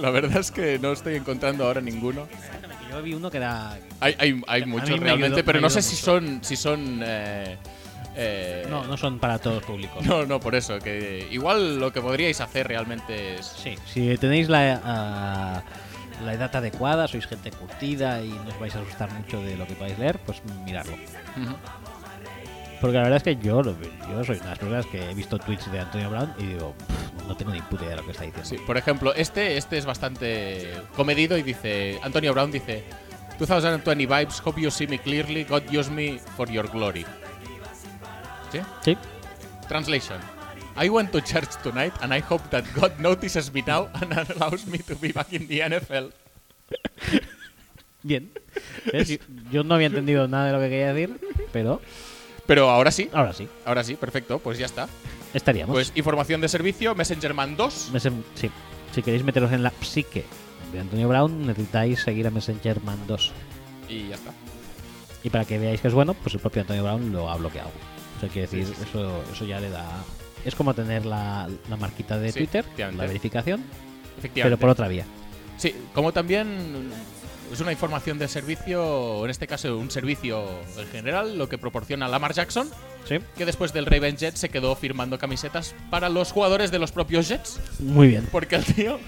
La verdad es que no estoy encontrando ahora ninguno. Yo vi uno que era... Hay, hay, hay A muchos mí me realmente, ayudó- pero me no ayudó sé si mucho. son. Si son eh, eh, No, no son para todos públicos. no, no, por eso. que Igual lo que podríais hacer realmente es. Sí, si tenéis la, ah, la edad adecuada, sois gente curtida y no os vais a asustar mucho de lo que podáis leer, pues miradlo. Ujú. Porque la verdad es que yo, lo- yo soy una de las personas que he visto tweets de Antonio Brown y digo, "Pff, no tengo ni puta idea de lo que está diciendo. Sí, por ejemplo, este, este es bastante comedido y dice, Antonio Brown dice, 2020 vibes, hope you see me clearly, God use me for your glory. ¿Sí? Sí. Translation. I went to church tonight and I hope that God notices me now and allows me to be back in the NFL. Bien. ¿Ves? Yo- Yo no había entendido nada de lo que quería decir, pero Pero ahora sí, ahora sí, ahora sí, perfecto, pues ya está. estaríamos. Pues información de servicio, Messengerman 2. Mesen- sí. Si queréis meteros en la psique de Antonio Brown, necesitáis seguir a Messenger Man 2. Y ya está. Y para que veáis que es bueno, pues el propio Antonio Brown lo ha bloqueado. O sea, quiere decir, Eso, eso ya le da. Es como tener la, la marquita de Sí, Twitter, efectivamente. la verificación, pero Efectivamente. por otra vía. Sí, como también es una información de servicio, en este caso un servicio en general, lo que proporciona Lamar Jackson, Sí. que después del Raven Jet se quedó firmando camisetas para los jugadores de los propios Jets, Muy bien. porque el tío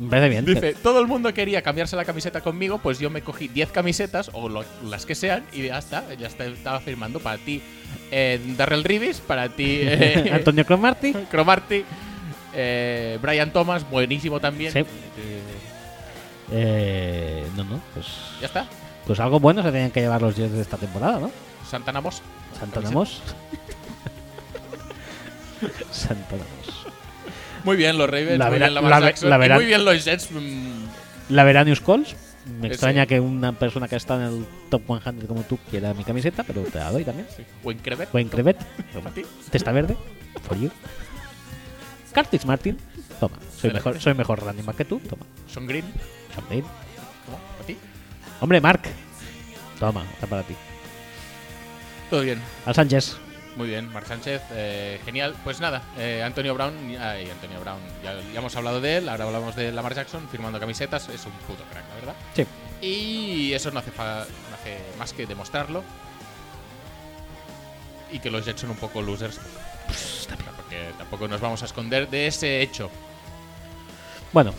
Me parece bien. dice, todo el mundo quería cambiarse la camiseta conmigo, pues yo me cogí 10 camisetas, o lo- las que sean, y ya está, ya está- estaba firmando para ti eh, Darrell Reeves, para ti eh, Antonio Cromarty. Cromarty, eh, Brian Thomas, buenísimo también, Sí. Eh, no, no, pues. ya está, Pues algo bueno se tenían que llevar los Jets de esta temporada, ¿no? Santana Moss. Santana Moss. Santana Moss. Muy bien los Ravens, La muy vera- bien Lamar la ve- Jackson, la y vera- muy bien los Jets. mm, La Veranius Calls. Me Ese. extraña que una persona que está en el top 100 como tú quiera mi camiseta, pero te la doy también. buen crevet. Buen Crevet. Para ti. Testa Verde. For you. Cartix Martin. Toma. Soy mejor, soy mejor running back que tú. Toma. Son Green. Sean Payne. ¿Cómo? ¿Para ti? Hombre, Mark. Toma. Está para ti. Todo bien. Al Sánchez. Muy bien, Marc Sánchez, eh, genial. Pues nada, eh, Antonio Brown, ay, Antonio Brown, ya, ya hemos hablado de él, ahora hablamos de Lamar Jackson firmando camisetas, es un puto crack, la verdad. Sí. Y eso no hace, fa- no hace más que demostrarlo. Y que los Jets son un poco losers. Porque tampoco nos vamos a esconder de ese hecho. Bueno.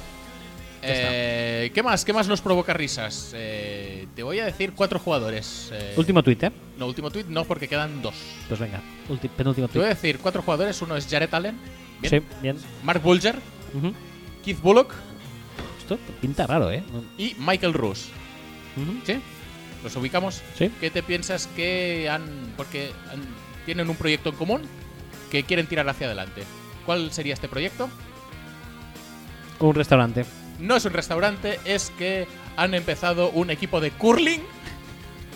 Eh, Eh, ¿Qué más? ¿Qué más nos provoca risas? Eh, te voy a decir cuatro jugadores. eh, Último tuit, ¿eh? No, último tweet no, porque quedan dos. Pues venga, ulti- penúltimo Te voy a tuit. decir cuatro jugadores. Uno es Jared Allen, bien. Sí, bien. Mark Bulger, Ujú. Keith Bullock Esto pinta raro, ¿eh? y Michael Ruse. Ujú. ¿Sí? ¿Los ubicamos? Sí. ¿Qué te piensas que han.? Porque han- tienen un proyecto en común que quieren tirar hacia adelante. ¿Cuál sería este proyecto? Un restaurante. No es un restaurante, es que han empezado un equipo de curling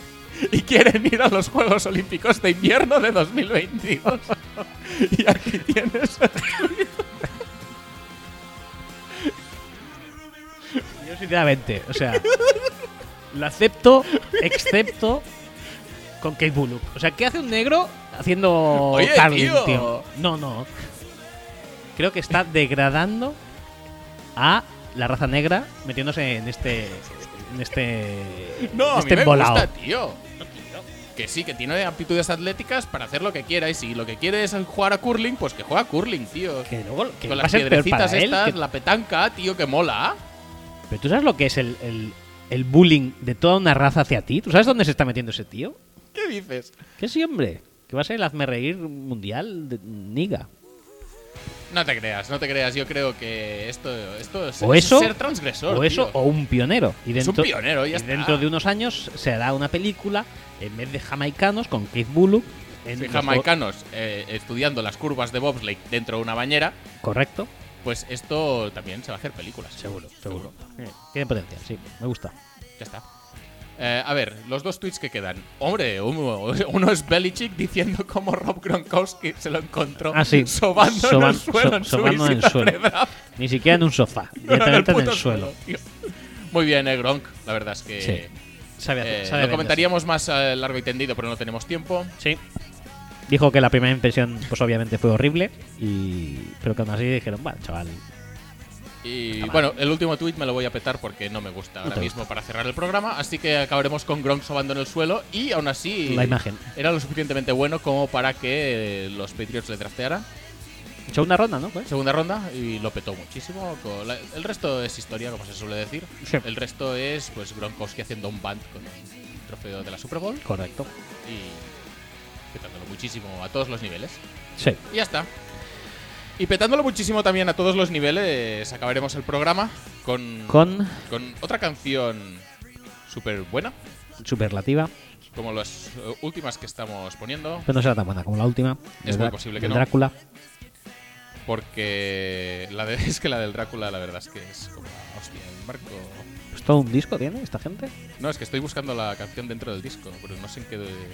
y quieren ir a los Juegos Olímpicos de invierno de 2022. y aquí tienes. Yo sinceramente, o sea, lo acepto, excepto con Kate Bullock. O sea, ¿qué hace un negro haciendo Oye, curling, tío. No, no. Creo que está degradando a la raza negra metiéndose en este en este No, en a mí este me embolado. gusta, tío. Que sí, que tiene aptitudes atléticas para hacer lo que quiera. Y si lo que quiere es jugar a curling, pues que juega a curling, tío. Que luego que Con va las a ser peor para piedrecitas él. estas, que- la petanca, tío, que mola. Pero tú sabes lo que es el, el, el bullying de toda una raza hacia ti. ¿Tú sabes dónde se está metiendo ese tío? ¿Qué dices? Que sí, hombre. Que va a ser el hazme reír mundial de Niga. No te creas, no te creas. Yo creo que esto, esto es, O es eso, ser transgresor. o eso, tío. o un pionero. Y Es dentro, un pionero, ya y está. dentro de unos años se hará una película en vez de jamaicanos con Keith Bullock. En Sí, los- jamaicanos eh, estudiando las curvas de bobsleigh dentro de una bañera, Correcto, pues esto también se va a hacer películas. seguro, seguro. Eh, Tiene potencia, sí, me gusta. Ya está. Eh, a ver, los dos tweets que quedan. Hombre, uno, uno es Belichick diciendo cómo Rob Gronkowski se lo encontró Ah, sí. sobando en Soban- el suelo so- en su sobando en el visita suelo. pre-draft. Ni siquiera en un sofá, directamente en el, puto suelo. tío. Muy bien, eh, Gronk. La verdad es que Sí. Sabe, hacer- sabe eh, lo venderse. comentaríamos más eh, largo y tendido, pero no tenemos tiempo. Sí. Dijo que la primera impresión, pues obviamente fue horrible. Y... Pero que aún así dijeron, bueno, chaval. Y Está mal. bueno, el último tweet me lo voy a petar porque no me gusta ahora te mismo para cerrar el programa, así que acabaremos con Gronk sobando en el suelo y aún así La imagen. era lo suficientemente bueno como para que eh, los Patriots le draftearan Segunda ronda, ¿no? Pues? segunda ronda y lo petó muchísimo. con la- el resto es historia, como se suele decir. Sí. El resto es pues Gronkowski haciendo un band con el trofeo de la Super Bowl Correcto. y petándolo muchísimo a todos los niveles. Sí. Y ya está. Y petándolo muchísimo también a todos los niveles, acabaremos el programa con, Con con otra canción súper buena, superlativa. como las eh, últimas que estamos poniendo, Pero no será tan buena como la última. Es El muy Drá- posible que el no. Drácula. porque la de- es que la del Drácula la verdad es que es como, hostia, el marco... Pues todo un disco tiene esta gente. No, es que estoy buscando la canción dentro del disco, pero no sé en qué... De... Eh,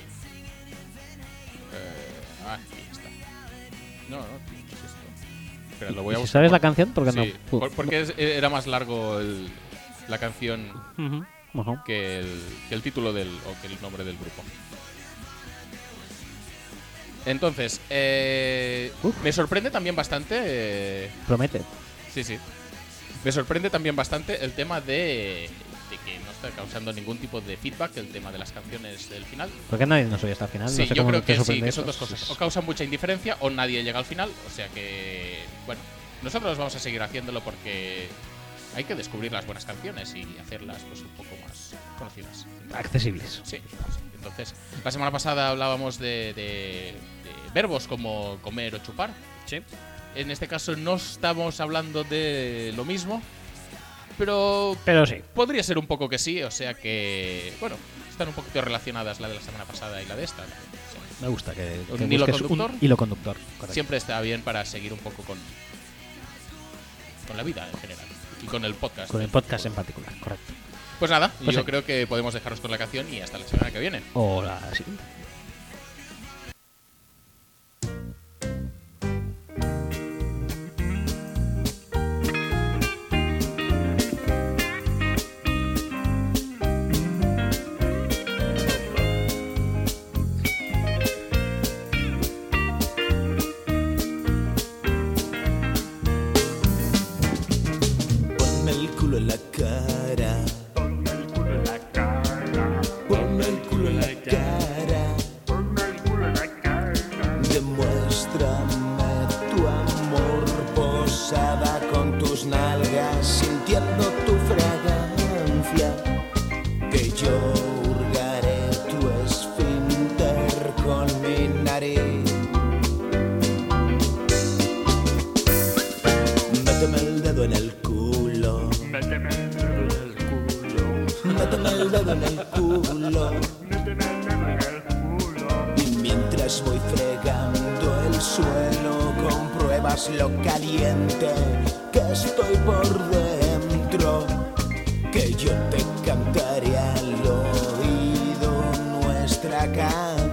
ah, aquí está. No, no, tío, ¿qué es esto? Espera, lo voy ¿Y Pues a si buscar. ¿Sabes la por- canción? Porque Sí, no. por- porque es- e, era más largo el- la canción Ujú. Ujú. que el, que el título del o que el nombre del grupo. Entonces, eh, Uf. me sorprende también bastante. eh, Promete. sí, sí. Me sorprende también bastante el tema de, de que no está causando ningún tipo de feedback el tema de las canciones del final. Porque nadie nos oye hasta el final. Sí, Ah, no sé yo cómo creo te que sí, sorprende que son dos esto. cosas. Sí, O causan mucha indiferencia o nadie llega al final. O sea que, bueno, nosotros vamos a seguir haciéndolo porque hay que descubrir las buenas canciones y hacerlas pues un poco más conocidas. Accesibles. Sí, entonces, la semana pasada hablábamos de, de- de verbos como comer o chupar. Sí. En este caso no estamos hablando de lo mismo, pero Pero sí. podría ser un poco que sí, o sea que, bueno, están un poquito relacionadas la de la semana pasada y la de esta. Sí. Me gusta que, ¿Un que hilo busques un conductor? hilo conductor. correcto. Siempre está bien para seguir un poco con, con la vida en general y con el podcast. Con el podcast en particular, correcto. Pues nada, Pues yo sí. creo que podemos dejaros con la canción y hasta la semana que viene. O la siguiente. Ponme el culo en la cara. Ponme el culo en la cara. Demuéstrame tu amor posada con tus nalgas, sintiendo tu fraga. Méteme el dedo en el culo. Y mientras voy fregando el suelo, compruebas lo caliente que estoy por dentro. Que yo te cantaré al oído nuestra canción.